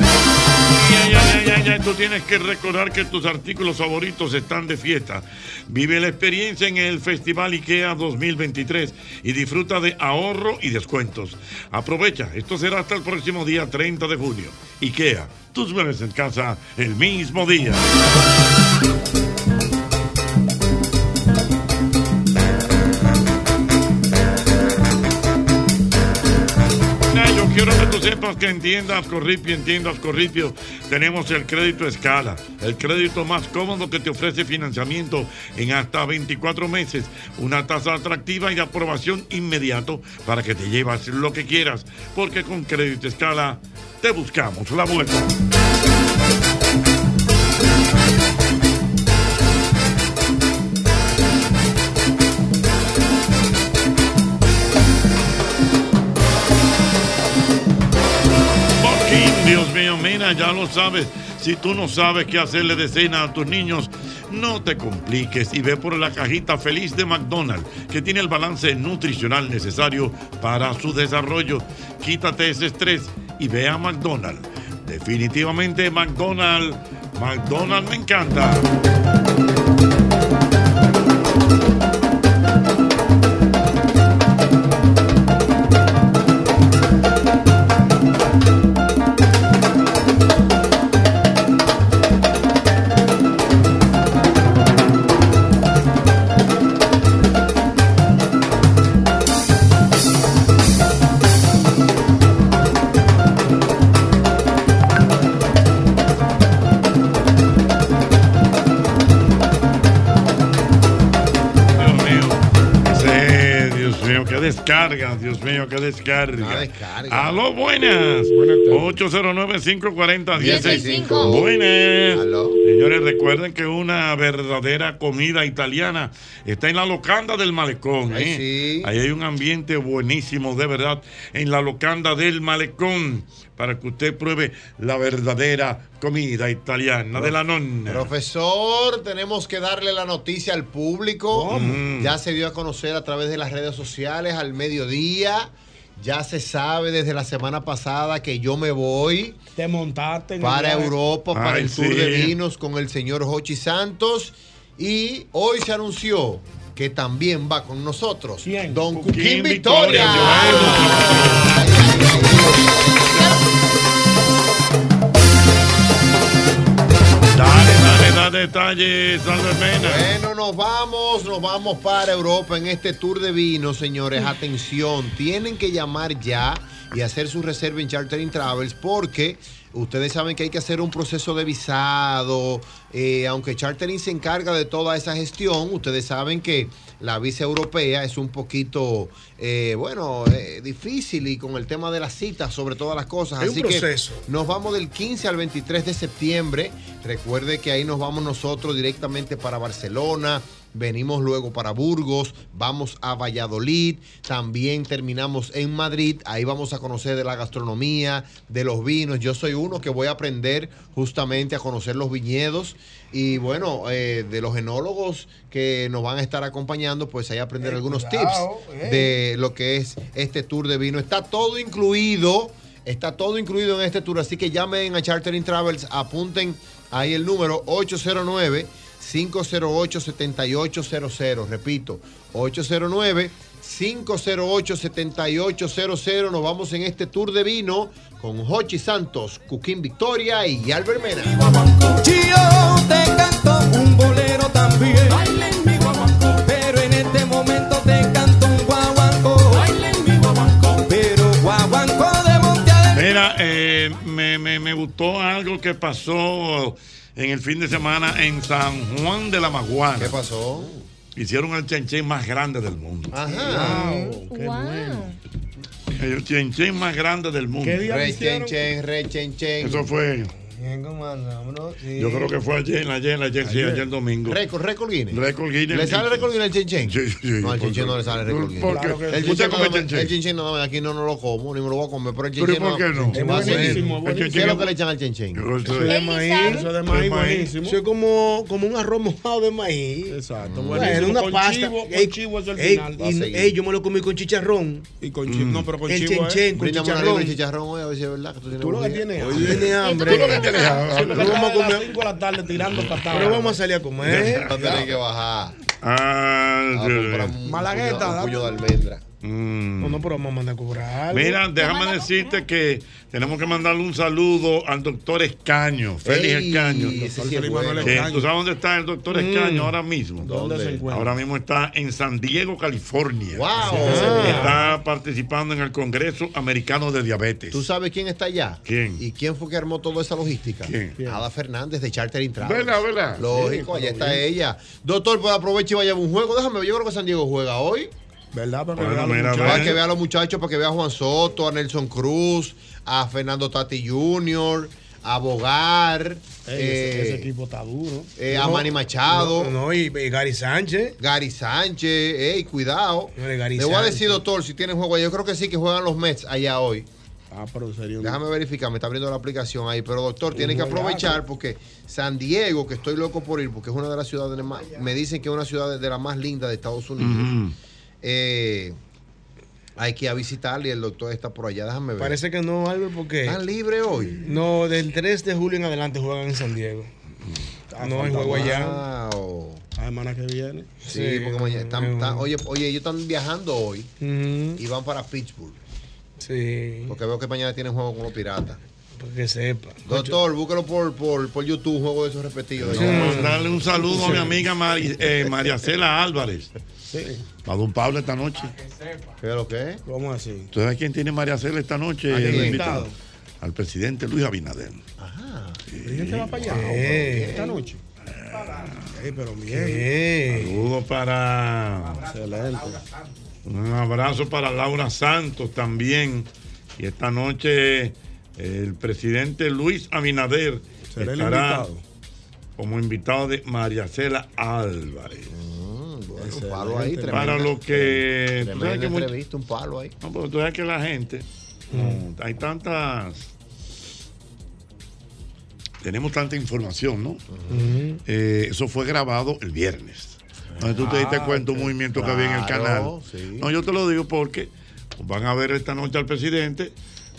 S5: Ay, ay, ay, ay, ay, Tú tienes que recordar que tus artículos favoritos están de fiesta. Vive la experiencia en el Festival IKEA 2023 y disfruta de ahorro y descuentos. Aprovecha, esto será hasta el próximo día 30 de junio. IKEA, tus muebles en casa el mismo día. Mira, Yo quiero que tú sepas que en tiendas Corripio, en tiendas Corripio, tenemos el crédito Escala, el crédito más cómodo que te ofrece financiamiento en hasta 24 meses, una tasa atractiva y de aprobación inmediato para que te llevas lo que quieras, porque con crédito Escala te buscamos la vuelta. Porque ya lo sabes. Si tú no sabes qué hacerle de cena a tus niños, no te compliques y ve por la cajita feliz de McDonald's, que tiene el balance nutricional necesario para su desarrollo. Quítate ese estrés y ve a McDonald's. Definitivamente McDonald's, McDonald's me encanta. Sí, Dios mío, qué descarga, Dios mío, qué descarga.
S6: Qué descarga.
S5: Aló, buenas. 809-540-1065.
S6: 1065.
S5: Buenas. Señores, recuerden que una verdadera comida italiana está en la locanda del malecón.
S6: Ay,
S5: ¿eh?
S6: sí.
S5: Ahí hay un ambiente buenísimo, de verdad, en la locanda del malecón. Para que usted pruebe la verdadera comida italiana de la nonna.
S6: Profesor, tenemos que darle la noticia al público. Mm.
S17: Mm.
S6: Ya se dio a conocer a través de las redes sociales al mediodía. Ya se sabe desde la semana pasada que yo me voy.
S17: Te montaste en el
S6: para
S17: viaje.
S6: Europa, para
S17: Ay,
S6: el
S17: sí.
S6: Tour de Vinos con el señor Jochi Santos. Y hoy se anunció que también va con nosotros Don Cuquín Victoria.
S5: Dale, dale detalles, Albert Mena.
S6: Bueno, nos vamos, nos vamos para Europa en este tour de vino, señores. Atención, tienen que llamar ya y hacer su reserva en Chartering Travels porque ustedes saben que hay que hacer un proceso de visado. Eh, aunque Chartering se encarga de toda esa gestión, ustedes saben que la visa europea es un poquito, eh, bueno, eh, difícil y con el tema de las citas, sobre todas las cosas.
S7: Es un
S6: Así
S7: proceso.
S6: que nos vamos del 15 al 23 de septiembre. Recuerde que ahí nos vamos nosotros directamente para Barcelona. Venimos luego para Burgos, vamos a Valladolid, también terminamos en Madrid, ahí vamos a conocer de la gastronomía, de los vinos. Yo soy uno que voy a aprender justamente a conocer los viñedos y bueno, eh, de los enólogos que nos van a estar acompañando, pues ahí aprender algunos
S7: Eh, cuidado,
S6: tips
S7: eh.
S6: de lo que es este tour de vino. Está todo incluido. Está todo incluido en este tour, así que llamen a Chartering Travels, apunten ahí el número 809-508-7800. Repito, 809-508-7800. Nos vamos en este tour de vino con Jochi Santos, Cuquín Victoria y Albert Mena.
S4: Yo te canto un bolero también. Baila en mi guaguancó. Pero en este momento te canto un guaguancó. Baila en mi guaguancó. Pero guaguancó de monte
S5: Mira, eh, me, me- me gustó algo que pasó en el fin de semana en San Juan de la Maguana. ¿Qué
S6: pasó?
S5: Hicieron el chenchén más grande del mundo.
S6: Ajá.
S5: El chenchén más grande del mundo.
S6: Re chen chen, re chen chen.
S5: Eso fue,
S17: Bien, comandante, sí.
S5: yo creo que fue ayer, ayer, ayer, sí,
S6: Ayer.
S5: ayer domingo.
S6: Récord, récord Guinness.
S5: Récord Guinness.
S6: ¿Le sale récord Guinness al chinchen?
S5: Sí, sí,
S6: No, al chinchen no le sale récord Guinness.
S5: ¿Por qué?
S6: El
S5: ¿Usted
S6: chinchen
S5: come
S6: no, me-
S5: chinchen?
S6: el chinchen no, me- aquí no, no lo como, ni me lo voy a comer, pero el
S5: ¿Pero y
S6: chinchen
S5: por qué no?
S6: chinchen
S5: Es
S6: va a ser.
S5: buenísimo, es buenísimo.
S6: ¿Qué es lo que le echan al chinchen?
S5: Eso
S7: de maíz, eso de maíz, buenísimo. Eso es como, como un arroz mojado de maíz. Exacto,
S17: buenísimo.
S7: una
S17: Con
S7: pasta.
S17: chivo, con
S7: Ey,
S17: chivo es el
S7: ey,
S17: final.
S7: y-
S17: Va a seguir.
S7: ey, yo me lo comí con chicharrón.
S17: Y con chivo, no, pero con
S7: el
S17: chivo, eh.
S7: chenchen, con
S17: Bríndame una
S7: chicharrón.
S17: libra de
S6: chicharrón hoy, a ver si es verdad que tú tienes
S17: Tú lo que tienes
S7: Oye, tiene hambre.
S17: Tú lo que tienes hambre.
S7: Pero vamos a
S17: a las
S7: comer.
S17: 5 de la tarde tirando patadas.
S7: Pero vamos a salir a comer.
S6: Va a tener que bajar.
S5: Ah, sí. Mm.
S7: Malagueta,
S6: pues, Un
S7: dame.
S6: puño de almendra.
S7: No, no, pero vamos a mandar a cobrar. algo.
S5: Mira, déjame decirte que tenemos que mandarle un saludo al doctor Escaño, Félix
S6: Ey,
S5: Escaño.
S6: ese sí es
S5: Que
S6: bueno.
S5: ¿Tú sabes dónde está el doctor Escaño
S6: Mm.
S5: ahora mismo?
S6: ¿Dónde se encuentra?
S5: Ahora mismo está en San Diego, California.
S6: Ah.
S5: Está participando en el Congreso Americano de Diabetes.
S6: ¿Tú sabes quién está allá? ¿Quién? ¿Y quién fue que armó toda esa logística? ¿Quién? Ada Fernández de Chartering Travel.
S5: ¿Verdad, verdad?
S6: Lógico,
S5: Sí,
S6: allá
S5: está
S6: está
S5: bien.
S6: ella. Doctor, pues aproveche y vaya a un juego. Déjame, ver, yo creo que San Diego juega hoy.
S17: ¿Verdad? Para
S6: Para
S17: que vean los
S6: que
S17: muchachos.
S6: vea a los muchachos, para que vea a Juan Soto, a Nelson Cruz, a Fernando Tati Jr., a Bogar,
S17: Ey, ese, ese
S6: eh,
S17: equipo está duro.
S6: eh, a
S17: No,
S6: Manny Machado.
S17: no,
S7: No, y, y Gary Sánchez.
S6: Gary Sánchez, ey, cuidado.
S7: Señores, Gary
S6: Le voy a
S7: Sánchez.
S6: decir, doctor, si tienen juego allá. Yo creo que sí que juegan los Mets allá hoy. Ah, pero serio. Déjame verificar, me está abriendo la aplicación ahí. Pero doctor, tiene que
S9: juegazo.
S6: aprovechar porque San Diego, que estoy loco por ir, porque es una de las ciudades más. Me dicen que es una ciudad de- de las más lindas de Estados Unidos. Eh, hay que ir a visitarle y el doctor está por allá. Déjame ver.
S7: Parece que no, Albert, porque.
S6: ¿Están libres hoy?
S7: No, del 3 de julio en adelante juegan en San Diego.
S6: Ah,
S7: no hay juego allá.
S17: La semana que viene.
S6: Sí, porque mañana están, están- oye, oye, ellos están viajando hoy y van para Pittsburgh.
S7: Sí.
S6: Porque veo que mañana tienen juego con los piratas.
S7: Para que sepa.
S6: Doctor, búsquelo por, por, por YouTube, juego de esos repetidos.
S5: Vamos a mandarle un saludo a mi amiga Mari- eh, María Cela Álvarez.
S6: Sí.
S5: A don Pablo esta noche.
S6: ¿Qué es lo que es?
S17: ¿Cómo así?
S5: ¿Tú sabes quién tiene María Cela esta noche?
S17: ¿A quién
S5: Lo
S17: invitado?
S5: invitado. Al presidente Luis Abinader.
S17: ¿Quién te va para allá?
S5: Eh.
S17: Esta noche. Eh, pero bien.
S5: Saludos para. Un abrazo para Laura Santos también. Y esta noche el presidente Luis Abinader
S17: Será el
S5: estará
S17: invitado.
S5: como invitado de Mariacela Álvarez.
S6: Mm, Un palo ahí, tremendo.
S5: para los que. tú sabes
S6: Tremenda
S5: que much-
S6: entrevista, un palo ahí.
S5: no, pero tú sabes que la gente. no, hay tantas. Tenemos tanta información, ¿no? Eh, eso fue grabado el viernes. Entonces tú te diste
S9: Ah,
S5: cuenta un movimiento que había en el
S9: claro,
S5: canal.
S9: sí.
S5: No, yo te lo digo porque van a ver esta noche al presidente,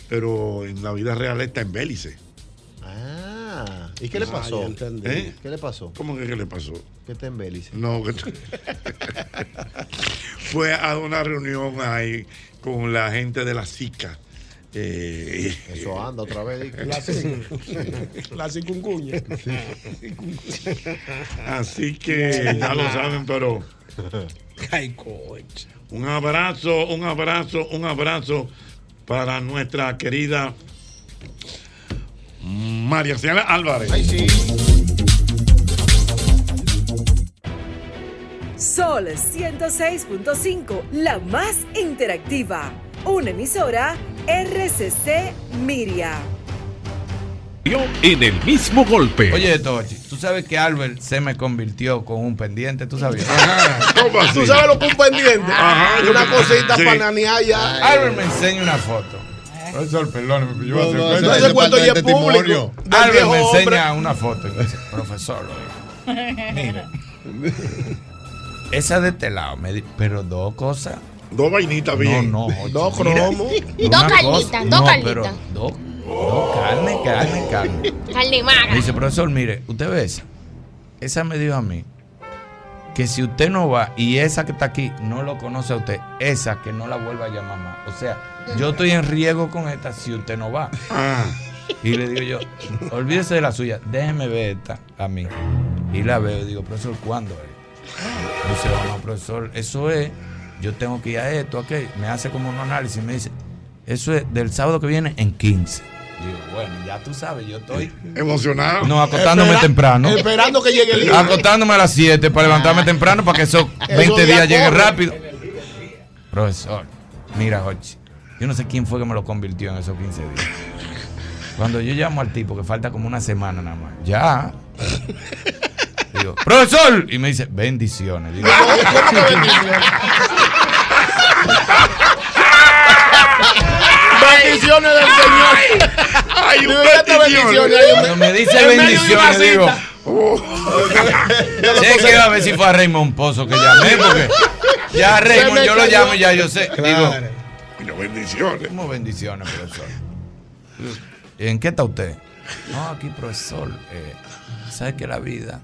S5: pero en la vida real está en Bélice.
S6: Ah, ¿y qué le
S5: Ah,
S6: pasó?
S5: ya entendí.
S6: ¿Eh? ¿Qué le pasó?
S5: ¿Cómo que qué le pasó?
S6: ¿Qué te embelice?
S5: No, <laughs> que- fue a una reunión ahí con la gente de la SICA. Eh,
S6: Eso anda otra
S5: <laughs>
S6: vez.
S9: <laughs>
S17: La, cin- la cincuncuña.
S5: Así que
S9: <laughs>
S5: ya lo saben, pero un abrazo, un abrazo, un abrazo para nuestra querida María Cela Álvarez.
S20: Sol 106.5, la más interactiva. Una emisora RCC Miria.
S28: En el mismo golpe.
S21: Oye, Tochi, tú sabes que Albert se me convirtió con un pendiente, tú sabías.
S9: ¿Tú sabes lo que un pendiente?
S21: Ajá, yo
S9: una
S21: me-
S9: cosita
S21: sí.
S9: para nanear ya.
S21: Albert me enseña una foto. Profesor, perdóneme, pero yo voy a hacer
S9: No, no,
S21: cuenta.
S9: ese- ese cuento ya es público. Del
S21: Albert
S9: viejo
S21: me
S9: hombre.
S21: enseña una foto. y me dice, Profesor, mire. Esa de este lado, me di- pero dos cosas.
S5: Dos vainitas
S21: bien. No, no. Dos cromos.
S8: Dos carnitas, dos carnitas.
S21: Dos, dos carne, carne, carne.
S8: Carne
S21: Me
S8: magra.
S21: dice, profesor, mire, usted ve esa. Esa me dijo a mí que si usted no va y esa que está aquí no lo conoce a usted, esa que no la vuelva a llamar más. O sea, yo estoy en riesgo con esta si usted no va. Y le digo yo, olvídese de la suya, déjeme ver esta a mí. Y la veo y digo, profesor, ¿cuándo es? Dice, vamos, profesor, eso es, yo tengo que ir a esto, a aquello. Me hace como un análisis y me dice, eso es del sábado que viene en 15. Digo, bueno, ya tú sabes, yo estoy
S5: emocionado.
S21: No, acostándome temprano.
S9: Esperando que llegue el Ah. día.
S21: Acostándome a las 7 para levantarme temprano para que esos 20 días
S9: ya
S21: lleguen
S9: corre.
S21: rápido. Profesor, mira, Jochi, yo no sé quién fue que me lo convirtió en esos 15 días. Cuando yo llamo al tipo, que falta como una semana nada más, ya. Digo, profesor. Y me dice, bendiciones. Digo,
S9: Ah, Bendiciones del Señor.
S5: Hay
S9: un bendiciones.
S21: Cuando me dice bendiciones, digo, sé que a ver si fue a Raymond Pozo que llamé, porque ya a Raymond
S9: Se me
S21: yo lo
S9: cayó.
S21: llamo y ya yo sé.
S9: Claro.
S21: Digo,
S5: bendiciones.
S21: ¿Cómo bendiciones, profesor? ¿En qué está usted? No, aquí, profesor, eh, ¿sabe que la vida?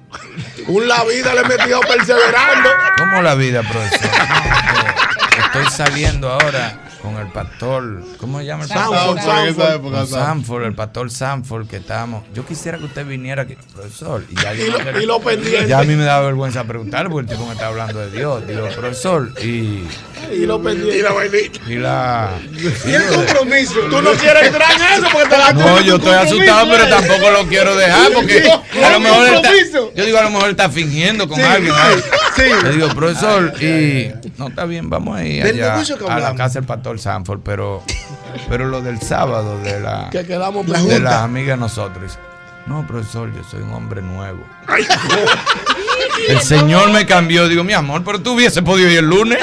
S9: Un la vida le metió perseverando.
S21: ¿Cómo la vida, profesor? No, que estoy saliendo ahora con el pastor. ¿Cómo se llama el pastor?
S9: Sanford, Sanford, en esa época,
S21: Con
S9: Sanford.
S21: Sanford, el pastor Sanford que estábamos. Yo quisiera que usted viniera aquí, profesor. Y ya, yo
S9: Y
S21: no
S9: lo-
S21: quería-
S9: y lo pendiente.
S21: Ya a mí me daba vergüenza preguntar porque el tipo me está hablando de Dios. Digo, profesor, y.
S9: Y lo pendiente. Y la vainita.
S21: Y la.
S9: Y el compromiso. Tú no quieres entrar en eso porque te la
S21: No, yo estoy asustado, pero tampoco lo quiero dejar porque a lo mejor él está, yo digo a lo mejor él está fingiendo con
S9: Sí,
S21: alguien. ¿no?
S9: sí.
S21: Le digo, profesor, y no está bien, vamos a ir
S9: Del
S21: allá
S9: negocio que
S21: a la
S9: hablamos.
S21: casa del pastor Sanford, pero pero lo del sábado de la
S9: Que quedamos
S21: de
S9: juntas.
S21: las amigas de nosotros. Dice, No, profesor, yo soy un hombre nuevo. El Señor me cambió, digo, mi amor, pero tú hubiese podido ir el lunes.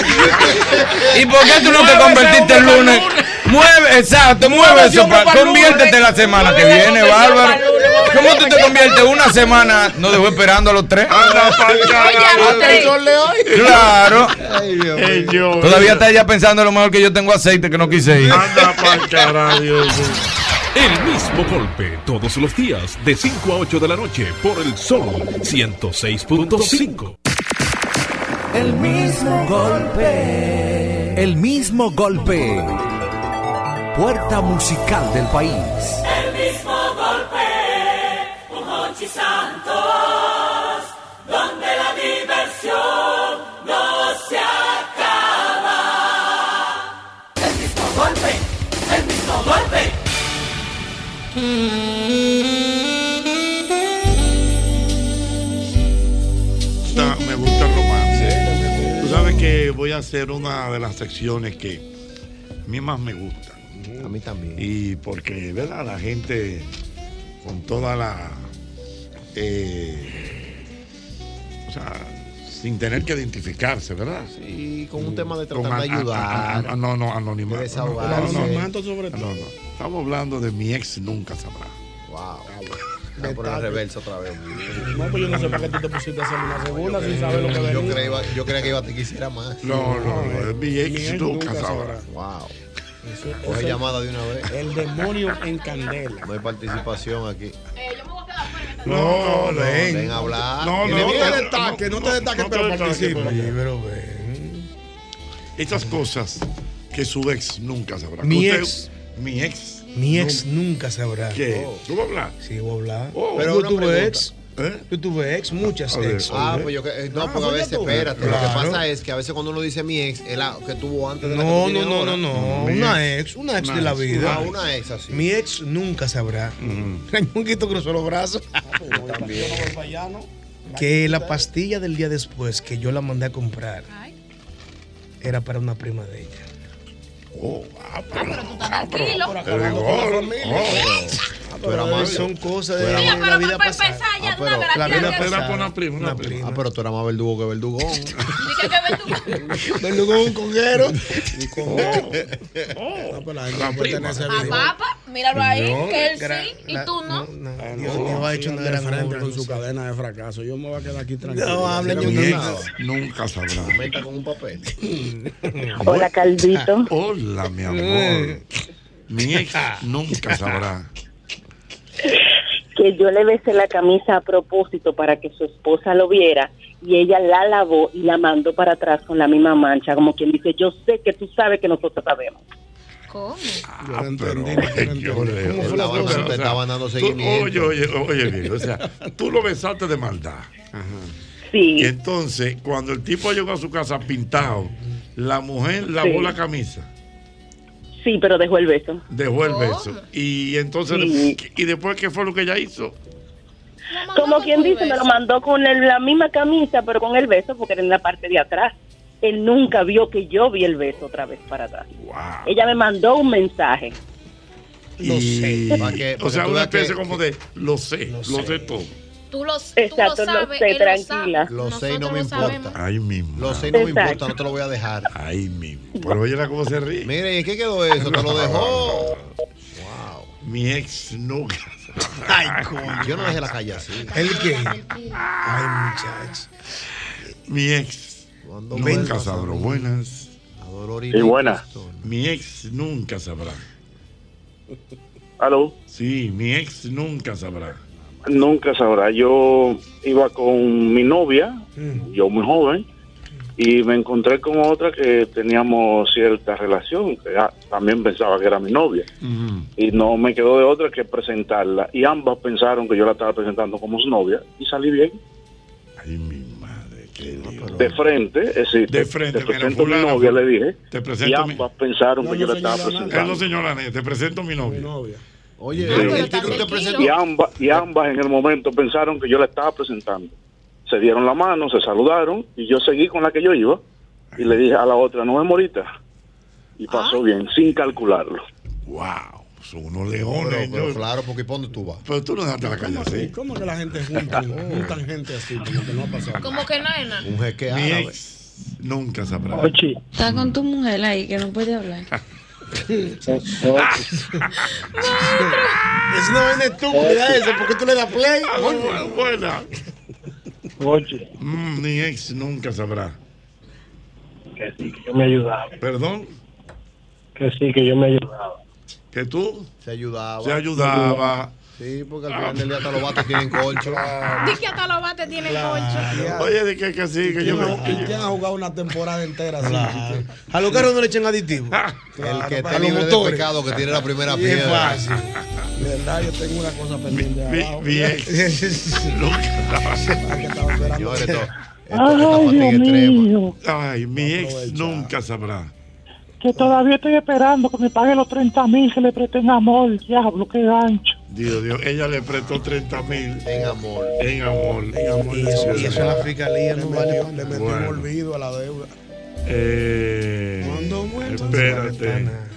S21: ¿Y por qué tú no te
S9: Muévese,
S21: convertiste el
S9: hombre,
S21: lunes? Mueve, exacto, mueve eso.
S30: hombre
S21: pa-
S30: pa'l
S21: Conviértete
S30: lunes.
S21: la semana que
S30: Mueve ese
S21: viene,
S30: hombre
S21: bárbaro.
S30: pa'l lunes, mueve
S21: ¿Cómo tú te conviertes una semana? No dejó esperando a los tres. Claro. Todavía está ella pensando lo mejor que yo tengo aceite que no quise ir.
S26: El mismo golpe todos los días de 5 a 8 de la noche por el Sol 106.5.
S27: El mismo golpe. El mismo golpe. Puerta musical del país.
S4: El mismo golpe, un Hochi Santos, donde la diversión no se acaba. El mismo golpe, el mismo golpe.
S5: gusta- me gusta el romance. Tú sabes que voy a hacer una de las secciones que a mí más me gustan. A mí también. Y porque, ¿verdad? La gente con toda la. eh, o sea, sin tener que identificarse, ¿verdad? Mm,
S6: Y con un tema de
S5: Con
S6: tratar de
S5: an- a- a-
S6: ayudar.
S5: a- no, no, anonimato.
S6: De
S5: no,
S6: desahogarse.
S5: no, no,
S6: Anonimato sobre
S5: no, no. Estamos hablando de mi ex nunca sabrá. Wow.
S6: Voy a poner el reverso otra vez.
S9: No, pues yo no sé por qué tú te pusiste a hacer una segunda sin saber lo que venía.
S6: Yo creía, yo creía que iba a te quisiera más.
S5: No, no, no, es mi ex nunca sabrá.
S6: Wow.
S5: eso
S6: Coge
S5: es-
S6: llamada de una vez. El demonio en candela. No hay participación aquí.
S5: No,
S6: no,
S5: ven.
S6: Ven a hablar. Ah,
S5: No,
S6: Que
S5: no,
S6: le-
S5: no,
S9: te destaques, no te destaques, pero participa.
S5: Estas cosas que su ex nunca sabrá.
S7: Mi
S5: Usted-
S7: ex.
S5: Mi ex.
S7: Mi ex nunca sabrá.
S5: ¿Qué?
S6: Oh.
S5: ¿Tú vas a hablar?
S7: Sí, voy a hablar.
S5: Oh.
S7: Pero
S5: Pero
S7: yo
S5: una
S7: tuve
S5: pregunta.
S7: ex. Yo tuve ex, muchas
S6: A ver,
S7: ex.
S6: Ah, pues yo que- eh, no,
S7: Ah,
S6: porque a
S7: pues ya
S6: veces,
S7: tú.
S6: espérate, lo que
S7: Claro.
S6: pasa es que a veces cuando uno dice mi ex, es la que tuvo antes de la
S7: No,
S6: que tú
S7: no,
S6: tienes
S7: no,
S6: ahora.
S7: no, no. Una ex, una ex de la vida.
S6: Ah, una ex así.
S7: Mi ex nunca sabrá. <laughs> Raimundo cruzó los brazos. Que la pastilla del día después que yo la mandé a comprar era para una prima de ella.
S5: Oh,
S9: Ah,
S8: Tranquilo.
S7: Son cosas
S6: Tú
S7: de
S6: eras
S8: Mira, pero
S6: más- la
S8: para
S6: vida pasada.
S8: empezar ya
S6: Ah,
S8: de una
S6: pero
S8: vez la tía que-
S5: una
S6: Ah, pero tú eras más verdugo que
S7: <laughs>
S6: verdugón.
S7: verdugo un conguero.
S6: <laughs>
S9: Ah,
S5: La prima.
S8: A papá, míralo ahí,
S9: Yo,
S8: que él
S9: gra-
S8: sí y
S9: la-
S8: tú no.
S9: Dios no ha hecho una gran frente con su cadena de fracaso. Yo me voy a quedar aquí tranquilo.
S5: No, hablen
S9: Quiero
S5: de
S9: nada.
S5: ex Nunca sabrá.
S6: Comenta con un papel.
S9: <laughs>
S5: Hola, Calvito. Hola, mi amor. Mi ex nunca sabrá.
S15: que yo le besé la camisa a propósito para que su esposa lo viera y ella la lavó y la mandó para atrás con la misma mancha, como quien dice, yo sé que tú sabes que nosotros sabemos.
S8: ¿Cómo?
S5: Ah, pero, yo le-
S6: ¿Cómo fue la cosa?
S5: Pero, o sea,
S6: Te estaban dando
S5: tú-
S6: seguimiento.
S5: Oye, oye, oye, bien,
S6: <laughs>
S5: o sea, tú lo besaste de maldad.
S15: Sí.
S5: Y entonces, cuando el tipo llegó a su casa pintado, la mujer lavó
S15: Sí.
S5: la camisa,
S15: Sí, pero dejó el beso.
S5: dejó el beso. Y entonces,
S15: Sí.
S5: ¿y después qué fue lo que ella hizo?
S15: Como quien dice, me lo mandó con el- la misma camisa, pero con el beso, porque era en la parte de atrás. Él nunca vio que yo vi el beso otra vez para atrás. Ella me mandó un mensaje.
S5: Lo sé.
S6: Pa' que- pa'
S5: o
S6: que
S5: sea,
S6: tú
S5: una
S6: veas que-
S5: especie como de lo sé, lo, sé. todo.
S8: Tú lo, tú
S15: Exacto,
S8: lo
S15: lo
S8: sabes,
S15: sé,
S8: él
S15: tranquila.
S8: lo
S6: Lo
S8: sabe.
S6: sé y no
S8: Nosotros
S6: me
S8: lo
S6: importa.
S5: Ay, mi
S6: Lo sé y no me
S15: Exacto.
S6: importa, no te lo voy a dejar.
S5: Ay, mi Pero oye, cómo se ríe.
S6: Mire, ¿y qué quedó eso? Te lo dejó.
S5: Mi ex nunca.
S6: Ay, coño. Yo no dejé la calle así.
S7: ¿El qué? Ay, muchacho.
S5: Mi ex nunca sabrá. Buenas.
S6: y
S5: Y
S6: no
S5: buenas. Mi ex nunca sabrá.
S10: ¿Aló?
S5: Sí, mi ex nunca sabrá.
S10: Nunca sabrá. Yo iba con mi novia, yo muy joven, y me encontré con otra que teníamos cierta relación. que ah, También pensaba que era mi novia.
S12: Mm.
S10: Y no me quedó de otra que presentarla. Y ambas pensaron que yo la estaba presentando como su novia y salí bien. De frente, es decir,
S5: De frente,
S10: te
S5: mira,
S10: presento mi
S5: fulano,
S10: novia, le dije.
S5: te
S10: y
S5: presento mi-
S10: ambas pensaron
S5: No,
S10: que
S5: no
S10: yo la estaba
S5: señala nada.
S10: presentando.
S5: Eh, no, señora, ne- te presento a mi novia.
S10: Oye,
S5: Ah, pero está
S10: y, ambas, y ambas en el momento pensaron que yo la estaba presentando. Se dieron la mano, se saludaron y yo seguí con la que yo iba y le dije a la otra, no es morita. Y pasó
S5: Ah.
S10: bien, sin calcularlo.
S5: Wow, son unos leones.
S6: Pero- pero
S5: yo-
S6: claro, porque ¿por dónde tú vas?
S5: Pero tú no dejaste la calle así.
S9: ¿Cómo que la gente <laughs> junta, juntan gente así? Como que no ha pasado.
S8: Como que no es nada.
S5: Un jeque Mi ex nunca sabrá.
S31: Está con tu mujer ahí que no puede hablar.
S9: Es una vaina estúpida esa, ¿por qué tú le das play?
S5: Buena. Mm, mi ex nunca sabrá.
S12: Que sí, que yo me ayudaba.
S5: ¿Perdón?
S12: Que sí, que yo me ayudaba.
S5: ¿Que tú?
S6: Se ayudaba.
S5: Se ayudaba.
S6: Sí, porque al final del día hasta los vatos tienen colcho.
S8: Dice que hasta los bates tienen concha.
S5: Oye, de que, que sí, que yo me. que yo-
S7: ¿Quién ha jugado una temporada entera así? chiquito?
S9: A los carros no le echan aditivo.
S5: Ah,
S6: El que
S7: para
S6: está
S7: los
S6: libre de
S7: motores.
S6: pecado, que tiene la primera
S7: Y es
S6: piedra.
S7: fácil. De verdad, yo tengo una cosa pendiente.
S5: Mi-
S7: abajo.
S5: mi ex
S7: <laughs>
S5: nunca sabrá. <laughs>
S12: Ay, Dios mío.
S5: Ay, mi ex nunca sabrá.
S12: Que todavía estoy esperando que me pague los 30 mil que le presten amor. Diablo, qué gancho.
S5: Dios, Dios, ella le prestó 30 mil.
S6: En amor.
S5: En amor. En amor.
S7: Y eso, y eso en la fiscalía
S5: Le
S7: no
S5: metió-
S7: vale.
S5: le
S7: Le
S5: metió
S7: metió
S5: Bueno.
S7: un olvido a la deuda.
S5: Eh,
S7: Cuando muerto en su
S5: espérate.
S7: ventana.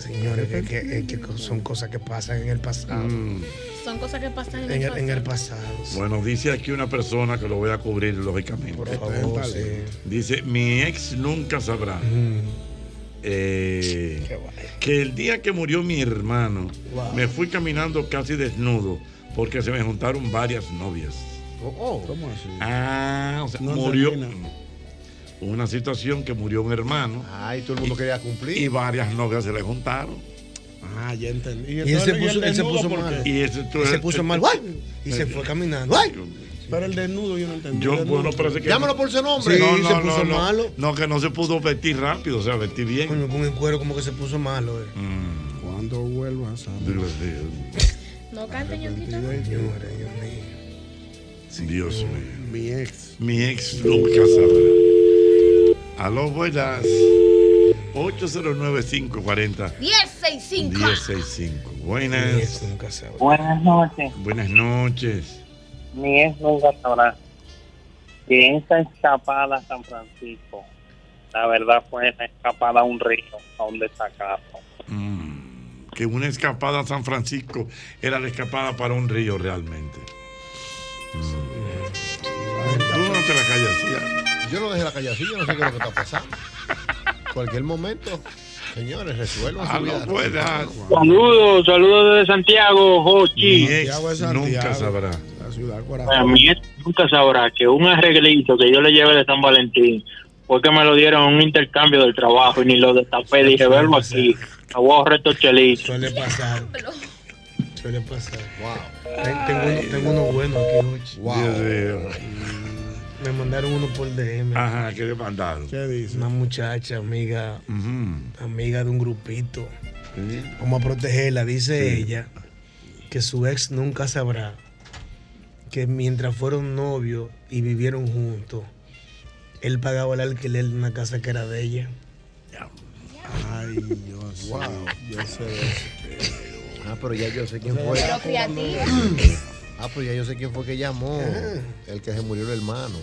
S7: Señores, es que, es que son cosas que pasan en el pasado.
S5: Mm.
S8: Son cosas que pasan en,
S7: En, el, en el
S8: pasado.
S7: pasado.
S5: Bueno, dice aquí una persona que lo voy a cubrir, lógicamente. Por
S7: favor, sí.
S5: Dice, mi ex nunca sabrá eh, que el día que murió mi hermano,
S7: Wow.
S5: me fui caminando casi desnudo porque se me juntaron varias novias.
S7: Oh, ¿Cómo así?
S5: Ah, o sea,
S7: No
S5: murió
S7: termina.
S5: una situación que murió un hermano. Ah, y todo el mundo quería cumplir. Y varias novias se le juntaron.
S7: Ah, ya entendí.
S5: Y
S7: Y,
S5: él
S7: él se
S5: desnudo,
S7: puso, él
S5: ¿por
S7: se
S5: qué?
S7: puso
S5: Y ese
S7: mal.
S5: tú-
S7: Él se puso mal. ¡guay! Y se fue caminando. ¡guay! Pero el desnudo yo no entendí.
S5: Yo,
S7: El desnudo.
S5: bueno, parece que.
S7: Llámalo por su nombre.
S5: Sí,
S7: Sí,
S5: no, no,
S7: se
S5: no,
S7: puso
S5: no.
S7: malo.
S5: No, que no se pudo vestir rápido, o sea, vestir bien.
S7: Coño, con el cuero como que se puso malo. Eh. Cuando vuelvas a.
S5: Mm. Dios mío.
S8: No cante yo
S7: Señores, Dios mío.
S5: Dios mío.
S7: Mi ex.
S5: Mi ex nunca sabrá. Aló, buenas. 809-540-1065.
S8: 1065.
S5: Buenas.
S13: Buenas noches.
S5: Buenas noches.
S13: Ni es nunca sabrá que esa escapada a San Francisco, la verdad fue una escapada a un río, a un desacato.
S5: Mm, Que una escapada a San Francisco era la escapada para un río realmente. Mm. Tú no te la callas, ¿sí?
S6: Yo lo dejé la calle así, yo no sé qué es lo que está pasando. Cualquier momento, señores, resuelvan su vida.
S12: Saludos, saludos desde Santiago, Jochi.
S5: Mi ex nunca sabrá.
S7: La ciudad
S12: Para
S7: corazón.
S12: mí es- nunca sabrá que un arreglito que yo le llevé de San Valentín fue que me lo dieron en un intercambio del trabajo y ni lo destapé. Dije, verlo aquí. Aguajo resto chelito.
S7: Suele pasar. Suele pasar. Wow. Tengo, uno- tengo uno bueno aquí, Uchi.
S5: Dios mío.
S7: Me mandaron uno por DM.
S5: Ajá, ¿qué le mandaron?
S7: ¿Qué dice? Una muchacha, amiga, amiga de un grupito. Vamos a protegerla, dice ella, que su ex nunca sabrá que mientras fueron novios y vivieron juntos, él pagaba el alquiler de una casa que era de ella. Ay, Dios.
S6: Wow.
S7: Yo sé
S6: Ah, pero ya yo sé quién fue.
S8: Pero creativo.
S6: Ah, pero ya yo sé quién fue que llamó. El que se murió el hermano.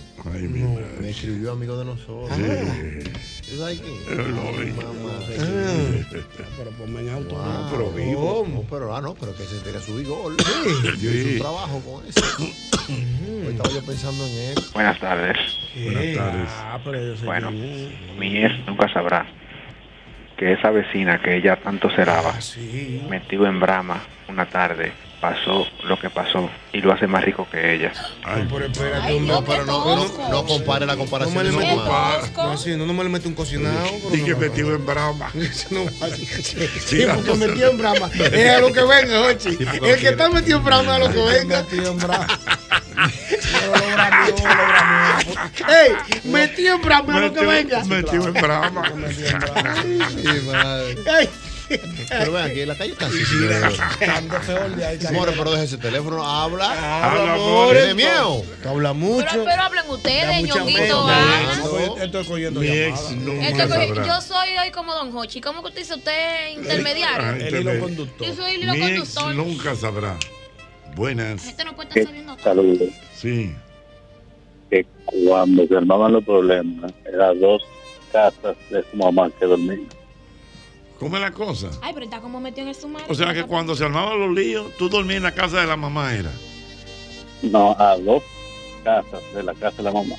S6: Me escribió amigo de nosotros. ¿Tú sabes quién? Mamá, no sé quién.
S7: Pero ponme en auto.
S6: Ah,
S5: pero vivo.
S6: No, pero, ah, no, pero que se tenía su vigor.
S5: Sí.
S6: Hizo un trabajo
S7: <coughs>
S6: con eso. Hoy estaba yo pensando en él.
S10: Buenas tardes.
S5: Buenas tardes.
S7: Ah, pero yo sé
S10: Bueno.
S7: quién es.
S10: Mi ex nunca sabrá que esa vecina que ella tanto ceraba, metido en brama una tarde, pasó lo que pasó y lo hace más rico que ella.
S7: Pero espérate,
S6: Ay,
S7: un-
S6: no, pero no, no, no compare la
S7: No
S6: comparación.
S7: me le meto-
S6: compare.
S7: No, sí, no, no me le meto un cocinado. Y que
S5: metido
S7: <laughs>
S5: en brama.
S7: no, así que- sí, porque metido en
S5: <laughs>
S7: brama. Es a lo que venga, Ochi. El que está metido en brama es a lo que <laughs> venga. Metido en brama. Ey, metido en brama es a lo que
S5: Metido-
S7: venga.
S5: metido en brama.
S6: Sí, madre.
S7: Ey.
S6: Pero ven aquí, la calle está así.
S7: Tanto peor de ahí.
S6: Amores, pero deja ese teléfono. Habla.
S7: Habla,
S6: amores.
S7: amores.
S6: Tiene miedo.
S7: Tú hablas mucho.
S8: Pero, pero hablen ustedes, ñonguito. vaina.
S7: Estoy cogiendo
S5: Mi ex
S8: Esto
S5: nunca
S8: es que-
S5: sabrá.
S8: yo soy hoy como Don Hochi. ¿Cómo que usted dice usted es
S5: Ah,
S8: intermediario?
S5: entendé.
S8: Yo soy el hilo
S5: Mi ex
S8: conductor.
S5: nunca sabrá. Buenas.
S8: Este no puede estar sabiendo.
S32: Saludos.
S5: Sí.
S32: Que cuando se armaban los problemas, eran dos casas de su mamá que dormían.
S5: ¿Cómo es la cosa?
S8: Ay, pero está como metido en el sumario.
S5: O sea que cuando se armaban los líos, tú dormías en la casa de la mamá, era.
S32: No, a dos casas de la casa de la mamá.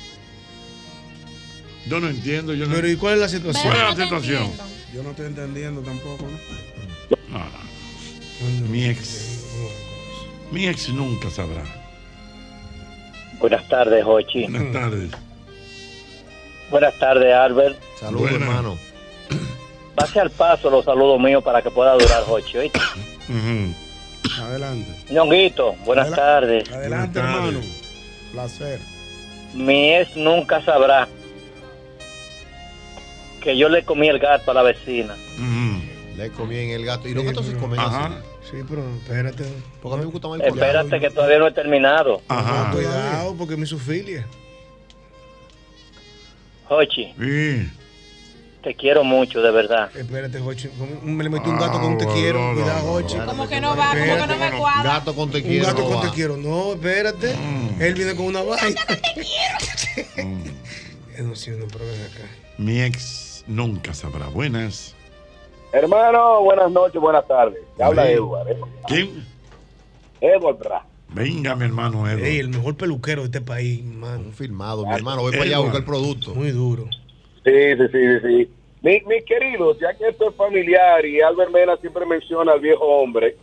S5: Yo no entiendo. Yo no...
S7: Pero ¿y cuál es la situación?
S5: ¿Cuál es la situación?
S7: Yo no estoy entendiendo tampoco. ¿no?
S5: No, no. Mi ex. Mi ex nunca sabrá.
S16: Buenas tardes, Hochi.
S7: Mm.
S5: Buenas tardes.
S16: Buenas tardes, Albert.
S6: Saludos,
S5: Buenas.
S6: hermano.
S16: Pase al paso los saludos míos para que pueda durar, Hochi. ¿oíste?
S7: Adelante.
S16: Ñonguito, buenas tardes.
S7: Adelante, hermano. Placer.
S16: Mi ex nunca sabrá que yo le comí el gato a la vecina.
S6: Mm. Le comí en el gato. ¿Y los gatos se comen
S7: Ajá.
S6: así?
S7: Sí, pero espérate.
S6: Porque a mí me gusta más el
S16: Espérate que todavía no he terminado.
S7: No, Cuidado, porque me hizo filia.
S16: Hochi, te quiero mucho, de verdad.
S7: Espérate, Jochi. Me le metí un gato con un te quiero. Cuidado, Jochi.
S8: Como que no va, como que no me cuadra.
S6: Gato con te
S7: Un
S6: quiero,
S7: gato
S6: no
S7: con
S6: va.
S7: te quiero. No, espérate. Él viene con una vaina. No, sí, no, pero ven acá.
S5: Mi ex nunca sabrá. Buenas.
S10: Hermano, buenas noches, buenas tardes. Te habla
S5: Sí.
S10: Edward. eh.
S5: ¿Quién?
S10: Edward Bra.
S5: Venga, mi hermano Edward.
S7: Ey, el mejor peluquero de este país, hermano.
S6: Confirmado, mi hermano. Voy para allá a buscar el producto.
S7: Muy duro.
S10: Sí, sí, sí, sí. sí. Mi- mis queridos, ya que esto es familiar y Albert Mena siempre menciona al viejo hombre.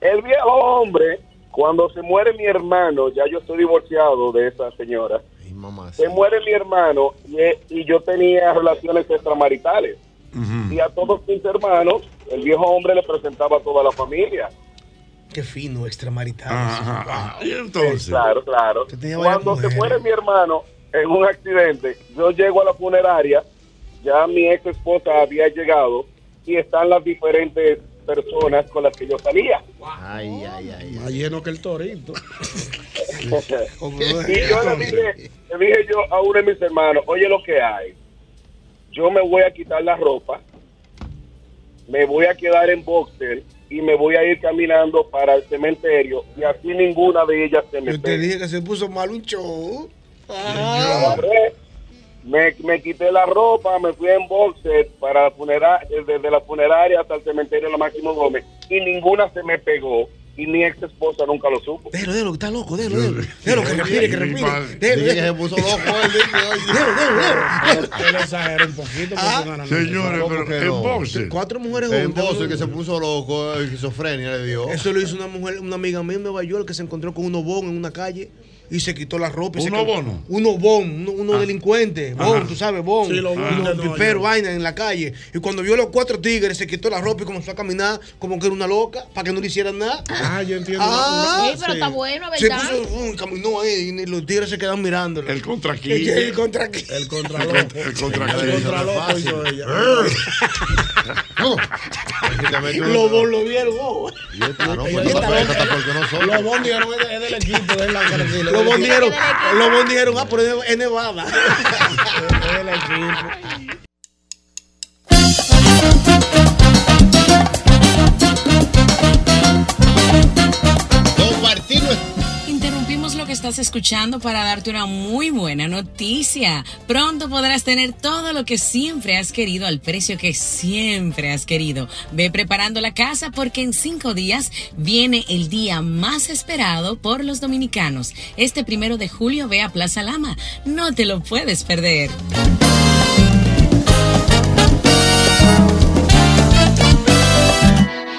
S10: El viejo hombre, cuando se muere mi hermano, ya yo estoy divorciado de esa señora. se muere mi hermano y, y yo tenía relaciones extramaritales. Y a todos mis hermanos, el viejo hombre le presentaba a toda la familia.
S7: Qué fino, extramarital.
S5: ¿Y entonces?
S10: Claro, claro. Cuando se muere mi hermano en un accidente, yo llego a la funeraria, ya mi ex esposa había llegado y están las diferentes personas con las que yo salía.
S6: Ay, ay, ay.
S7: Más lleno que el torito.
S5: <laughs>
S10: y yo le dije, le dije yo a uno de mis hermanos, oye lo que hay, yo me voy a quitar la ropa, me voy a quedar en boxer y me voy a ir caminando para el cementerio y así ninguna de ellas se me
S7: Yo te
S10: pega".
S7: dije que se puso mal un show.
S10: Yo
S7: Ah.
S10: agarré, me, me quité la ropa, me fui en boxer para la funera- desde la funeraria hasta el cementerio de la Máximo Gómez y ninguna se me pegó y mi ex esposa nunca lo supo.
S7: Déjalo, déjalo, que está loco, déjalo, déjalo. Déjalo, que respire, que respire. Déjalo,
S6: Dije que
S7: déjalo.
S6: se puso loco.
S7: Déjalo, déjalo, déjalo.
S6: Él exageró un poquito.
S5: Señores, pero en boxer.
S7: Cuatro mujeres
S6: En
S7: juntas,
S6: Bowser,
S7: ¿no?
S6: que se puso loco, eh, esquizofrenia le dio.
S7: Eso lo hizo una mujer, una amiga mía en Nueva York que se encontró con un obón en una calle y se quitó la ropa. y se
S5: ¿Un
S7: quedó-
S5: obono?
S7: Un obón, Ah. uno, uno delincuente, bon,
S5: Ajá.
S7: tú sabes, bon.
S5: Sí, lo
S7: uno
S5: bon de Nueva
S7: pipero,
S5: York.
S7: vaina en la calle. Y cuando vio a los cuatro tigres, se quitó la ropa y comenzó a caminar como que era una loca para que no le hicieran nada. Ah, yo entiendo.
S8: Sí, pero está bueno,
S7: Se
S8: ¿verdad?
S7: puso, um, caminó ahí y ni los tigres se quedan mirándolo. El
S5: contra
S7: <laughs> El contra aquí.
S5: El contraloco. El contraloco.
S7: El contraloco hizo ella. Los
S6: Lobón
S7: lo vieron, wow.
S6: Ah, no, pues esta- esta porque no son.
S7: Los dijeron es, de- es del equipo, es la Los bon dijeron, los bon dijeron, ah, pero es Nevada. es del equipo.
S2: Interrumpimos lo que estás escuchando para darte una muy buena noticia. Pronto podrás tener todo lo que siempre has querido al precio que siempre has querido. Ve preparando la casa porque en cinco días viene el día más esperado por los dominicanos. Este primero de julio ve a Plaza Lama. No te lo puedes perder.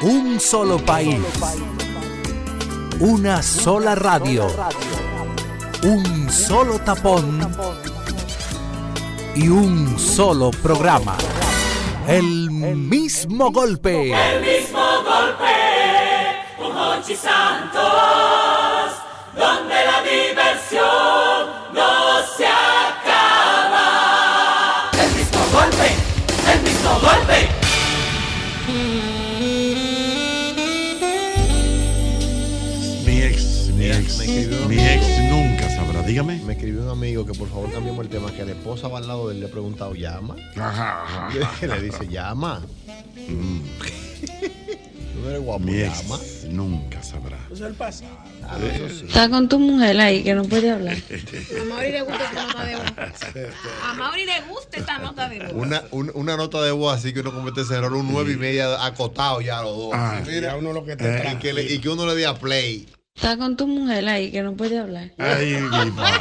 S27: Un solo país. Una sola radio. Un solo tapón. Y un solo programa. El mismo golpe.
S4: El mismo golpe con Hochi Santos, donde la diversión no se acaba. El mismo golpe, el mismo golpe.
S5: Mi ex, mi ex. Mi ex nunca sabrá. Dígame.
S6: Me escribió un amigo que por favor cambiemos el tema, que la esposa va al lado de él le ha preguntado, ¿llama?
S5: Ajá,
S6: Y <laughs> le dice, llama. Tú eres guapo,
S5: Mi
S6: llama.
S5: ex nunca sabrá.
S6: Eso es el pasado.
S15: Está con tu mujer ahí que no puede hablar.
S5: Este,
S8: A Mauri le gusta esta nota de voz. A Mauri le gusta esta nota de voz.
S6: <laughs> Una, un- una nota de voz así que uno comete ese error, un 9 y media acotado ya a los dos.
S5: Ah.
S6: Así,
S7: Ya uno lo que
S6: te y, que le- y que uno le dé a play.
S15: Está con tu mujer ahí que no puede hablar.
S5: Ay, mi padre.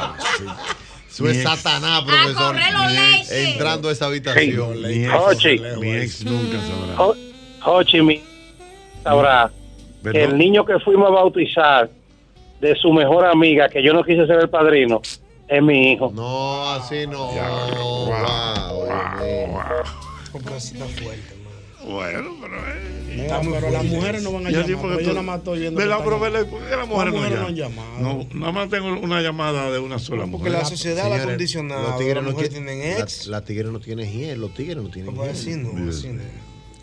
S6: Eso es Satanás, profesor.
S8: correr los
S6: Mi ex Entrando a esa habitación.
S5: Mi ex-
S6: Ochi.
S5: Mi ex nunca sabrá.
S10: Jo- Jochi, mi sabrá que el niño que fuimos a bautizar de su mejor amiga, que yo no quise ser el padrino, es mi hijo.
S6: No, así no. Wow,
S5: Bueno, pero. eh,
S7: Venga,
S5: muy
S7: pero las
S5: fuerte.
S7: mujeres no van a
S5: Yo
S7: llamar,
S5: sí, porque
S7: porque yo
S5: tú-
S7: la mato oyendo
S5: ¿Verdad?
S7: que
S5: Pero,
S7: están-
S5: ¿verdad? ¿Por qué las mujeres, no,
S7: han
S5: llaman? No, nada más tengo una llamada de una sola
S7: Porque
S5: mujer.
S7: la sociedad la ha condicionado.
S6: Los tigres no
S7: Las mujeres
S6: tienen
S7: tienen
S6: ex. Las tigres no tienen hiel. Los tigres no tienen hiel. Así
S7: no,
S6: así no.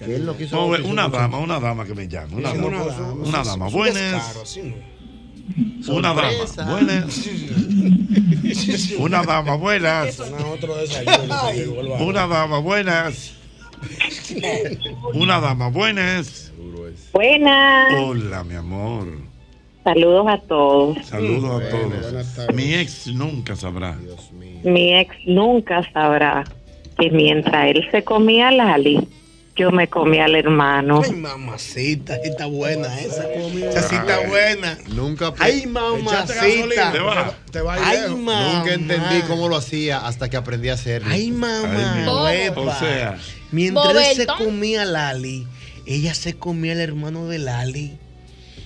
S6: Él no quiso.
S5: No,
S6: no
S5: ve,
S6: quiso
S5: una
S6: mucho.
S5: dama, una dama que me llama. Una
S6: Sí,
S5: dama.
S6: una
S5: Una
S6: dama.
S5: dama.
S6: Sí, sí, sí,
S5: Buenas.
S6: descaro,
S5: Una dama.
S6: Sorpresa.
S7: <laughs>
S5: Buenas. <laughs> Una dama, buenas. Una dama, buenas. Una dama, buenas.
S15: Buenas.
S5: Hola, mi amor.
S15: Saludos a todos.
S5: Saludos a todos. Mi ex nunca sabrá.
S15: Mi ex nunca sabrá que mientras él se comía a Lali, yo me comía al hermano.
S7: Ay, mamacita, sí está buena esa. Esa sí está
S6: Ay.
S7: buena.
S6: Nunca.
S7: Ay,
S6: Echaste gasolina,
S7: mamacita.
S6: te va.
S7: Ay, mamá.
S6: Nunca entendí cómo lo hacía hasta que aprendí a hacerlo.
S7: Ay, mamá. Epa.
S6: O sea.
S7: Mientras él se
S8: Bobertón.
S7: comía a Lali, ella se comía al hermano de Lali.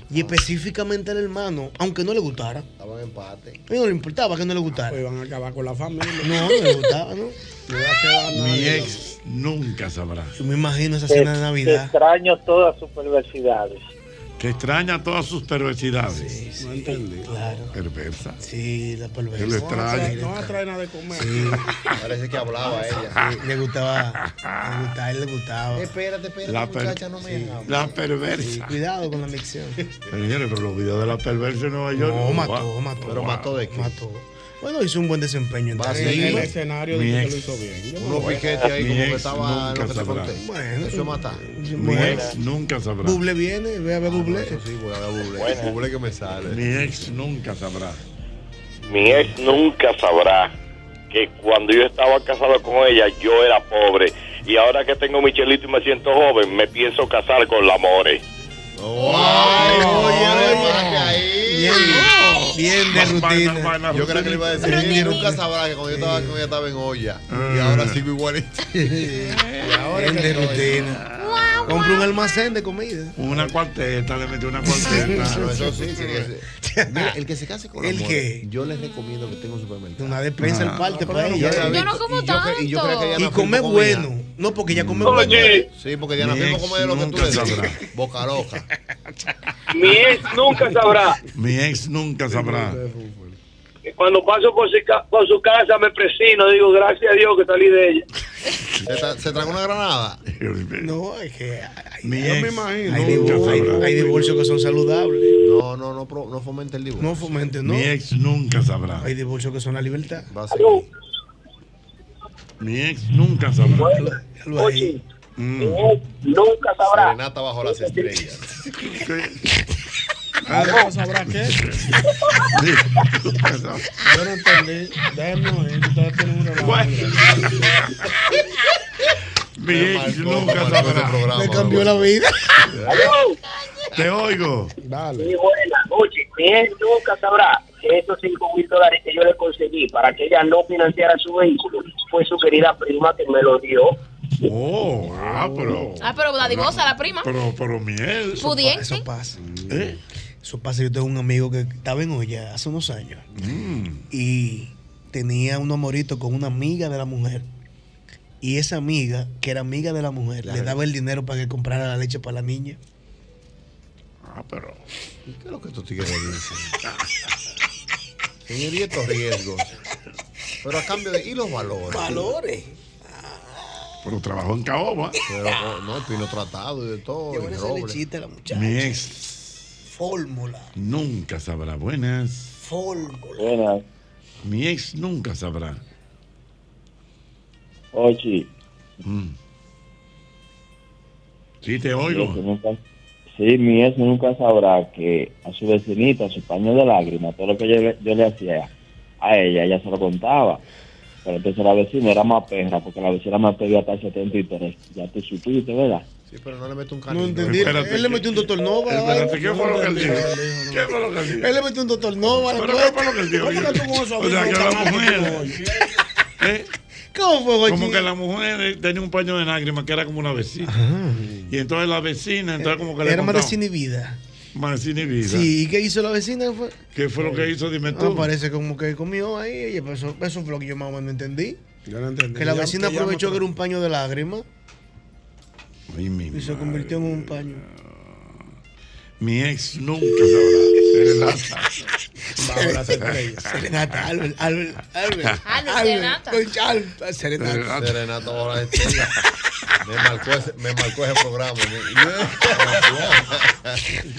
S7: Y específicamente al hermano, aunque no le gustara.
S6: Estaban en empate.
S7: A mí no le importaba que no le gustara. pues
S9: van a acabar con la familia.
S7: No, no le gustaba, ¿no?
S5: Mi ex nunca sabrá.
S7: Yo me imagino esa cena de Navidad.
S10: extraño todas sus perversidades.
S5: Que extraña todas sus perversidades.
S7: No entendí. Claro.
S5: Perversa.
S7: Sí, la
S5: Yo
S7: perversa.
S5: lo
S9: No
S5: extraño.
S9: va a traer nada de comer.
S6: Parece que hablaba ella.
S7: Sí, Le gustaba, le gustaba, él le gustaba.
S6: Espérate, espérate,
S5: La per-
S6: muchacha, no me
S7: Sí.
S6: hagas.
S5: La perversa.
S7: Sí, cuidado con la micción.
S6: <laughs>
S5: Señores, pero los videos de la perversa en Nueva York.
S7: No, mató,
S5: guau.
S7: mató.
S5: Pero mató de qué.
S7: Mató. Bueno, hizo un buen desempeño en
S6: Vaciló.
S7: taxi.
S6: El escenario dice que lo hizo
S9: bien.
S6: Yo Unos no- piquetes ahí
S5: Mi
S6: como que
S5: ex
S6: estaba en lo
S5: nunca
S6: que te
S5: sabrá.
S6: conté.
S7: Bueno.
S6: Eso es matar.
S5: Mi ex nunca sabrá.
S7: Buble
S9: eh,
S7: viene, ve a ver Buble.
S6: Eso sí, voy a ver buble.
S5: Buena.
S6: Buble que me sale.
S5: Mi ex nunca sabrá.
S13: Mi ex nunca sabrá que cuando yo estaba casado con ella yo era pobre y ahora que tengo mi chelito y me siento joven me pienso casar con la more.
S6: Bien,
S7: bien
S6: de
S5: rutina.
S6: Yo creo que le iba a decir, "Ella nunca sabrá que cuando yo estaba, cuando yo estaba en olla. Y ahora sigo igualito. y ahora
S7: Bien de rutina. Compró un almacén de comida.
S5: Una cuarteta, le metió una cuarteta.
S6: Claro, eso sí, tiene que ser. <laughs> Mira, el que se case con la
S7: ¿El
S6: mora,
S7: qué?
S6: yo les recomiendo que tenga un supermercado.
S7: Una despensa
S6: Ah.
S7: al parte pues,
S6: No,
S7: para
S6: pero
S7: ella.
S6: yo la vi.
S8: como
S6: Y yo cre- y yo creo que ella
S7: Y
S6: no
S7: come
S6: firmó
S7: bueno.
S6: comida.
S7: No, porque ella come
S6: Oye.
S7: bueno.
S6: Sí, porque ya no
S7: Mi
S6: mismo
S7: ex
S6: come de lo que tú
S7: nunca
S6: le
S7: sabrá.
S6: dices. Boca loca.
S12: Mi ex nunca sabrá.
S5: Mi ex nunca sabrá.
S12: que Cuando paso por su, ca- por su casa me presino, digo, gracias a Dios que salí de ella.
S6: ¿Se, tra- se tragó una granada?
S7: No, es que
S5: Mi
S7: yo me
S5: ex
S7: imagino.
S5: nunca
S7: Hay, divor- hay-
S5: sabrá.
S7: hay divorcios que son saludables.
S6: No, no, no, pro- no fomente el divorcio.
S7: No fomentes, ¿no?
S5: Mi ex nunca sabrá.
S7: Hay divorcios que son la libertad.
S6: Va a seguir.
S5: Mi ex nunca sabrá. Mm.
S7: Algo ahí.
S12: Nunca
S6: sabrá. Serenata bajo las estrellas.
S5: Ah,
S9: ¿Algo sabrá
S5: <laughs>
S9: qué? Yo no entendí. Déjenme oír, que ustedes tienen un relajo.
S5: Mi ex nunca sabrá.
S7: Me cambió la vida.
S5: Te oigo.
S12: Mi buena, oye, mi ex nunca sabrá que esos 5 mil dólares que yo le conseguí para que ella no financiara su vehículo fue su querida prima que me lo dio.
S5: Oh, ah, pero.
S8: Ah, pero dadivosa la prima.
S5: Pero, pero miel.
S8: Pudiente.
S7: Eso pasa. ¿Eh? Eso pasa. Yo tengo un amigo que estaba en olla hace unos años Mm, y tenía un amorito con una amiga de la mujer. Y esa amiga, que era amiga de la mujer, le daba el dinero para que comprara la leche para la niña.
S5: Ah, pero.
S6: ¿Y qué es lo que estos tigres dicen? Señor, y estos riesgos. Pero a cambio de. ¿Y los valores?
S7: Valores.
S5: Pero trabajó en caoba.
S6: Pero oh, no, el pino tratado y de todo.
S7: Llevó
S6: y
S7: esa
S6: roble.
S7: lechita a la muchacha.
S5: Mi ex
S7: Fórmula,
S5: nunca sabrá. Buenas.
S7: fórmula.
S10: Buenas.
S5: Mi ex nunca sabrá.
S13: Oye,
S5: Mm. Sí, te oigo.
S13: sí, mi ex nunca sabrá que a su vecinita, a su paño de lágrimas, todo lo que yo le, yo le hacía a ella, ella se lo contaba. Pero entonces la vecina era más perra, porque la vecina me pedía hasta el 73. Ya tú supiste, ¿verdad?
S6: Sí, pero no le meto un
S7: No
S6: cariño.
S7: entendí. él le metió un doctor Nova.
S5: Espérate,
S7: ay.
S5: ¿qué fue lo que él dijo? ¿Qué fue lo que él dijo?
S7: Él le metió un doctor Nova.
S5: Pero
S7: ¿Cómo
S9: este,
S5: ¿qué fue lo que él dijo?
S7: ¿Cómo que tú con eso
S5: O sea, que
S7: hablas,
S5: la
S7: chamaco?
S5: mujer.
S7: ¿Cómo fue, Jochi?
S5: Eh, Como que la mujer eh, tenía un paño de lágrimas que era como una vecina. Y entonces la vecina, entonces como que le
S7: Ah. Era más
S5: contaba-
S7: desinhibida.
S5: Más desinhibida.
S7: Sí, ¿y qué hizo la vecina? ¿Qué fue?
S5: ¿Qué fue lo que hizo? Dime
S7: Ah,
S5: tú.
S7: parece como que comió ahí. ella, pues, Eso, eso fue lo que yo más o menos entendí.
S5: Yo no entendí.
S7: Que la vecina aprovechó que era un paño de lágrimas y se convirtió en un paño.
S5: Mi ex nunca sabrá.
S7: <laughs> Serenata.
S5: <laughs>
S7: Serenata, Albert, Albert, Albert.
S6: Ah,
S8: Albert, serenata.
S7: Albert, Albert, Serenata.
S6: Serenato ahora de estrella. Me marcó ese, me marcó ese programa.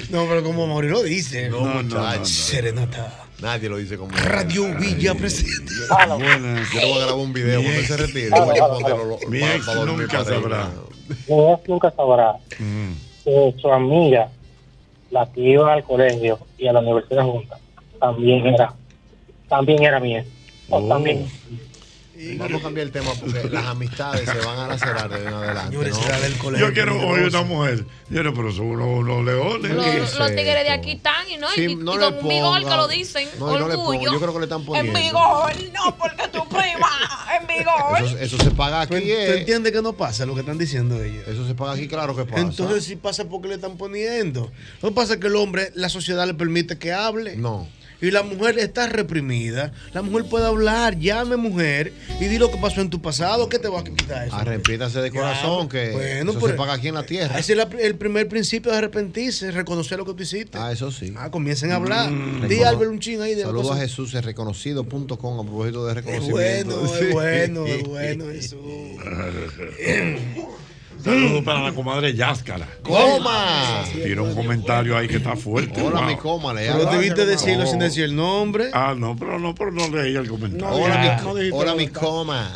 S7: No, pero como Mauri lo dice.
S6: No, no, no, no.
S7: Serenata.
S6: <laughs> Nadie lo dice como
S7: Radio Villa presente.
S5: Buenas.
S6: Yo le voy a grabar un video cuando él se retire.
S5: Hello.
S6: Voy a ponerlo lo-
S5: Mi
S6: para-
S5: ex
S6: para dormir,
S5: nunca
S6: para
S5: sabrá.
S6: reírme.
S12: Mi ex nunca sabrá que su amiga, la que iba al colegio y a la universidad juntas, también era, también era mía. O también.
S6: Vamos a cambiar el tema porque las amistades se van a lacerar de en adelante. ¿no?
S5: Yo quiero oír una mujer. Yo no, pero son unos, unos leones.
S8: Los, los tigres de aquí están y no,
S6: Sí,
S8: y,
S6: no
S8: y
S6: le
S8: con un vigor
S6: ponga.
S8: que lo dicen.
S6: No, y no le
S8: orgullo.
S6: ponga. Yo creo que le están poniendo.
S8: En vigor, no, porque tu prima. En vigor.
S6: Eso, eso se paga aquí. eh.
S7: ¿Tú, en- tú entiendes que no pasa lo que están diciendo ellos?
S6: Eso se paga aquí, claro que pasa.
S7: Entonces sí pasa porque le están poniendo. Lo que pasa es que el hombre, la sociedad le permite que hable.
S6: No.
S7: Y la mujer está reprimida. La mujer puede hablar, llame mujer y di lo que pasó en tu pasado. ¿Qué te va a quitar eso?
S6: Arrepiéntase de
S7: Ya,
S6: corazón que
S7: bueno,
S6: eso
S7: pero-
S6: se paga aquí en la tierra.
S7: Ese es la- el primer principio de arrepentirse, reconocer lo que tú hiciste.
S6: Ah, eso sí.
S7: Ah, comiencen a hablar.
S6: Mm.
S7: Di
S6: Recono-
S7: Álvaro un chin ahí de
S6: Saludos a
S7: cosas.
S6: Jesús, es reconocido.com a propósito de
S7: Es
S6: reconocimiento.
S7: bueno, es
S6: <laughs> Sí.
S7: bueno, es
S6: <laughs>
S7: bueno eso.
S5: <coughs> Saludos para la comadre Yáscara.
S6: ¡Coma!
S5: Tiene un comentario ahí que está fuerte.
S6: Hola,
S5: wow.
S6: mi coma, le
S7: Pero debiste decirlo sin decir el nombre.
S5: Ah, no, pero no, pero no leí el comentario.
S6: Hola,
S5: Ah.
S6: mi, hola, mi coma.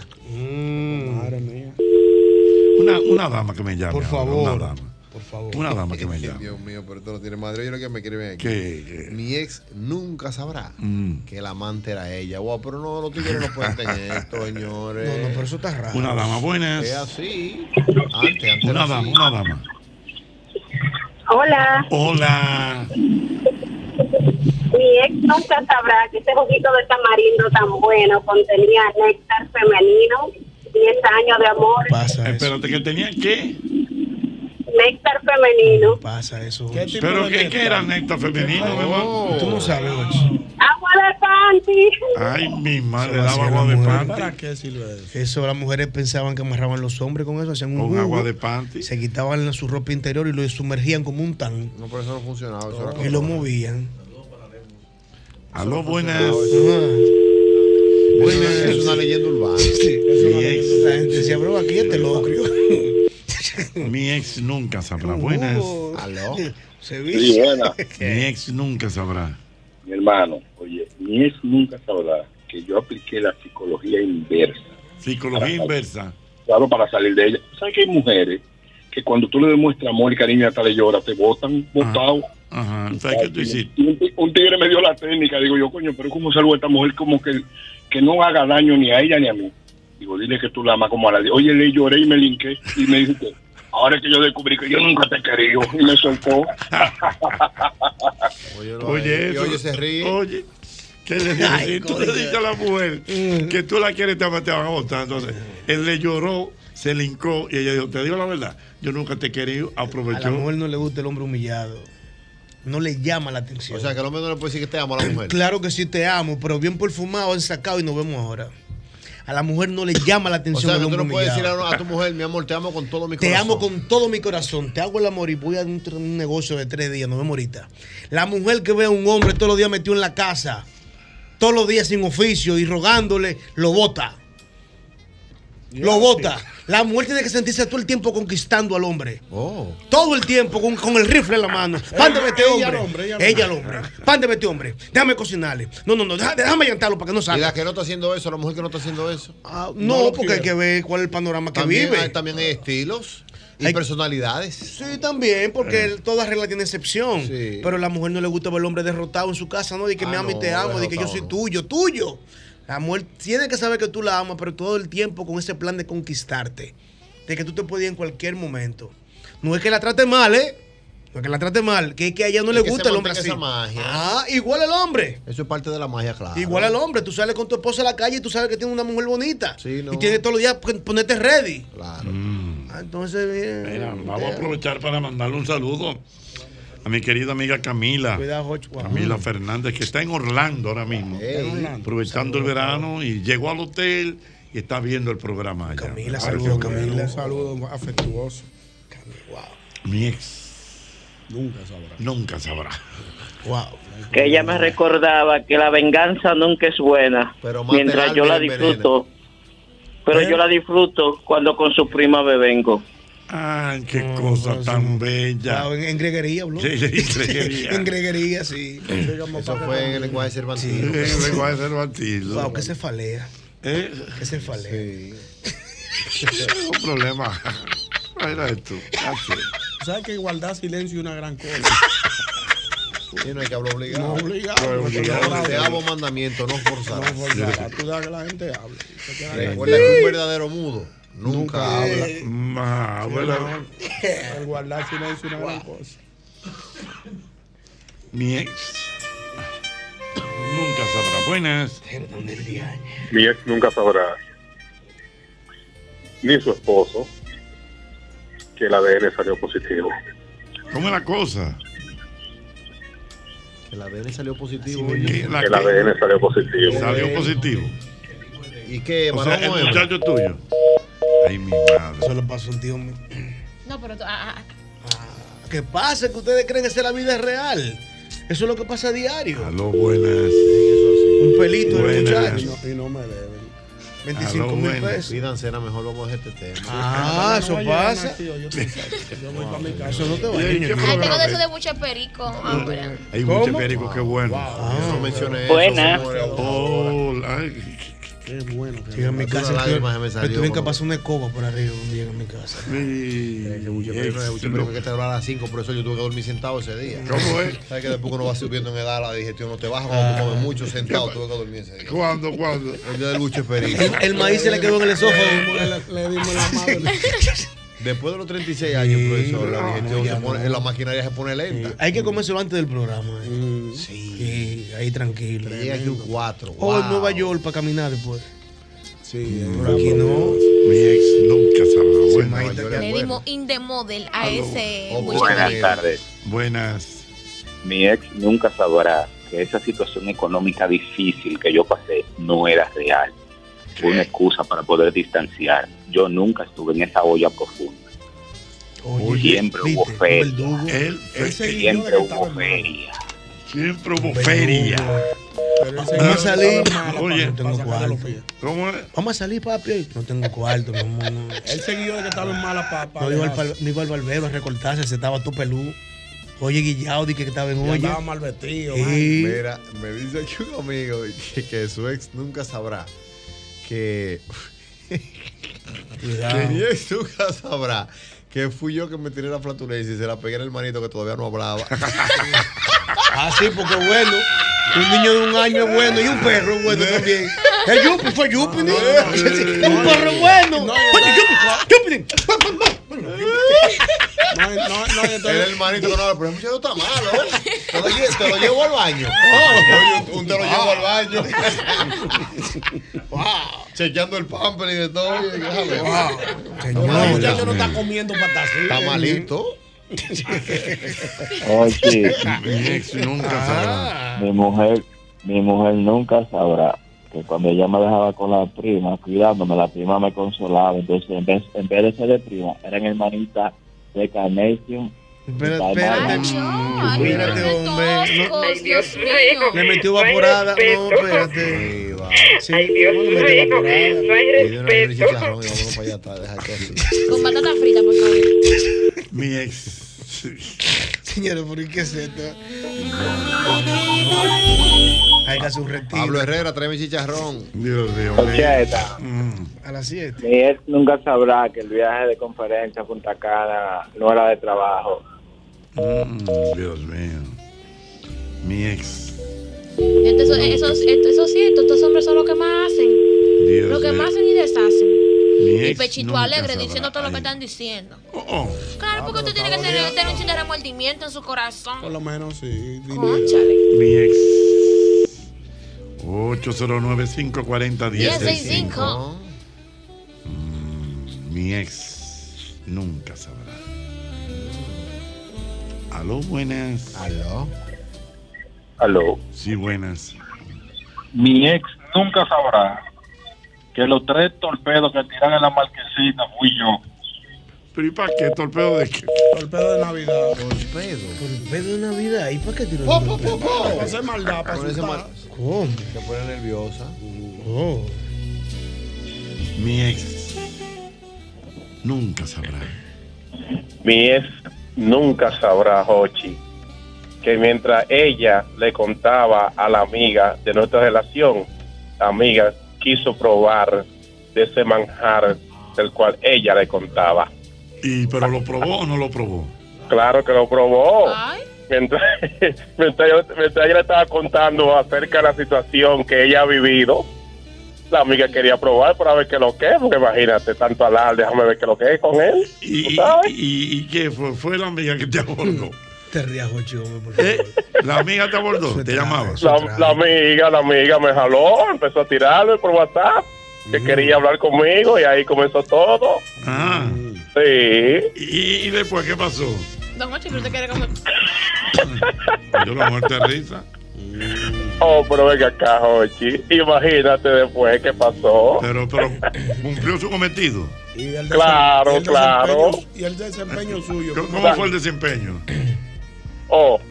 S5: Una, una dama que me llame.
S6: Por
S5: ahora,
S6: favor.
S5: Una dama.
S7: Por favor.
S5: Una dama que me llame.
S6: Dios mío, pero esto no tiene madre. Oye lo que me escriben aquí.
S5: ¿Qué?
S6: Mi ex nunca sabrá
S5: Mm.
S6: que el amante era ella. Wow, pero no, los tigres no pueden <laughs> tener esto, señores.
S7: No, no, pero eso está raro.
S5: Una dama, buenas.
S6: Es así. Antes, antes era
S5: Una
S6: así.
S5: dama, una dama.
S19: Hola,
S5: Hola.
S19: mi ex nunca sabrá que ese juguito de tamarindo tan bueno contenía néctar femenino, 10 años de amor,
S5: Espérate, que tenía qué?
S19: néctar femenino.
S7: Pasa eso.
S5: Pero qué, qué era néctar femenino, mi amor?
S7: Tú no sabes, Jochi.
S19: Agua de panty.
S5: Ay, mi madre,
S7: Eso
S5: daba
S7: hacía la
S5: agua de
S7: mujer.
S5: panty.
S17: qué sirve eso?
S7: Eso las mujeres pensaban que amarraban los hombres con eso, hacían un
S5: Con agua
S7: jugo,
S5: de panty.
S7: se quitaban su ropa interior y lo sumergían como un tan
S6: No, pero eso no funcionaba. Eso era
S7: y lo movían.
S5: Aló, buenas.
S6: Buenas. Es una leyenda urbana.
S5: Mi ex,
S7: La gente decía, bro, aquí este locrio.
S5: mi ex nunca
S7: Uh,
S5: sabrá. Buenas.
S6: Aló.
S7: Se
S10: Sí,
S7: vio. <laughs>
S10: buena.
S5: Mi ex nunca sabrá.
S10: Mi hermano, oye, mi ex nunca sabrá que yo apliqué la psicología inversa.
S5: Psicología inversa.
S10: Claro, para salir de ella. ¿Sabes que hay mujeres que cuando tú le demuestras amor y cariño a tal y llora, te botan, botado?
S5: Ajá. ¿Sabes qué tú hiciste?
S10: Y Un, ti- un tigre me dio la técnica. Digo yo, coño, pero ¿cómo salvo a esta mujer como que, que <laughs> no haga daño ni a ella ni a mí? Digo, dile que tú la amas como a la... Oye, le lloré y me linqué. Y me dijo que ahora es que yo descubrí que yo nunca te he <laughs> querido. Y me soltó.
S5: Oye,
S6: Y
S5: eso.
S6: oye, se ríe.
S5: Oye. ¿Qué le dices?
S6: Ay,
S5: tú le
S6: coño.
S5: dices a la mujer
S7: Mm.
S5: que tú la quieres, te va- te van a botar. Entonces, él le lloró, se lincó y ella dijo: Te digo la verdad, yo nunca te he querido.
S7: A la
S5: Aprovechó.
S7: mujer no le gusta el hombre humillado. No le llama la atención.
S6: O sea, que el hombre no le puede decir que te amo
S7: <coughs>
S6: a la mujer.
S7: Claro que sí te amo, pero bien perfumado, sacado y nos vemos ahora. A la mujer no le llama la
S6: O
S7: atención.
S6: sea,
S7: el
S6: que tú
S7: hombre
S6: no puedes decir
S7: humillado.
S6: a, a tu mujer, mi amor, te amo con todo mi corazón.
S7: Te amo con todo mi corazón. Te hago el amor y voy a un, un negocio de tres días. Nos vemos ahorita. La mujer que ve a un hombre todos los días metido en la casa, todos los días sin oficio y rogándole, lo bota. Lo bota. La mujer tiene que sentirse todo el tiempo conquistando al hombre.
S6: Oh.
S7: Todo el tiempo con, con el rifle en la mano.
S6: Eh,
S7: Pándeme este
S17: Ella
S7: hombre.
S17: al
S7: Ella al
S17: hombre,
S7: hombre.
S17: ella al
S7: Pándeme este hombre. Déjame cocinarle. No, no, no. deja- Déjame llantarlo para que no
S6: Y
S7: salga. Ah,
S6: la que no está haciendo eso, la mujer que no está haciendo eso.
S7: No, porque hay que ver cuál es el panorama que
S6: también,
S7: vive.
S6: Hay, también hay estilos y personalidades.
S7: Sí, también,
S6: Eh.
S7: porque el- toda regla tiene excepción. Pero a la mujer no le gusta ver al hombre derrotado en su casa, ¿no? De que
S6: Ah,
S7: me amo y te
S6: no,
S7: amo, de que yo
S6: derrotado
S7: soy
S6: no.
S7: tuyo, tuyo. La mujer tiene que saber que tú la amas, pero todo el tiempo con ese plan de conquistarte. De que tú te podías en cualquier momento. No es que la trate mal, ¿eh? No es que la trate mal, que es que a ella no le
S6: que
S7: gusta
S6: se
S7: el hombre así.
S6: mantenga esa magia.
S7: Ah, igual el hombre.
S6: Eso es parte de la magia, claro.
S7: Igual el hombre. Tú sales con tu esposa a la calle y tú sabes que tiene una mujer bonita.
S6: Sí, no.
S7: Y tienes todos los días pon- ponerte ready.
S6: Claro.
S7: Ah, entonces, bien.
S5: Mira, vamos a aprovechar para mandarle un saludo a mi querida amiga Camila. Camila Fernández, que está en Orlando ahora mismo. Aprovechando el verano y llegó al hotel y está viendo el programa allá.
S17: Camila,
S5: Me parece
S17: saludos,
S5: muy bien.
S17: Camila. Un saludo afectuoso.
S5: Mi ex
S17: Nunca sabrá.
S5: nunca sabrá.
S7: Wow.
S9: que ella me recordaba que la venganza nunca es buena,
S6: Pero más
S9: mientras
S6: penal
S9: yo la
S6: bien veneno.
S9: disfruto, pero yo la disfruto cuando con su prima me vengo.
S5: Ay, qué cosa tan bella.
S7: en, en greguería, habló.
S5: Sí, sí, en greguería.
S7: <laughs> en greguería, sí.
S6: Eso fue en el lenguaje
S5: Sí,
S6: cervantino.
S5: el lenguaje cervantino.
S7: Wow, que se falea.
S6: Eh,
S7: Que se falea.
S5: un problema. Era esto.
S17: ¿Sabes que igualdad, silencio es una gran cosa?
S6: Sí, no hay que hablar obligado.
S17: No, obligado.
S6: No,
S17: Obligado.
S6: Te hago mandamiento, no forzar.
S17: No, por nada. Tú dejas que la gente hable. Te quedas
S6: Recuerda que un verdadero mudo nunca, habla.
S5: Ma, abuela,
S17: callado. Ah, El guardar silencio es una gran cosa.
S5: mi ex nunca sabrá. Buenas.
S10: Mi ex nunca sabrá, ni su esposo, que el ADN salió positivo.
S5: ¿Cómo es la cosa?
S6: Que el ADN salió positivo.
S5: Que
S6: oye.
S10: el ADN salió positivo.
S5: Salió positivo.
S6: ¿Y qué?
S5: O
S6: varón
S5: sea,
S6: o
S5: el
S6: hembra?
S5: muchacho tuyo. Ay, mi madre.
S17: Solo pasó un tío mío.
S8: No, pero. tú- ah, ah,
S7: ¿Qué pasa? Que ustedes creen que esa es la vida real. Eso es lo que pasa a diario.
S5: Aló, buenas.
S7: Un pelito del
S5: Buenas.
S7: muchacho.
S17: Y no me deben.
S7: 25 mil pesos.
S6: Pídanse, nada, mejor vamos a este tema.
S7: Ah, eso pasa.
S17: Yo voy para mi casa.
S7: Eso no te va a
S8: Ay, tengo de eso de buche perico. Ah, pero-
S5: Hay
S17: ¿Cómo?
S5: mucho perico, qué bueno.
S17: Ah.
S6: No mencioné eso.
S17: Buenas.
S6: señores,
S5: Hola. Ay,
S17: Qué bueno.
S7: Yo en mi
S6: Hasta una
S7: casa
S6: lágrima
S7: estuve-
S6: se me
S7: yo estuve
S6: salió
S7: en que
S6: cuando-
S7: pasó una escoba por arriba un día en mi casa.
S5: mi
S6: Yo primero, yo primero que te hablaba a las 5, por eso yo tuve que dormir sentado ese día.
S5: ¿Cómo es?
S6: Sabes que después uno va subiendo en edad, la digestión no te baja, cuando tú comes mucho sentado, tuve que dormir ese día.
S5: ¿Cuándo, cuándo?
S6: Ah. El día del buche perico.
S7: El, el maíz se le quedó en el esófago. <laughs>
S17: Le dimos la madre.
S6: Después de los 36 años, profesor, la digestión se pone, la maquinaria se pone lenta.
S7: Hay que comérselo antes del programa. eh. Sí. ahí tranquilo.
S6: Que llega aquí un 4.
S7: O en Nueva York para caminar después.
S17: Sí,
S7: pero aquí no.
S5: Mi ex nunca sabrá. Buenas.
S8: Le dimos in the model a ese
S5: Oh,
S8: buche
S13: Buenas
S8: perico.
S13: tardes.
S5: Buenas.
S13: Mi ex nunca sabrá que esa situación económica difícil que yo pasé no era real. Fue una excusa para poder distanciar. Yo nunca estuve en esa olla profunda. Siempre hubo feria.
S5: Eh, Él, eh, él
S13: Siempre hubo feria.
S5: siempre hubo feria.
S7: Vamos a salir.
S5: Oye,
S7: no tengo cuarto.
S5: ¿Cómo es?
S7: Vamos a salir, papi. hoy. No tengo cuarto, mi amor. <laughs> No,
S17: Él seguido de que estaba en mala papa.
S7: No iba, al, pal- no iba al barbero a recortarse, se estaba todo pelú. Oye, Guillao, di que estaba
S17: Ya
S7: en olla.
S17: estaba mal vestido.
S7: <laughs> Sí.
S6: Mira, me dice aquí un amigo que, que su ex nunca sabrá que. <laughs>
S7: Cuidado.
S6: que mi ex nunca sabrá que fui yo que me tiré la flatulencia y se la pegué al hermanito que todavía no hablaba.
S7: <laughs> Ah, sí, porque es bueno. Un niño de un año es bueno y un perro es <laughs> bueno también. El Yupi fue Yupi, <laughs> ¿no? Un perro es bueno. Oye, Yupi, Yupi.
S17: No, no,
S6: <laughs>
S17: no, yo
S6: El
S17: estoy-
S6: hermanito que no habla, pero el muchacho está malo. ¿eh? Te lo, lle- te lo llevo
S7: <laughs>
S6: al baño. Oye,
S7: Oh.
S6: un, un te lo llevo al baño.
S17: Ah,
S6: Chequeando el pamper y de todo. oye, déjame.
S17: El muchacho no está comiendo patas. <laughs>
S6: Está malito.
S7: <laughs>
S13: Oye,
S5: Mi ex nunca
S7: Ah.
S5: sabrá.
S13: mi mujer, mi mujer nunca sabrá que cuando ella me dejaba con la prima, cuidándome, la prima me consolaba. Entonces, en vez, en vez de ser de prima, eran hermanitas de Carnation.
S7: Espérate, espérate, hombre. No,
S8: Ay, Dios mío.
S7: Le metió vaporada. No, espérate. Ay, Dios mío. No <laughs>
S8: Con batata frita, por favor.
S5: Mi ex.
S7: Señores, ¿por qué es esto? Hay que hacer un retiro.
S6: Pablo Herrera, tráeme chicharrón.
S5: Dios mío.
S13: Ocheta.
S7: Mm. A las 7.
S13: Mi ex nunca sabrá que el viaje de conferencia a Punta Cana no era de trabajo.
S5: Mm, Dios mío. Mi ex.
S8: Esto- Eso, eso, esto- eso es cierto, estos hombres son los que más hacen.
S5: Dios
S8: Lo que
S5: mío.
S8: más hacen y deshacen.
S5: Mi
S8: Y
S5: ex
S8: Pechito
S5: nunca
S8: Alegre
S5: sabrá.
S8: diciendo todo lo que
S5: Ay.
S8: están diciendo.
S5: No.
S8: Claro, porque usted tiene que tener, tener un chingo de remordimiento en su corazón.
S9: Por lo menos, sí. dile.
S5: Mi ex. 809 540
S7: ¿eh?
S5: 1065
S8: 5
S5: Mi ex nunca sabrá. Aló, buenas. Aló.
S33: Aló.
S5: Sí, buenas.
S34: Mi ex nunca sabrá que los tres torpedos que tiran en la marquesina fui yo.
S5: Pero ¿y para qué? ¿Torpedo de qué?
S9: Torpedo de Navidad.
S7: Torpedo. Torpedo de Navidad. ¿Y para qué tiró?
S9: Po,
S7: el
S9: po, po,
S7: torpedo?
S9: po. Para hacer maldad, para
S7: Ponerse
S9: asustar.
S7: ¿Cómo?
S35: Se pone nerviosa.
S7: Oh.
S5: Mi ex nunca sabrá.
S10: Mi ex nunca sabrá, Hochi, que mientras ella le contaba a la amiga de nuestra relación, la amiga quiso probar de ese manjar del cual ella le contaba.
S5: ¿Y pero lo probó o no lo probó?
S10: Claro que lo probó. Mientras, <laughs> mientras yo- mientras ella le estaba contando acerca de la situación que ella ha vivido, la amiga quería probar para ver qué es lo que es, porque imagínate, tanto alar, déjame ver qué es lo que es con él.
S5: ¿Y, y, y- y qué fue? ¿Fue la amiga que te abordó?
S7: <laughs> Te rías, Jochi, hombre, por
S5: ¿Eh? ¿La amiga te abordó? ¿Te llamaba?
S10: <laughs> La, la amiga, la amiga me jaló, empezó a tirarme por WhatsApp, que
S5: Mm.
S10: quería hablar conmigo y ahí comenzó todo.
S5: Ah.
S10: Sí.
S5: ¿Y, y después qué pasó?
S8: Don Ocho, pero usted quiere comer.
S5: Yo la muerte de risa.
S10: Oh, pero venga acá, Jochi. Imagínate después qué pasó.
S5: Pero, pero cumplió su cometido.
S10: Claro, claro.
S9: Y el desempeño suyo.
S5: ¿Cómo, fue el desempeño?
S10: Oh.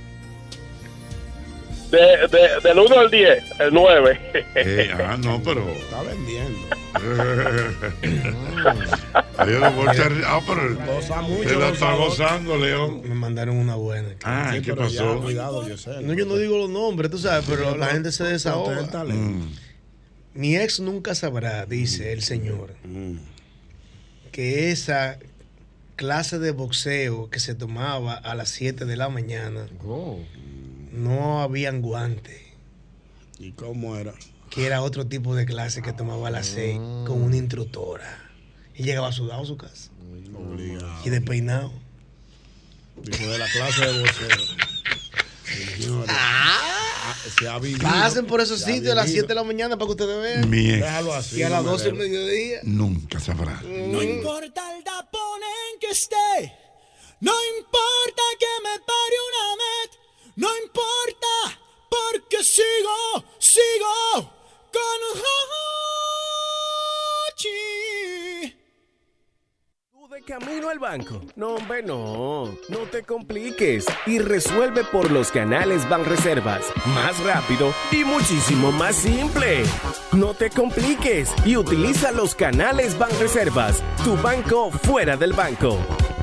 S10: De, de- del 1 al 10, el 9. <laughs>
S5: ah, no, pero.
S9: Está
S5: <laughs>
S9: vendiendo.
S5: Yo la muerte de risa. Ah, pero.
S9: Goza mucho,
S5: Se la
S9: goza
S5: está
S9: mucho.
S5: gozando, León.
S7: Me mandaron una buena.
S5: Ah,
S9: Sí,
S5: ¿qué
S9: pero ya,
S5: pasó?
S9: cuidado, yo sé.
S7: No, yo no digo los nombres, tú sabes, pero la gente se desahoga.
S5: Mm.
S7: Mi ex nunca sabrá, dice el señor,
S5: Mm.
S7: que esa clase de boxeo que se tomaba a las 7 de la mañana Oh. no habían guantes.
S9: ¿Y cómo era?
S7: Que era otro tipo de clase que tomaba a las 6 con una instructora. Y llegaba sudado a su casa.
S9: Obligado.
S7: Y despeinado.
S9: Dijo de la clase <laughs> de voceo.
S7: Ah,
S9: Se ha vivido.
S7: Pasen por esos
S9: se ha
S7: sitios a las
S9: vivido.
S7: 7 de la mañana para que ustedes vean.
S5: Mi ex.
S9: Déjalo así.
S7: Y a las 12 del
S9: Marero.
S7: mediodía.
S5: Nunca sabrá.
S36: No importa el tapón en que esté, no importa que me pare una met, no importa, porque sigo, sigo con Hochi.
S3: De camino al banco. No, hombre, no. No te compliques y resuelve por los canales Banreservas. Más rápido y muchísimo más simple. No te compliques y utiliza los canales Banreservas. Tu banco fuera del banco.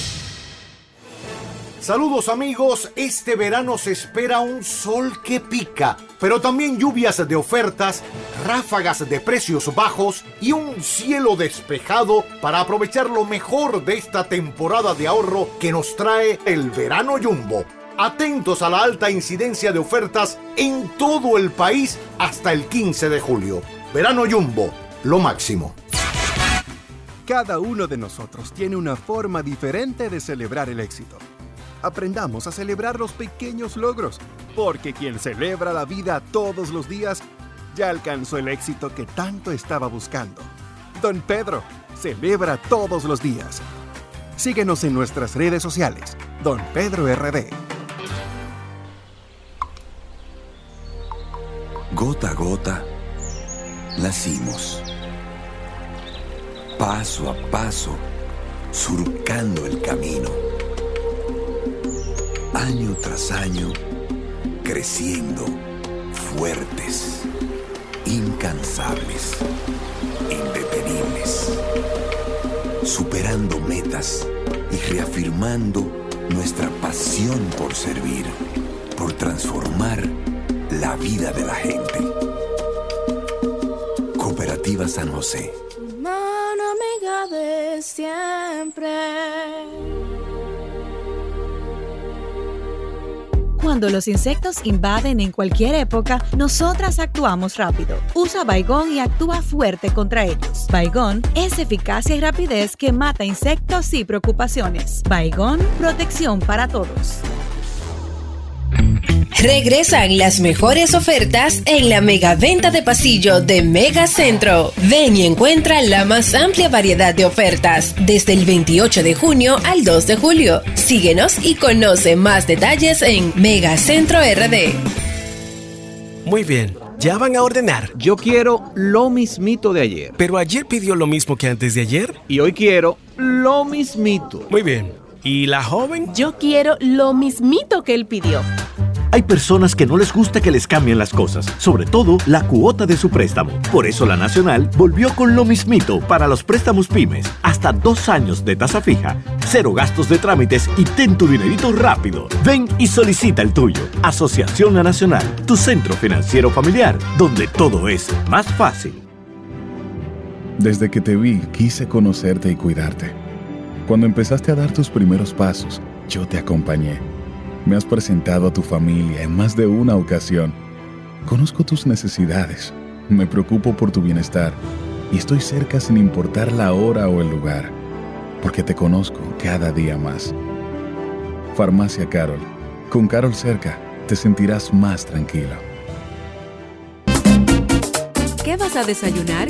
S6: Saludos amigos, este verano se espera un sol que pica, pero también lluvias de ofertas, ráfagas de precios bajos y un cielo despejado para aprovechar lo mejor de esta temporada de ahorro que nos trae el verano jumbo. Atentos a la alta incidencia de ofertas en todo el país hasta el 15 de julio. Verano jumbo, lo máximo. Cada uno de nosotros tiene una forma diferente de celebrar el éxito. Aprendamos a celebrar los pequeños logros, porque quien celebra la vida todos los días ya alcanzó el éxito que tanto estaba buscando. Don Pedro, celebra todos los días. Síguenos en nuestras redes sociales, Don Pedro RD.
S28: Gota a gota, nacimos. Paso a paso, surcando el camino. Año tras año, creciendo fuertes, incansables, indetenibles. Superando metas y reafirmando nuestra pasión por servir, por transformar la vida de la gente. Cooperativa San José.
S2: Mano amiga de siempre.
S18: Cuando los insectos invaden en cualquier época, nosotras actuamos rápido. Usa Baigón y actúa fuerte contra ellos. Baigón es eficacia y rapidez que mata insectos y preocupaciones. Baigón, protección para todos.
S22: Regresan las mejores ofertas en la megaventa de pasillo de Mega Centro. Ven y encuentra la más amplia variedad de ofertas desde el 28 de junio al 2 de julio. Síguenos y conoce más detalles en Mega Centro RD.
S36: Muy bien, ya van a ordenar. Yo quiero lo mismito de ayer. Pero ayer pidió lo mismo que antes de ayer. Y hoy quiero lo mismito. Muy bien. ¿Y la joven?
S25: Yo quiero lo mismito que él pidió.
S27: Hay personas que no les gusta que les cambien las cosas, sobre todo la cuota de su préstamo. Por eso la Nacional volvió con lo mismito para los préstamos pymes. Hasta dos años de tasa fija, cero gastos de trámites y ten tu dinerito rápido. Ven y solicita el tuyo. Asociación La Nacional, tu centro financiero familiar, donde todo es más fácil.
S37: Desde que te vi, quise conocerte y cuidarte. Cuando empezaste a dar tus primeros pasos, yo te acompañé. Me has presentado a tu familia en más de una ocasión. Conozco tus necesidades, me preocupo por tu bienestar y estoy cerca sin importar la hora o el lugar, porque te conozco cada día más. Farmacia Carol. Con Carol cerca, te sentirás más tranquilo.
S18: ¿Qué vas a desayunar?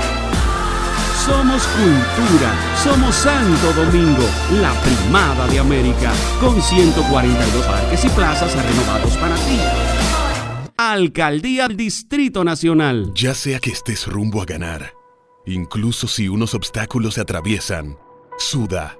S10: somos cultura, somos Santo Domingo, la primada de América, con 142 parques y plazas renovados para ti. Alcaldía del Distrito Nacional.
S38: Ya sea que estés rumbo a ganar, incluso si unos obstáculos se atraviesan, suda.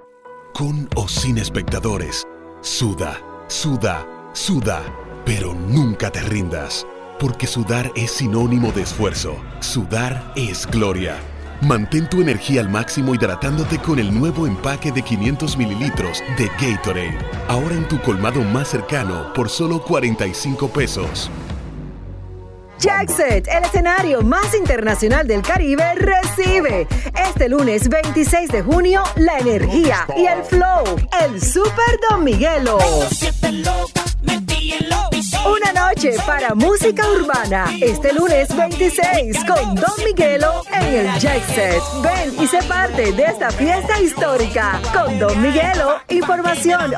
S38: Con o sin espectadores, suda, suda, suda. Pero nunca te rindas, porque sudar es sinónimo de esfuerzo. Sudar es gloria. Mantén tu energía al máximo hidratándote con el nuevo empaque de 500 mililitros de Gatorade. Ahora en tu colmado más cercano por solo 45 pesos.
S18: Jackset, el escenario más internacional del Caribe, recibe este lunes 26 de junio la energía y el flow, el Super Don Miguelo. Una noche para música urbana, este lunes 26 con Don Miguelo en el Jackset. Ven y sé parte de esta fiesta histórica con Don Miguelo. Información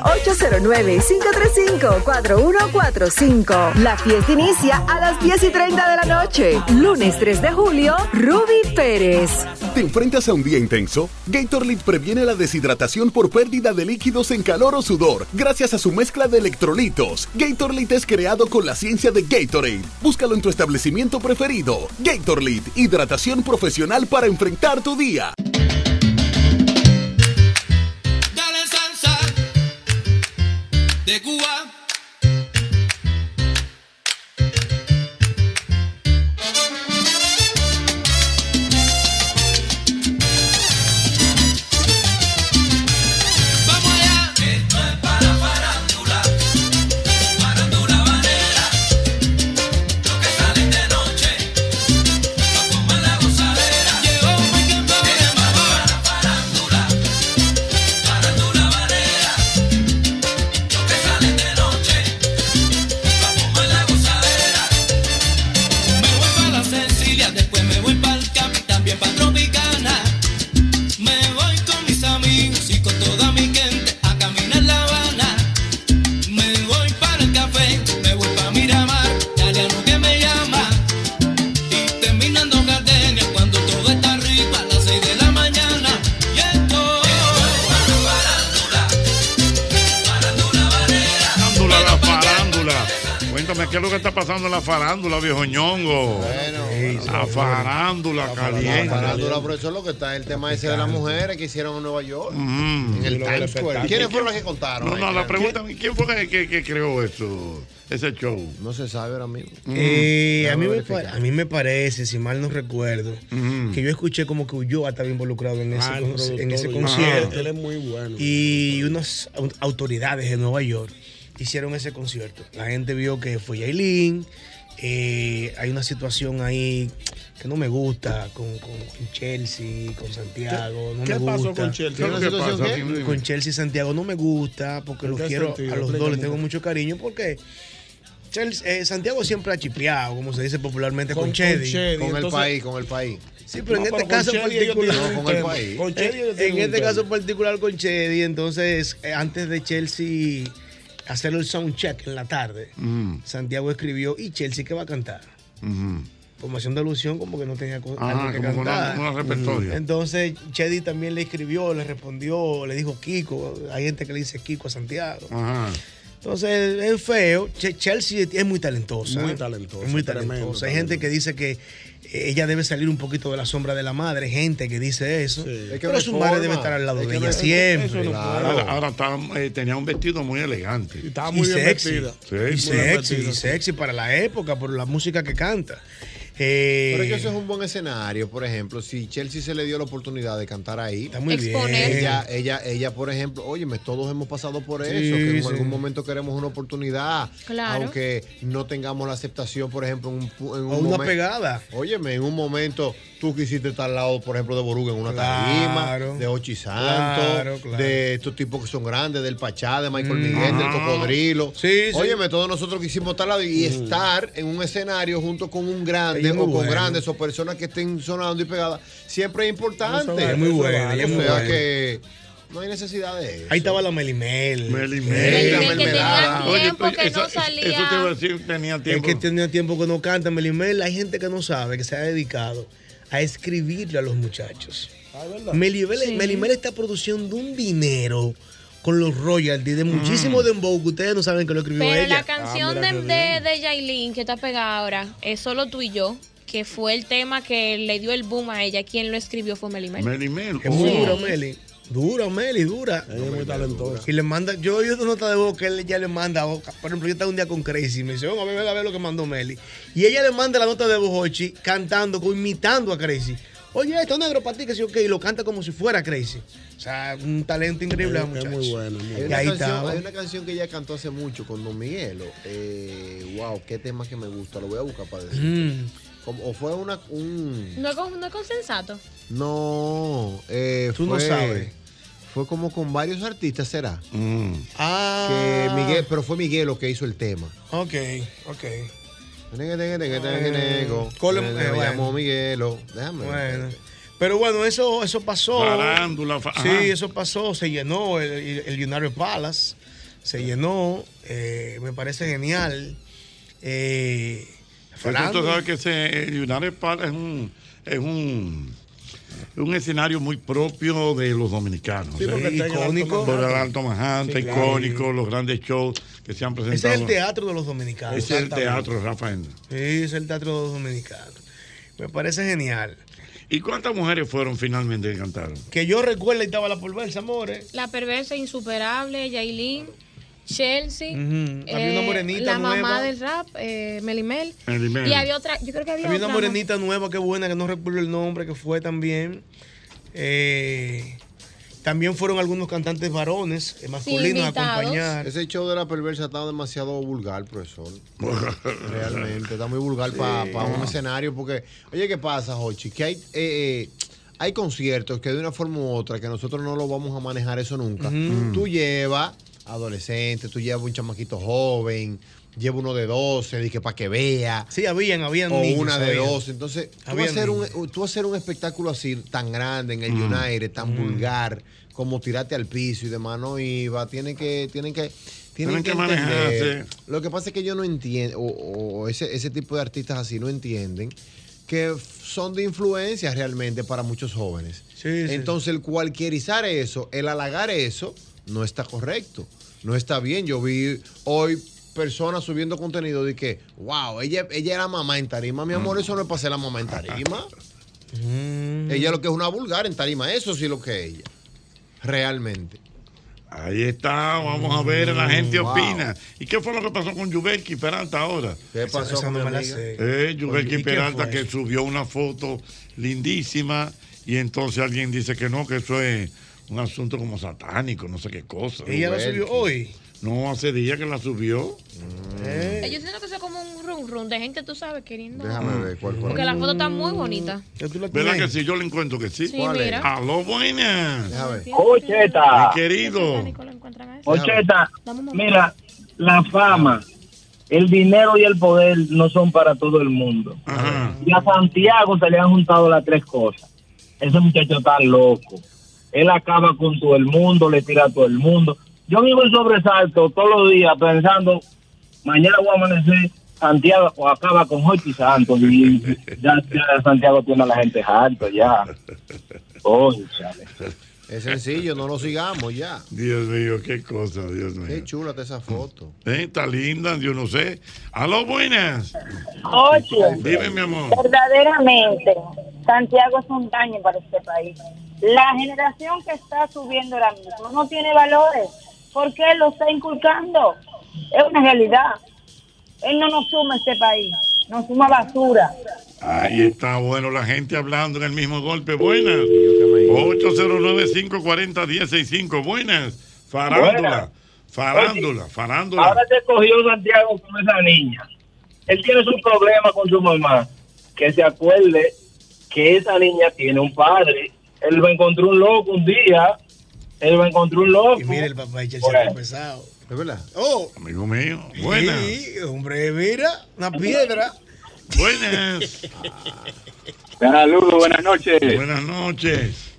S18: 809-535-4145. La fiesta inicia a las 10 y 30 de la noche, lunes 3 de julio, Ruby Pérez.
S38: ¿Te enfrentas a un día intenso? Gatorade previene la deshidratación por pérdida de líquidos en calor o sudor gracias a su mezcla de electrolitos. Gatorade es creado con la ciencia de Gatorade. Búscalo en tu establecimiento preferido. Gatorade, hidratación profesional para enfrentar tu día.
S4: Dale salsa de Cuba. Vamos allá. Esto es para farándula, farándula banera.
S5: Cuéntame, ¿qué es lo que está pasando en la farándula, viejo ñongo? la farándula caliente.
S6: La farándula, profesor, lo que está el tema ese de las mujeres que hicieron en Nueva York,
S5: Mm.
S6: en el Times Square. ¿Quiénes fueron las que contaron?
S5: No,
S6: ahí?
S5: no, la pregunta, ¿quién fue que, que- que creó eso, ese show?
S6: No se sabe ahora mismo.
S7: Eh, a, mí me pa- a mí me parece, si mal no recuerdo, que yo escuché como que Ulloa estaba involucrado en ese,
S9: Ah, el
S7: con- en ese
S9: productor,
S7: concierto.
S9: Él es muy bueno.
S7: Y unas au- autoridades de Nueva York hicieron ese concierto. La gente vio que fue Yailin. eh, hay una situación ahí que no me gusta con, con- con Chelsea, con Santiago. No
S9: ¿Qué
S7: me
S9: pasó
S7: gusta.
S9: con Chelsea? ¿Qué es lo que pasa? Dime, dime.
S7: Con Chelsea y Santiago no me gusta porque
S9: ¿En
S7: los
S9: qué
S7: quiero
S9: sentido?
S7: a los dos,
S9: Explícame
S7: les
S9: un
S7: tengo
S9: poco.
S7: mucho cariño porque Chelsea- eh, Santiago siempre ha chipeado, como se dice popularmente, con,
S6: Con- con
S7: Chedi.
S6: Chedi, Con el entonces- país, con el país.
S7: Sí, pero
S6: No,
S7: en este
S6: pero con
S7: caso
S6: Chedi ellos
S7: particular.
S6: tienen un No, con el tema. país. Con Chedi ellos
S7: en
S6: tienen un
S7: este
S6: tema.
S7: caso particular con Chedi, entonces, eh, antes de Chelsea hacer el sound check en la tarde,
S6: Mm,
S7: Santiago escribió, ¿y Chelsea qué va a cantar? Formación de alusión, como que no tenía co-
S5: Ah,
S7: algo que
S5: como con
S7: cantar.
S5: un- un repertorio.
S7: Ujú. Entonces, Chedi también le escribió, le respondió, le dijo Kiko. Hay gente que le dice Kiko a
S6: Ah,
S7: Santiago.
S5: Ajá.
S7: Entonces, es feo. Che- Chelsea es muy talentosa.
S9: Muy
S7: ¿eh?
S9: talentosa,
S7: Es muy
S9: tremendo
S7: talentosa. Hay gente que dice que ella debe salir un poquito de la sombra de la madre. Hay gente que dice eso.
S5: Es que no
S7: Pero
S5: hay
S7: su madre
S5: forma.
S7: debe estar al lado
S5: Es
S7: de
S5: que
S7: ella
S5: no-
S7: siempre.
S5: eso no puede. Ahora, ahora está, eh, tenía un vestido muy elegante.
S7: Estaba
S9: muy bien
S7: sexy.
S9: vestida.
S5: Sí,
S7: y
S5: muy bien
S7: sexy,
S5: vestida,
S7: y
S5: sí.
S7: sexy para la época, por la música que canta. Eh,
S6: Pero es que eso es un buen escenario, por ejemplo, si Chelsea se le dio la oportunidad de cantar ahí. Está
S7: muy bien. Exponer.
S6: Ella, ella, ella, por ejemplo, óyeme, todos hemos pasado por
S7: Sí,
S6: eso, que en
S7: sí.
S6: algún momento queremos una oportunidad.
S7: Claro.
S6: Aunque no tengamos la aceptación, por ejemplo, en un, pu- en un
S7: O una
S6: momen-
S7: pegada.
S6: Óyeme, en un momento tú quisiste estar al lado, por ejemplo, de Boruga en una
S7: Claro.
S6: tarima, de Ochi Santos,
S7: Claro, claro.
S6: de estos tipos que son grandes, del Pachá, de Michael
S7: Mm.
S6: Miguel, del
S7: Ajá.
S6: Cocodrilo.
S7: Sí, sí.
S6: Óyeme, todos nosotros quisimos estar al lado y
S7: Mm.
S6: estar en un escenario junto con un grande
S7: Es
S6: o
S7: muy
S6: con
S7: bueno.
S6: grandes o personas que estén sonando y pegadas, siempre es
S7: Eso
S6: importante.
S7: vale, Es muy eso bueno, vale, es
S6: O
S7: muy
S6: sea
S7: bueno.
S6: que no hay necesidad de eso.
S7: Ahí estaba la Melimel.
S5: Melimel.
S6: La Melimel que
S5: mermelada. tenía tiempo
S6: que no salía.
S5: ah. eso te iba a decir, tenía tiempo.
S7: Es que tenía tiempo que no canta Melimel. Hay gente que no sabe, que se ha dedicado a escribirle a los muchachos. Melibel, Melibel está produciendo un dinero con los royalties
S5: Mm.
S7: de muchísimo dembow que ustedes no saben que lo escribió
S8: Pero
S7: ella. Ah,
S8: la
S5: Ah,
S8: canción de, de, de Yailin que está pegada ahora es Solo tú y yo, que fue el tema que le dio el boom a ella. Quien lo escribió fue Melimel.
S5: Meli Mel.
S7: Es muy
S8: Sí.
S7: dura, Meli. Dura, Meli, dura. Ella es muy talentosa. Y le manda, yo oí una nota de voz que él ya le manda, o- por ejemplo, yo estaba un día con Crazy, me dice, "Ven, a ver, ven a ver lo que mandó Meli. Y ella le manda la nota de voz, Ochi, cantando, co- imitando a Crazy. Oye, esto es negro para ti, que sí, ok, y lo canta como si fuera Crazy. O sea, un talento increíble. la
S6: Es- es
S7: muchacha.
S6: muy bueno, Hay
S7: Y
S6: una,
S7: ahí
S6: canción,
S7: estaba.
S6: hay una canción que ella cantó hace mucho con Don Miguelo. Eh, wow, qué tema que me gusta. Lo voy a buscar para decir.
S7: Mm.
S6: Como- o fue una, un.
S8: No es con, no es con sensato.
S6: No, eh,
S7: Tú no
S6: fue-
S7: sabes.
S6: Fue como con varios artistas, ¿será?
S7: Ah.
S6: Que Miguel, pero fue Miguel lo que hizo el tema.
S7: Ok, ok. Cole- eh,
S6: Me
S7: bueno.
S6: llamó Miguelo. Déjame.
S7: Bueno. Pero bueno, eso, eso pasó.
S5: Farándula, fa-
S7: sí,
S5: ajá.
S7: eso pasó. Se llenó el, el United Palace. Se llenó. eh, me parece genial. Eh,
S5: Pues Entonces, tú
S7: farándula.
S5: sabes que ese eh, United Park es un, es un, un escenario muy propio de los dominicanos.
S7: Sí, porque
S5: ¿eh?
S7: está en el Alto Icónico.
S5: Por
S7: Manhattan.
S5: el Alto Manhattan,
S7: Sí, claro.
S5: icónico, los grandes shows que se han
S7: Ese
S5: presentado.
S7: es el teatro de los dominicanos.
S5: Ese es el teatro, Rafael.
S7: Sí, es el teatro de los dominicanos. Me parece genial.
S5: ¿Y cuántas mujeres fueron finalmente que cantaron?
S7: Que yo recuerdo ahí estaba la polversa, amores.
S8: La perversa insuperable, Yailin, Chelsea. eh,
S7: Ujú. Había una morenita
S8: La
S7: nueva.
S8: mamá del rap, eh, Melimel.
S7: Melimel.
S8: Y había otra, yo creo que había,
S7: Había una
S8: otra, ¿no?
S7: morenita nueva, que buena, que no recuerdo el nombre, que fue también. Eh, también fueron algunos cantantes varones, eh, masculinos, a acompañar.
S6: Ese show de la perversa está demasiado vulgar, profesor. Realmente, está muy vulgar
S7: Sí.
S6: para un escenario. Porque, oye, ¿qué pasa, Jochi? Que hay, eh, eh, hay conciertos que de una forma u otra, que nosotros no lo vamos a manejar eso nunca. Mm.
S7: Ujú.
S6: Tú llevas adolescente, tú llevas un chamaquito joven, lleva uno de 12, dije, para que vea.
S7: Sí, habían, habían
S6: o
S7: niños,
S6: una de
S7: habían.
S6: 12. Entonces, tú
S7: Habían
S6: hacer, un, tú hacer un espectáculo así tan grande en el United, tan vulgar, como tirarte al piso y demás, no iba. Tienen que, tienen que, tienen
S5: Tienen
S6: que,
S5: que
S6: entender.
S5: manejarse.
S6: Lo que pasa es que yo no entiendo, o, o ese, ese tipo de artistas así no entienden que f- son de influencia realmente para muchos jóvenes. Entonces, el cualquierizar eso, el halagar eso, no está correcto. No está bien. Yo vi hoy personas subiendo contenido de que, wow, ella, ella era mamá en tarima. Mi
S5: Mm.
S6: amor, eso no es para ser la mamá en
S5: <laughs>
S6: tarima. Ella lo que es una vulgar en tarima, eso sí lo que es ella. Realmente. Mm.
S5: Ahí está, vamos a ver, la gente opina. ¿Y qué fue lo que pasó con Yubelki Peralta ahora?
S6: ¿Qué pasó Esa- esa con no mi me la amiga? sé.
S5: Eh,
S6: Oye, ¿y
S5: Yubelki
S6: qué
S5: Peralta
S6: fue?
S5: que subió una foto lindísima y entonces alguien dice que no, que eso es un asunto como satánico, no sé qué cosa.
S7: ¿Ella la subió
S5: hoy? No, hace días que la subió.
S6: Mm,
S8: Eh, Yo siento que eso es como un rum rum de gente, tú sabes, queriendo.
S5: ver cuál
S8: Porque la foto está muy bonita.
S5: ¿Verdad que sí? Yo le encuentro que sí.
S8: Sí, ¿Cuál es? mira.
S5: Aló, buenas.
S13: Ocheta.
S5: Mi querido.
S13: Ocheta, mira, la fama, el dinero y el poder no son para todo el mundo. Y a Santiago se le han juntado las tres cosas. Ese muchacho está loco. Él acaba con todo el mundo, le tira a todo el mundo. Yo vivo en sobresalto todos los días pensando, mañana voy a amanecer, Santiago o acaba con Jochi Santos. Y ya, ya Santiago tiene a la gente harta ya. Cónchale.
S6: Es sencillo, no lo sigamos ya.
S5: Dios mío, qué cosa, Dios mío.
S6: Qué chula está esa foto.
S5: Eh, Está linda, yo no sé. Aló, buenas.
S15: Ocho.
S5: Dime, mi amor.
S15: Verdaderamente, Santiago es un daño para este país. La generación que está subiendo ahora mismo no tiene valores. ¿Por qué lo está inculcando? Es una realidad. Él no nos suma a este país, nos suma basura.
S5: Ahí está, bueno, la gente hablando en el mismo golpe. Buenas. 809-540-165. Buenas. Farándula.
S13: Buenas.
S5: Farándula,
S13: Ahora
S5: farándula.
S13: se cogió Santiago con esa niña. Él tiene su problema con su mamá. Que se acuerde que esa niña tiene un padre. Él va a encontrar un loco un día. Él va a encontrar un loco. Y mire el papá y
S7: pesado.
S6: ¿Es verdad?
S7: Oh.
S5: Amigo mío.
S7: Buena. hombre, mira, una piedra.
S5: Buenas.
S10: Saludos, buenas noches.
S5: Buenas noches.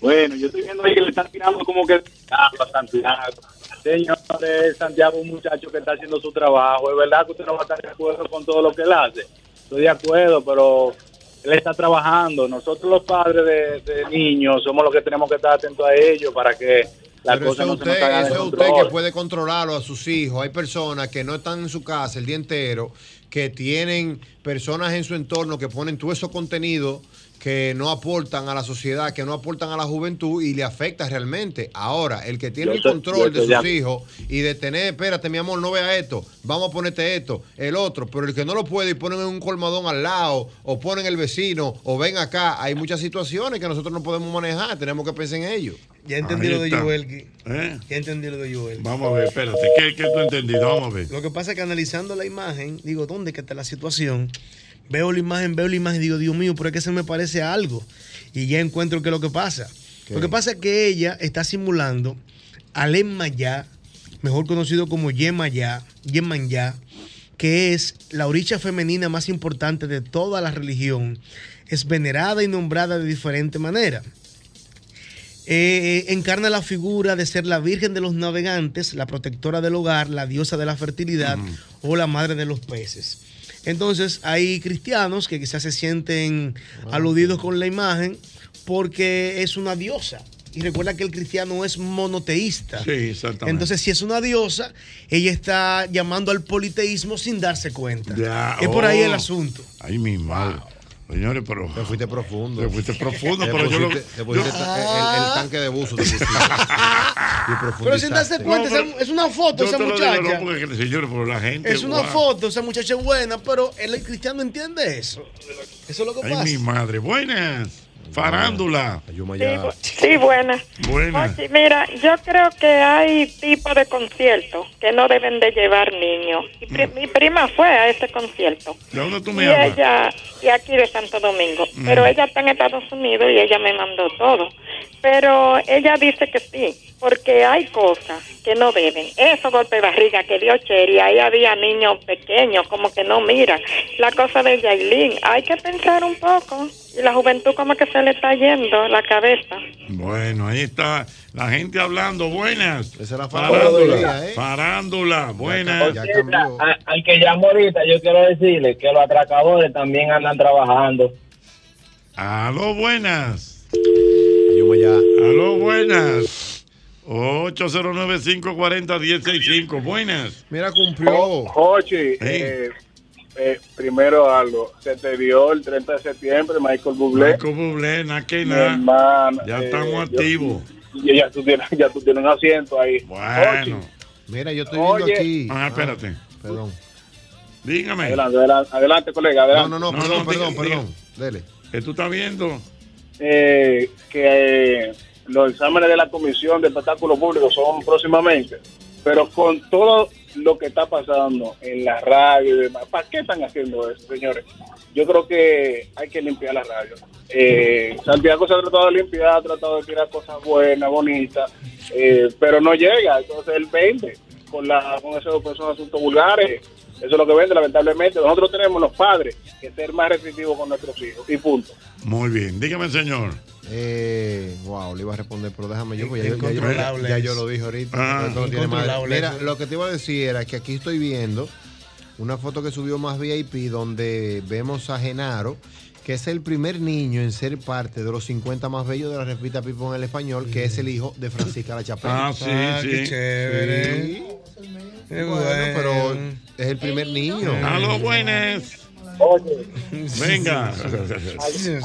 S10: Bueno, yo estoy viendo ahí que le están tirando como que ah, a Santiago. Señores, Santiago es un muchacho que está haciendo su trabajo. Es verdad que usted no va a estar de acuerdo con todo lo que él hace. Estoy de acuerdo, pero él está trabajando. Nosotros los padres de, de niños somos los que tenemos que estar atentos a ellos para que la
S6: Pero
S10: cosa no
S6: eso es
S10: se nos
S6: usted,
S10: caiga de
S6: eso es usted
S10: control.
S6: que puede controlarlo a sus hijos. Hay personas que no están en su casa el día entero, que tienen personas en su entorno que ponen todo esos contenidos que no aportan a la sociedad, que no aportan a la juventud y le afecta realmente. Ahora, el que tiene
S10: Yo
S6: el
S10: estoy- yo
S6: control de
S10: estoy
S6: sus
S10: de-
S6: hijos y de tener, espérate, mi amor, no vea esto, vamos a ponerte esto, el otro, pero el que no lo puede y ponen en un colmadón al lado, o ponen el vecino, o ven acá, hay muchas situaciones que nosotros no podemos manejar, tenemos que pensar en ello.
S7: Ya entendí
S6: Ahí
S7: lo de
S6: está.
S7: Joel.
S5: ¿Eh?
S7: Ya entendí lo de Joel.
S5: Vamos a ver, espérate, ¿qué, qué tú entendido? Vamos a ver.
S7: Lo que pasa es que analizando la imagen, digo, ¿dónde que está la situación? Veo la imagen, veo la imagen y digo, Dios mío, pero es que se me parece a algo. Y ya encuentro qué es lo que pasa. Lo que pasa es que ella está simulando a Len Mayá, mejor conocido como Yemayá, Yemayá, que es la orilla femenina más importante de toda la religión. Es venerada y nombrada de diferente manera. Eh, eh, encarna la figura de ser la Virgen de los Navegantes, la protectora del hogar, la diosa de la fertilidad o la madre de los peces. Entonces hay cristianos que quizás se sienten aludidos con la imagen porque es una diosa. Y recuerda que el cristiano es monoteísta.
S5: Sí, exactamente.
S7: Entonces, si es una diosa, ella está llamando al politeísmo sin darse cuenta.
S5: Ya,
S7: es por ahí
S5: oh.
S7: el asunto.
S5: Ay, mi madre. Señores, pero. Te
S6: fuiste profundo.
S5: Te fuiste profundo,
S6: Te
S5: pero yo lo.
S6: pusiste- te pusiste
S5: yo-
S6: ta- el, el tanque de buzo. te
S5: <laughs>
S6: pusiste. Y
S7: Pero sin darse
S6: profundizaste.
S7: cuenta,
S5: No, pero-
S7: esa- es una foto
S5: yo
S7: esa
S5: te lo digo,
S7: muchacha.
S5: no, porque, señores, pero la gente.
S7: Es una
S5: guau.
S7: foto, esa muchacha es buena, pero el cristiano entiende eso. Eso es lo que
S5: Ay,
S7: pasa.
S5: mi madre. Buenas. Farándula.
S39: Sí, buenas.
S5: Buenas.
S39: Oye, mira, yo creo que hay tipos de conciertos que no deben de llevar niños. Y pri- Mi prima fue a ese concierto.
S5: ¿De dónde tú
S39: Y
S5: me hablas?
S39: ella, y aquí de Santo Domingo.
S5: Mm.
S39: Pero ella está en Estados Unidos y ella me mandó todo. Pero ella dice que sí, porque hay cosas que no deben. Eso golpe de barriga que dio Cherry, ahí había niños pequeños, como que no miran. La cosa de Yailin, hay que pensar un poco. Y la juventud como que se le está yendo la cabeza.
S5: Bueno, ahí está la gente hablando. Buenas. Esa es la
S6: farándula, ¿eh?
S5: Farándula. Farándula. Buenas.
S13: Ocheta, a- al que llamó ahorita, yo quiero decirle que los atracadores también andan trabajando.
S5: Aló, buenas. Aló, buenas. 809-540-165. Buenas.
S6: Mira, cumplió.
S10: Jochi, eh, eh, primero algo. Se te dio el 30 de septiembre Michael Bublé.
S5: Michael Bublé, na que
S10: Mi
S5: na.
S10: hermana, eh,
S5: Ya
S10: yo-
S5: estamos activos.
S10: Ya, ya tú tienes, ya tú tienes un asiento ahí.
S5: Bueno.
S6: Mira, yo estoy
S10: Oye.
S6: viendo aquí.
S5: Ah, espérate.
S6: Perdón.
S5: Dígame.
S10: Adelante, adelante, adelante, colega. Adelante.
S6: No, no, no, perdón, perdón, perdón. Dele.
S5: ¿Qué tú estás viendo?
S10: Eh, que los exámenes de la Comisión de Espectáculos Públicos son próximamente, pero con todo lo que está pasando en la radio y demás, ¿para qué están haciendo eso, señores? Yo creo que hay que limpiar la radio. Eh, Santiago se ha tratado de limpiar, ha tratado de tirar cosas buenas, bonitas, eh, pero no llega, entonces él vende con, la, con esos, con esos asuntos vulgares. Eso es lo que vende, lamentablemente. Nosotros tenemos los padres que ser más restrictivos con nuestros hijos, y punto.
S5: Muy bien, dígame, señor.
S6: Eh, wow, le iba a responder, pero déjame yo, porque ya, yo- ya yo-
S7: Incontrolable
S6: ya
S7: es.
S6: yo lo dije ahorita.
S7: Ah.
S6: Esto no tiene madre.
S7: Incontrolable
S6: Mira,
S7: es.
S6: lo que te iba a decir era que aquí estoy viendo una foto que subió más VIP donde vemos a Genaro, que es el primer niño en ser parte de los 50 más bellos de la revista Pipo en el español, que es el hijo de Francisca La Chapela.
S5: Ah, sí, Ah, sí. qué chévere.
S6: Bueno, pero es el primer niño.
S5: A los buenas.
S10: Oye,
S5: Venga.
S10: Al-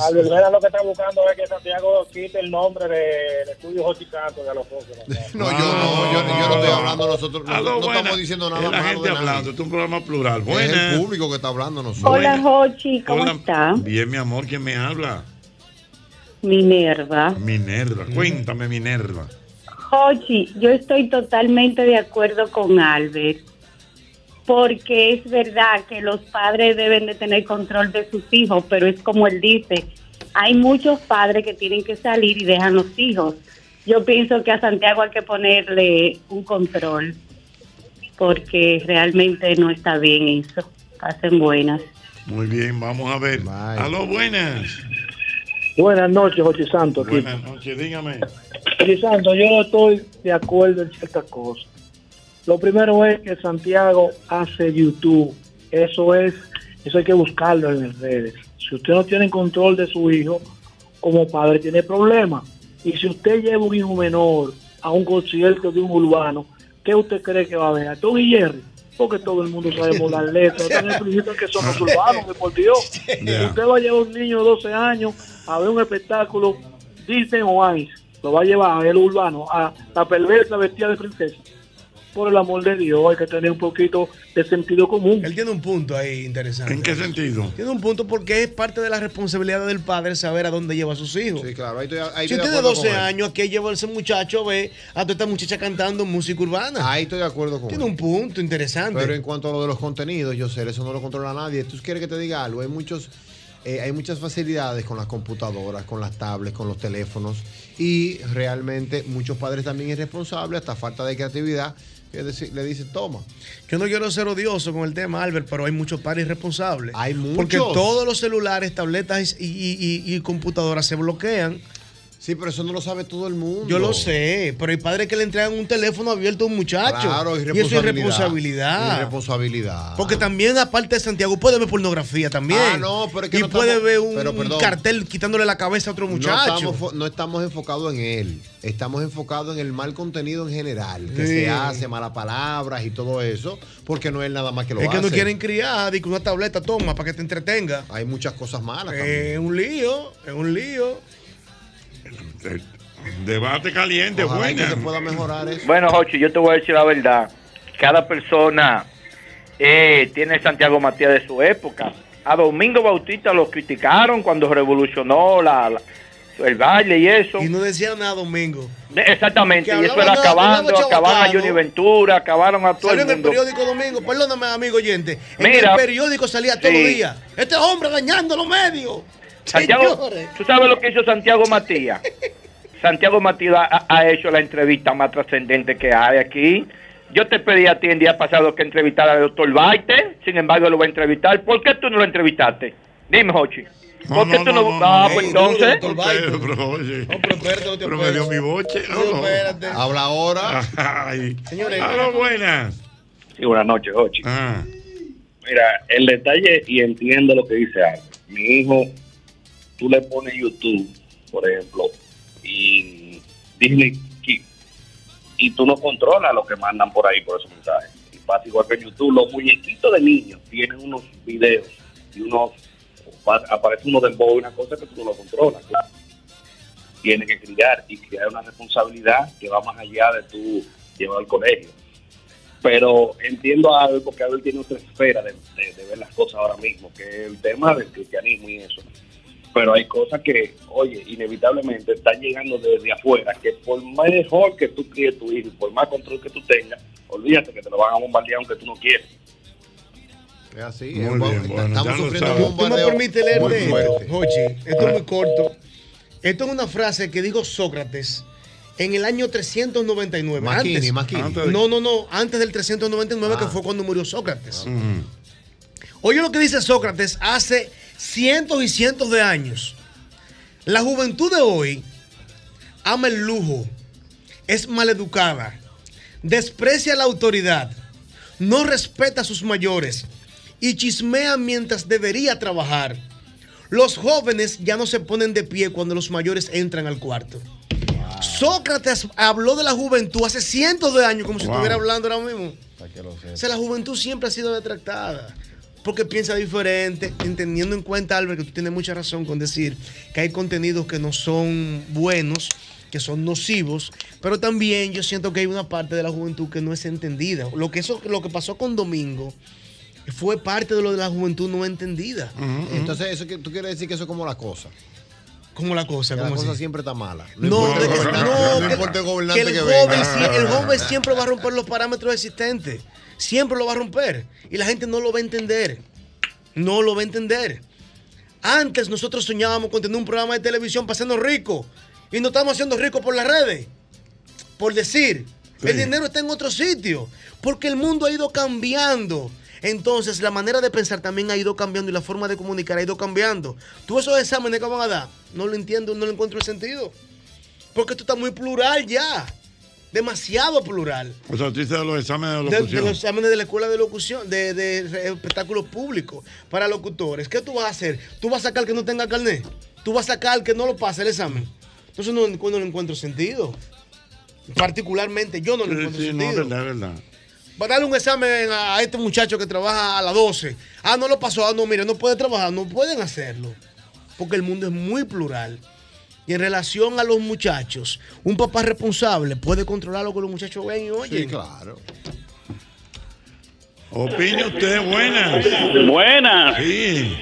S10: Albert Vera lo que está buscando es que Santiago quite el nombre de, de Estudio Joticato de los Fósiles.
S6: No, yo no, yo, yo no estoy hablando nosotros, no,
S5: Aló,
S6: no
S5: buenas.
S6: estamos diciendo nada
S5: Es la
S6: malo
S5: gente
S6: de nadie.
S5: hablando, esto es un programa plural.
S6: Es
S5: Buenas.
S6: el público que está hablando nosotros.
S15: Hola, Jochi, ¿cómo
S5: Hola.
S15: está?
S5: Bien, mi amor, ¿quién me habla?
S15: Minerva.
S5: Minerva, cuéntame, Minerva.
S15: Jochi, yo estoy totalmente de acuerdo con Albert, porque es verdad que los padres deben de tener control de sus hijos, pero es como él dice, hay muchos padres que tienen que salir y dejan los hijos. Yo pienso que a Santiago hay que ponerle un control, porque realmente no está bien eso. Pasen buenas.
S5: Muy bien, vamos a ver. A los buenas.
S15: Buenas noches, Jochi Santos.
S5: Buenas noches, dígame.
S13: Luis Santos, yo no estoy de acuerdo en ciertas cosas. Lo primero es que Santiago hace YouTube. Eso es, eso hay que buscarlo en las redes. Si usted no tiene control de su hijo, como padre tiene problemas. Y si usted lleva un hijo menor a un concierto de un urbano, ¿qué usted cree que va a ver? ¿A Tom y Jerry? Porque todo el mundo sabe las letras, tan explícitas que son los urbanos, que por Dios.
S40: Ya.
S13: Usted va a llevar a un niño de 12 años a ver un espectáculo Disney o Ice, lo va a llevar a ver lo urbano, a la perversa vestida de princesa. Por el amor de Dios, hay que tener un poquito de sentido común.
S7: Él tiene un punto ahí interesante.
S5: ¿En qué sentido?
S7: Tiene un punto porque es parte de la responsabilidad del padre saber a dónde lleva a sus hijos. Sí,
S6: claro. Ahí estoy, ahí
S7: si
S6: estoy de
S7: usted de
S6: acuerdo con
S7: 12
S6: él.
S7: años, ¿a qué lleva ese muchacho a ver a toda esta muchacha cantando música urbana?
S6: Ahí estoy de acuerdo con
S7: Tiene un punto interesante.
S6: Pero en cuanto a lo de los contenidos, yo sé, eso no lo controla nadie. ¿Tú quieres que te diga algo? Hay muchos, eh, hay muchas facilidades con las computadoras, con las tablets, con los teléfonos. Y realmente muchos padres también irresponsables, hasta falta de creatividad, que deci- le dicen, toma.
S7: Yo no quiero ser odioso con el tema, Albert, pero hay muchos padres irresponsables. Hay
S6: muchos.
S7: Porque todos los celulares, tabletas y, y- y- y computadoras se bloquean.
S6: Sí, pero eso no lo sabe todo el mundo.
S7: Yo lo sé, pero hay padres que le entregan un teléfono abierto a un muchacho.
S6: Claro,
S7: y eso es responsabilidad.
S6: Irresponsabilidad.
S7: Porque también, aparte de Santiago, puede ver pornografía también.
S6: Ah, no, pero es que
S7: Y
S6: no
S7: puede
S6: estamos-
S7: ver un
S6: pero, perdón.
S7: cartel quitándole la cabeza a otro
S6: No
S7: muchacho.
S6: estamos, fo- no estamos enfocados en él, estamos enfocados en el mal contenido en general, que
S7: Sí.
S6: se hace, malas palabras y todo eso, porque no es él nada más que lo
S7: es que
S6: hace.
S7: no quieren criar, di que una tableta toma para que te entretenga.
S6: Hay muchas cosas malas.
S7: Es un lío, es un lío.
S5: Debate caliente,
S6: Ojalá y que
S5: buenas.
S6: se pueda mejorar eso.
S13: Bueno, Jochi, yo te voy a decir la verdad. Cada persona eh, tiene Santiago Matías de su época. A Domingo Bautista lo criticaron cuando revolucionó la, la- el baile y eso.
S7: Y no decía nada, Domingo.
S13: De- Exactamente,
S7: Que
S13: y eso
S7: hablaba
S13: era
S7: nada,
S13: acabando,
S7: hablaba
S13: acabaron a
S7: chabacano.
S13: Johnny Ventura, acabaron a todo
S7: Salió
S13: el
S7: en el
S13: mundo.
S7: periódico Domingo, perdóname, amigo oyente. En
S13: Mira.
S7: el periódico salía todos
S13: Sí.
S7: los días. Este hombre dañando los medios.
S13: Santiago,
S7: Señores.
S13: ¿tú sabes lo que hizo Santiago Matías? Santiago Matías ha, ha hecho la entrevista más trascendente que hay aquí. Yo te pedí a ti el día pasado que entrevistara al doctor Baite, sin embargo lo va a entrevistar. ¿Por qué tú no lo entrevistaste? Dime, Jochi. ¿Por qué tú no? ah, pues entonces.
S5: Pero, pero, oye, pero me dio mi boche.
S6: Habla
S5: Ah.
S6: ahora.
S5: Ay. A lo buenas.
S41: Sí, buenas noches, Jochi. Mira, el detalle, y entiendo lo que dice Albert. Mi hijo, tú le pones YouTube, por ejemplo, y Disney Kids,
S13: y tú no controlas lo que mandan por ahí por esos mensajes. Y pasa igual que en YouTube, los muñequitos de niños tienen unos videos y unos va- aparece uno de y una cosa que tú no lo controlas. claro. Tienes que criar y criar una responsabilidad que va más allá de tú llevar al colegio. Pero entiendo a Abel porque Abel tiene otra esfera de, de- de ver las cosas ahora mismo, que es el tema del cristianismo y eso. Pero hay cosas que, oye, inevitablemente están llegando desde afuera, que por más mejor que tú críes tu hijo, y por más control que tú tengas, olvídate que te lo van a bombardear aunque tú no quieras.
S6: Es así.
S5: Muy
S6: es un bo-
S5: bien, bueno, ya lo
S6: estamos sufriendo un
S5: sabes.
S7: ¿Tú me
S6: bombardeo
S7: permites leer
S6: muy
S7: de esto,
S6: fuerte.
S7: Jochi? Esto
S6: Ah.
S7: es muy corto. Esto es una frase que dijo Sócrates en el año 399.
S6: Maquini,
S7: antes,
S6: Maquini. Antes de-
S7: No, no, no. Antes del 399, que
S6: Ah.
S7: fue cuando murió Sócrates.
S5: Mm,
S7: Oye lo que dice Sócrates hace cientos y cientos de años. La juventud de hoy ama el lujo, es maleducada, desprecia la autoridad, no respeta a sus mayores y chismea mientras debería trabajar. Los jóvenes ya no se ponen de pie cuando los mayores entran al cuarto. Sócrates habló de la juventud hace cientos de años, como si
S6: Wow.
S7: estuviera hablando ahora mismo.
S6: Para que lo
S7: O
S6: sepa.
S7: sea, la juventud siempre ha sido detractada. Porque piensa diferente, entendiendo en cuenta, Albert, que tú tienes mucha razón con decir que hay contenidos que no son buenos, que son nocivos, pero también yo siento que hay una parte de la juventud que no es entendida. Lo que, eso, lo que pasó con Domingo fue parte de lo de la juventud no entendida.
S6: Entonces, eso que, tú quieres decir que eso es como la cosa.
S7: Como la cosa,
S6: Que la
S7: ¿cómo
S6: cosa
S7: así?
S6: siempre está mala.
S7: No,
S6: importa el
S7: que-
S6: gobernante-
S7: no,
S6: no
S7: que-
S6: importa el
S7: que
S6: gobernante
S7: el
S6: que
S7: joven,
S6: venga. Ah,
S7: sie- el joven siempre va a romper los parámetros existentes. Siempre lo va a romper. Y la gente no lo va a entender. No lo va a entender. Antes nosotros soñábamos con tener un programa de televisión para hacernos ricos. Y no estamos haciendo ricos por las redes. Por decir, el dinero está en otro sitio. Porque el mundo ha ido cambiando. Entonces la manera de pensar también ha ido cambiando y la forma de comunicar ha ido cambiando. Tú esos exámenes que van a dar, no lo entiendo, no lo encuentro el sentido. Porque esto está muy plural ya. Demasiado plural.
S5: O sea, tú dices de los exámenes de
S7: De, de
S5: locución.
S7: los exámenes de la escuela de locución, de, de espectáculos públicos para locutores. ¿Qué tú vas a hacer? ¿Tú vas a sacar que no tenga carnet? ¿Tú vas a sacar que no lo pase el examen? Entonces no, no le encuentro sentido. Particularmente, yo no le
S5: Sí,
S7: encuentro
S5: sí, no, es
S7: sentido.
S5: verdad, es verdad.
S7: Para darle un examen a, a este muchacho que trabaja a las 12. Ah, no lo pasó. Ah, no, mire, no puede trabajar. No pueden hacerlo. Porque el mundo es muy plural. Y en relación a los muchachos, un papá responsable puede controlar lo que los muchachos ven y oyen.
S6: Sí, claro.
S13: Oh,
S5: Opina usted, buenas.
S10: Buenas.
S5: Sí.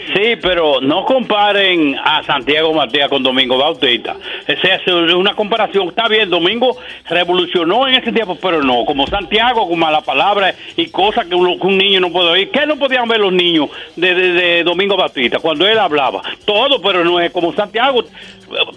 S10: pero no comparen a Santiago Matías con Domingo Bautista. Esa es una comparación. Está bien, Domingo revolucionó en ese tiempo, pero no. Como Santiago, con malas palabras y cosas que, uno- que un niño no puede oír. ¿Qué no podían ver los niños de, de- de Domingo Bautista cuando él hablaba? Todo, pero no es como Santiago.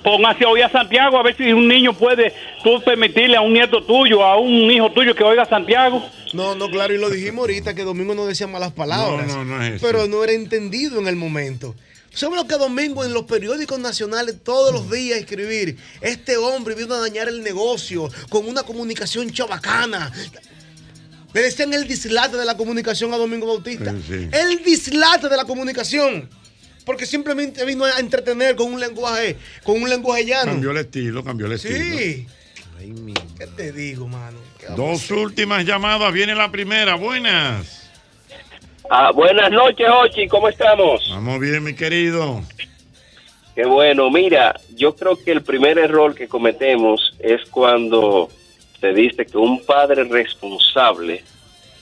S10: Póngase a oír a Santiago a ver si un niño puede tú permitirle a un nieto tuyo, a un hijo tuyo que oiga a Santiago.
S7: No, no, claro, y lo dijimos ahorita que Domingo no decía malas palabras.
S10: No, no, no es eso.
S7: Pero no era entendido en el momento. ¿Sabes lo que Domingo en los periódicos nacionales todos los días escribir? Este hombre vino a dañar el negocio con una comunicación chabacana. Le decían el dislate de la comunicación a Domingo Bautista.
S5: Sí, sí.
S7: El dislate de la comunicación. Porque simplemente vino a entretener con un lenguaje, con un lenguaje llano.
S5: Cambió el estilo, cambió el estilo.
S7: Sí. ¿Qué te digo, mano? ¿Qué vamos a
S5: Dos últimas llamadas, viene la primera, buenas.
S36: Ah, buenas noches, Ochi, ¿cómo estamos?
S5: Vamos bien, mi querido.
S36: Qué bueno, mira, yo creo que el primer error que cometemos es cuando se dice que un padre responsable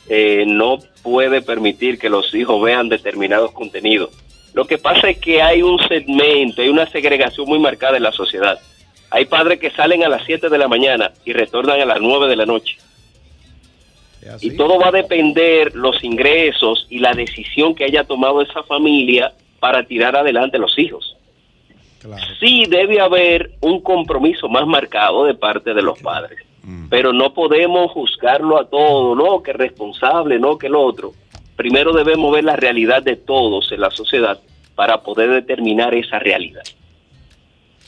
S36: eh, no puede permitir que los hijos vean determinados contenidos. Lo que pasa es que hay un segmento, hay una segregación muy marcada en la sociedad. Hay padres que salen a las 7 de la mañana y retornan a las 9 de la noche. Y todo va a depender los ingresos y la decisión que haya tomado esa familia para tirar adelante a los hijos. Sí debe haber un compromiso más marcado de parte de los padres, pero no podemos juzgarlo a todo, no, que responsable, no, que el otro. Primero debemos ver la realidad de todos en la sociedad para poder determinar esa realidad.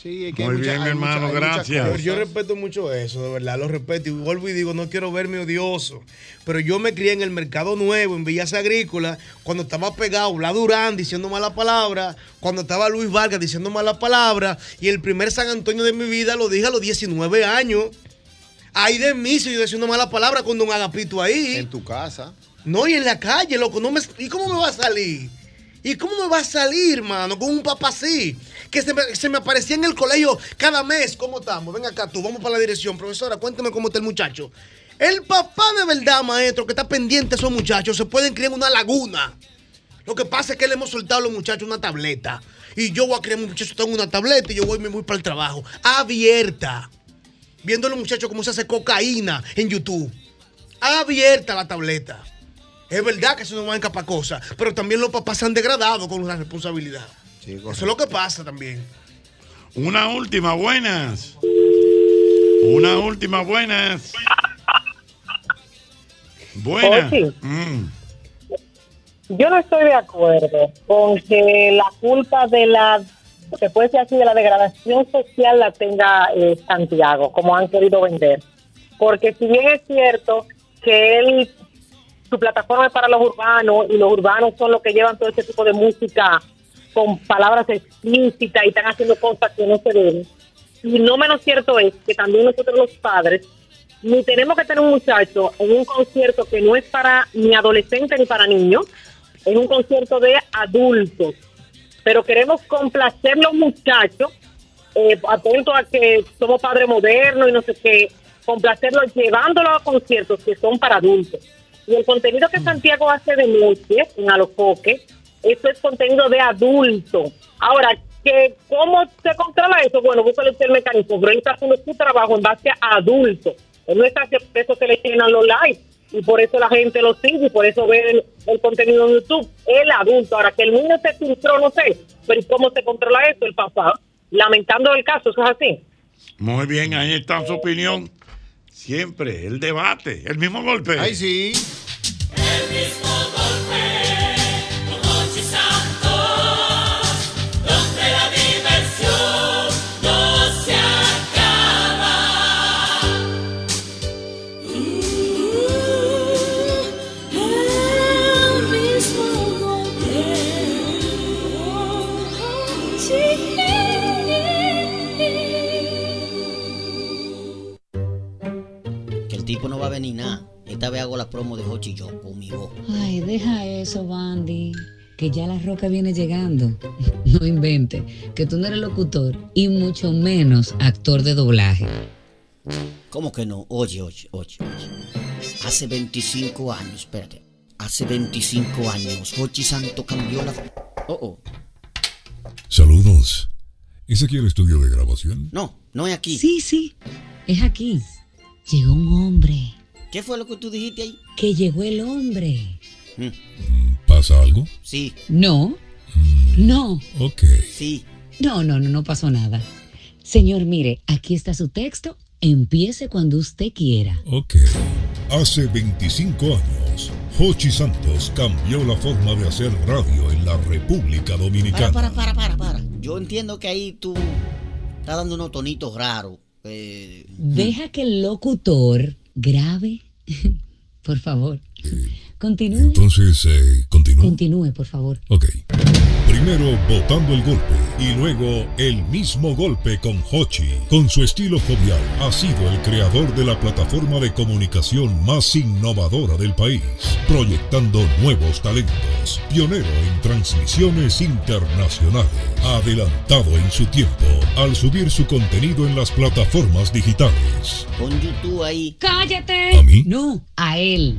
S6: Sí, es
S7: que hay
S5: Muy
S7: mucha-
S5: bien,
S7: hay
S5: hermano,
S7: mucha- hay muchas
S5: gracias.
S7: cosas. Yo respeto mucho eso, de verdad, lo respeto. Y vuelvo y digo, no quiero verme odioso. Pero yo me crié en el mercado nuevo, en Villas Agrícolas, cuando estaba pegado la Durán diciendo mala palabra, cuando estaba Luis Vargas diciendo mala palabra, y el primer San Antonio de mi vida lo dije a los 19 años. Ahí de mí, si yo decía una mala palabra con Don Agapito ahí.
S42: En tu casa.
S7: No, y en la calle, loco. No me, ¿Y cómo me va a salir? ¿Y cómo me va a salir, mano, con un papá así? Que se me, se me aparecía en el colegio cada mes. ¿Cómo estamos? Ven acá tú, vamos para la dirección. Profesora, cuéntame cómo está el muchacho. El papá de verdad, maestro, que está pendiente de esos muchachos, se pueden criar en una laguna. Lo que pasa es que le hemos soltado a los muchachos una tableta. Y yo voy a criar a mis muchachos en una tableta y yo voy, me voy para el trabajo. Abierta. Viendo a los muchachos cómo se hace cocaína en YouTube. Abierta la tableta. Es verdad que eso no manca para cosas, pero también los papás se han degradado con la responsabilidad. Eso es lo que pasa también.
S5: Una última, buenas. Una última, buenas. Buenas.
S15: Oye.
S5: Mm.
S15: Yo no estoy de acuerdo con que la culpa de la, se puede decir así, de la degradación social la tenga eh, Santiago, como han querido vender. Porque si bien es cierto que él, su plataforma es para los urbanos y los urbanos son los que llevan todo este tipo de música con palabras explícitas y están haciendo cosas que no se deben. Y no menos cierto es que también nosotros los padres ni tenemos que tener un muchacho en un concierto que no es para ni adolescente ni para niños, en un concierto de adultos. Pero queremos complacer los muchachos, eh, atento a que somos padres modernos y no sé qué, complacerlos llevándolos a conciertos que son para adultos. Y el contenido que Santiago hace de noche en Alofoque, eso es contenido de adulto. Ahora, que ¿cómo se controla eso? Bueno, búscale usted el mecanismo, pero él está haciendo su trabajo en base a adultos. Él no está haciendo eso se le llenan los likes y por eso la gente lo sigue y por eso ve el, el contenido en YouTube. El adulto, ahora que el niño se filtró, no sé, pero ¿y ¿cómo se controla eso? El papá, lamentando el caso, eso es así.
S5: Muy bien, ahí está su opinión. Siempre, el debate, el mismo golpe. Ahí
S42: sí.
S4: Donde la diversión no se acaba. Uh, El uh, mismo
S43: Que el tipo no va a venir nada. Esta vez hago la promo de Hochi yo con mi voz.
S26: Ay, deja eso, Bandy. Que ya la roca viene llegando. <laughs> No invente, que tú no eres locutor y mucho menos actor de doblaje.
S43: ¿Cómo que no? Oye, oye, oye, oye. Hace 25 años, espérate. Hace 25 años, Hochi Santo cambió la. Oh, oh.
S26: Saludos. ¿Es aquí el estudio de grabación?
S43: No, no es aquí.
S26: Sí, sí. Es aquí. Llegó un hombre.
S43: ¿Qué fue lo que tú dijiste ahí?
S26: Que llegó el hombre. ¿Pasa algo?
S43: Sí.
S26: No. No. Ok.
S43: Sí.
S26: No, no, no, no pasó nada. Señor, mire, aquí está su texto. Empiece cuando usted quiera. Ok. Hace 25 años. Hochi Santos cambió la forma de hacer radio en la República
S43: Para,
S26: Dominicana.
S43: para, para, para, para. Yo entiendo que ahí tú estás dando unos tonitos raros. Eh,
S26: Deja que el locutor grabe. <laughs> por favor. Continúe. Entonces, eh, continúa. Continúe, por favor. Ok. Primero, votando el golpe. Y luego, el mismo golpe con Hochi. Con su estilo jovial, ha sido el creador de la plataforma de comunicación más innovadora del país, proyectando nuevos talentos, pionero en transmisiones internacionales, adelantado en su tiempo al subir su contenido en las plataformas digitales,
S43: Pon YouTube ahí.
S26: ¡Cállate! ¿A mí? No, a él.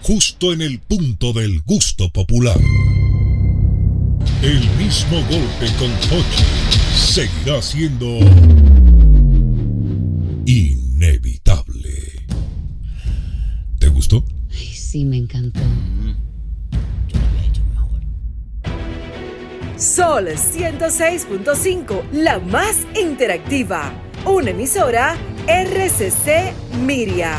S26: justo en el punto del gusto popular. El mismo golpe con Hochi seguirá siendo inevitable. ¿Te gustó? Ay, sí, me encantó.
S18: Sol 106.5, la más interactiva. Una emisora RCC Miria.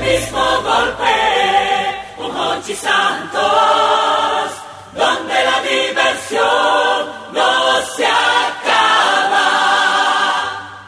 S4: mismo golpe, un Hochi Santo.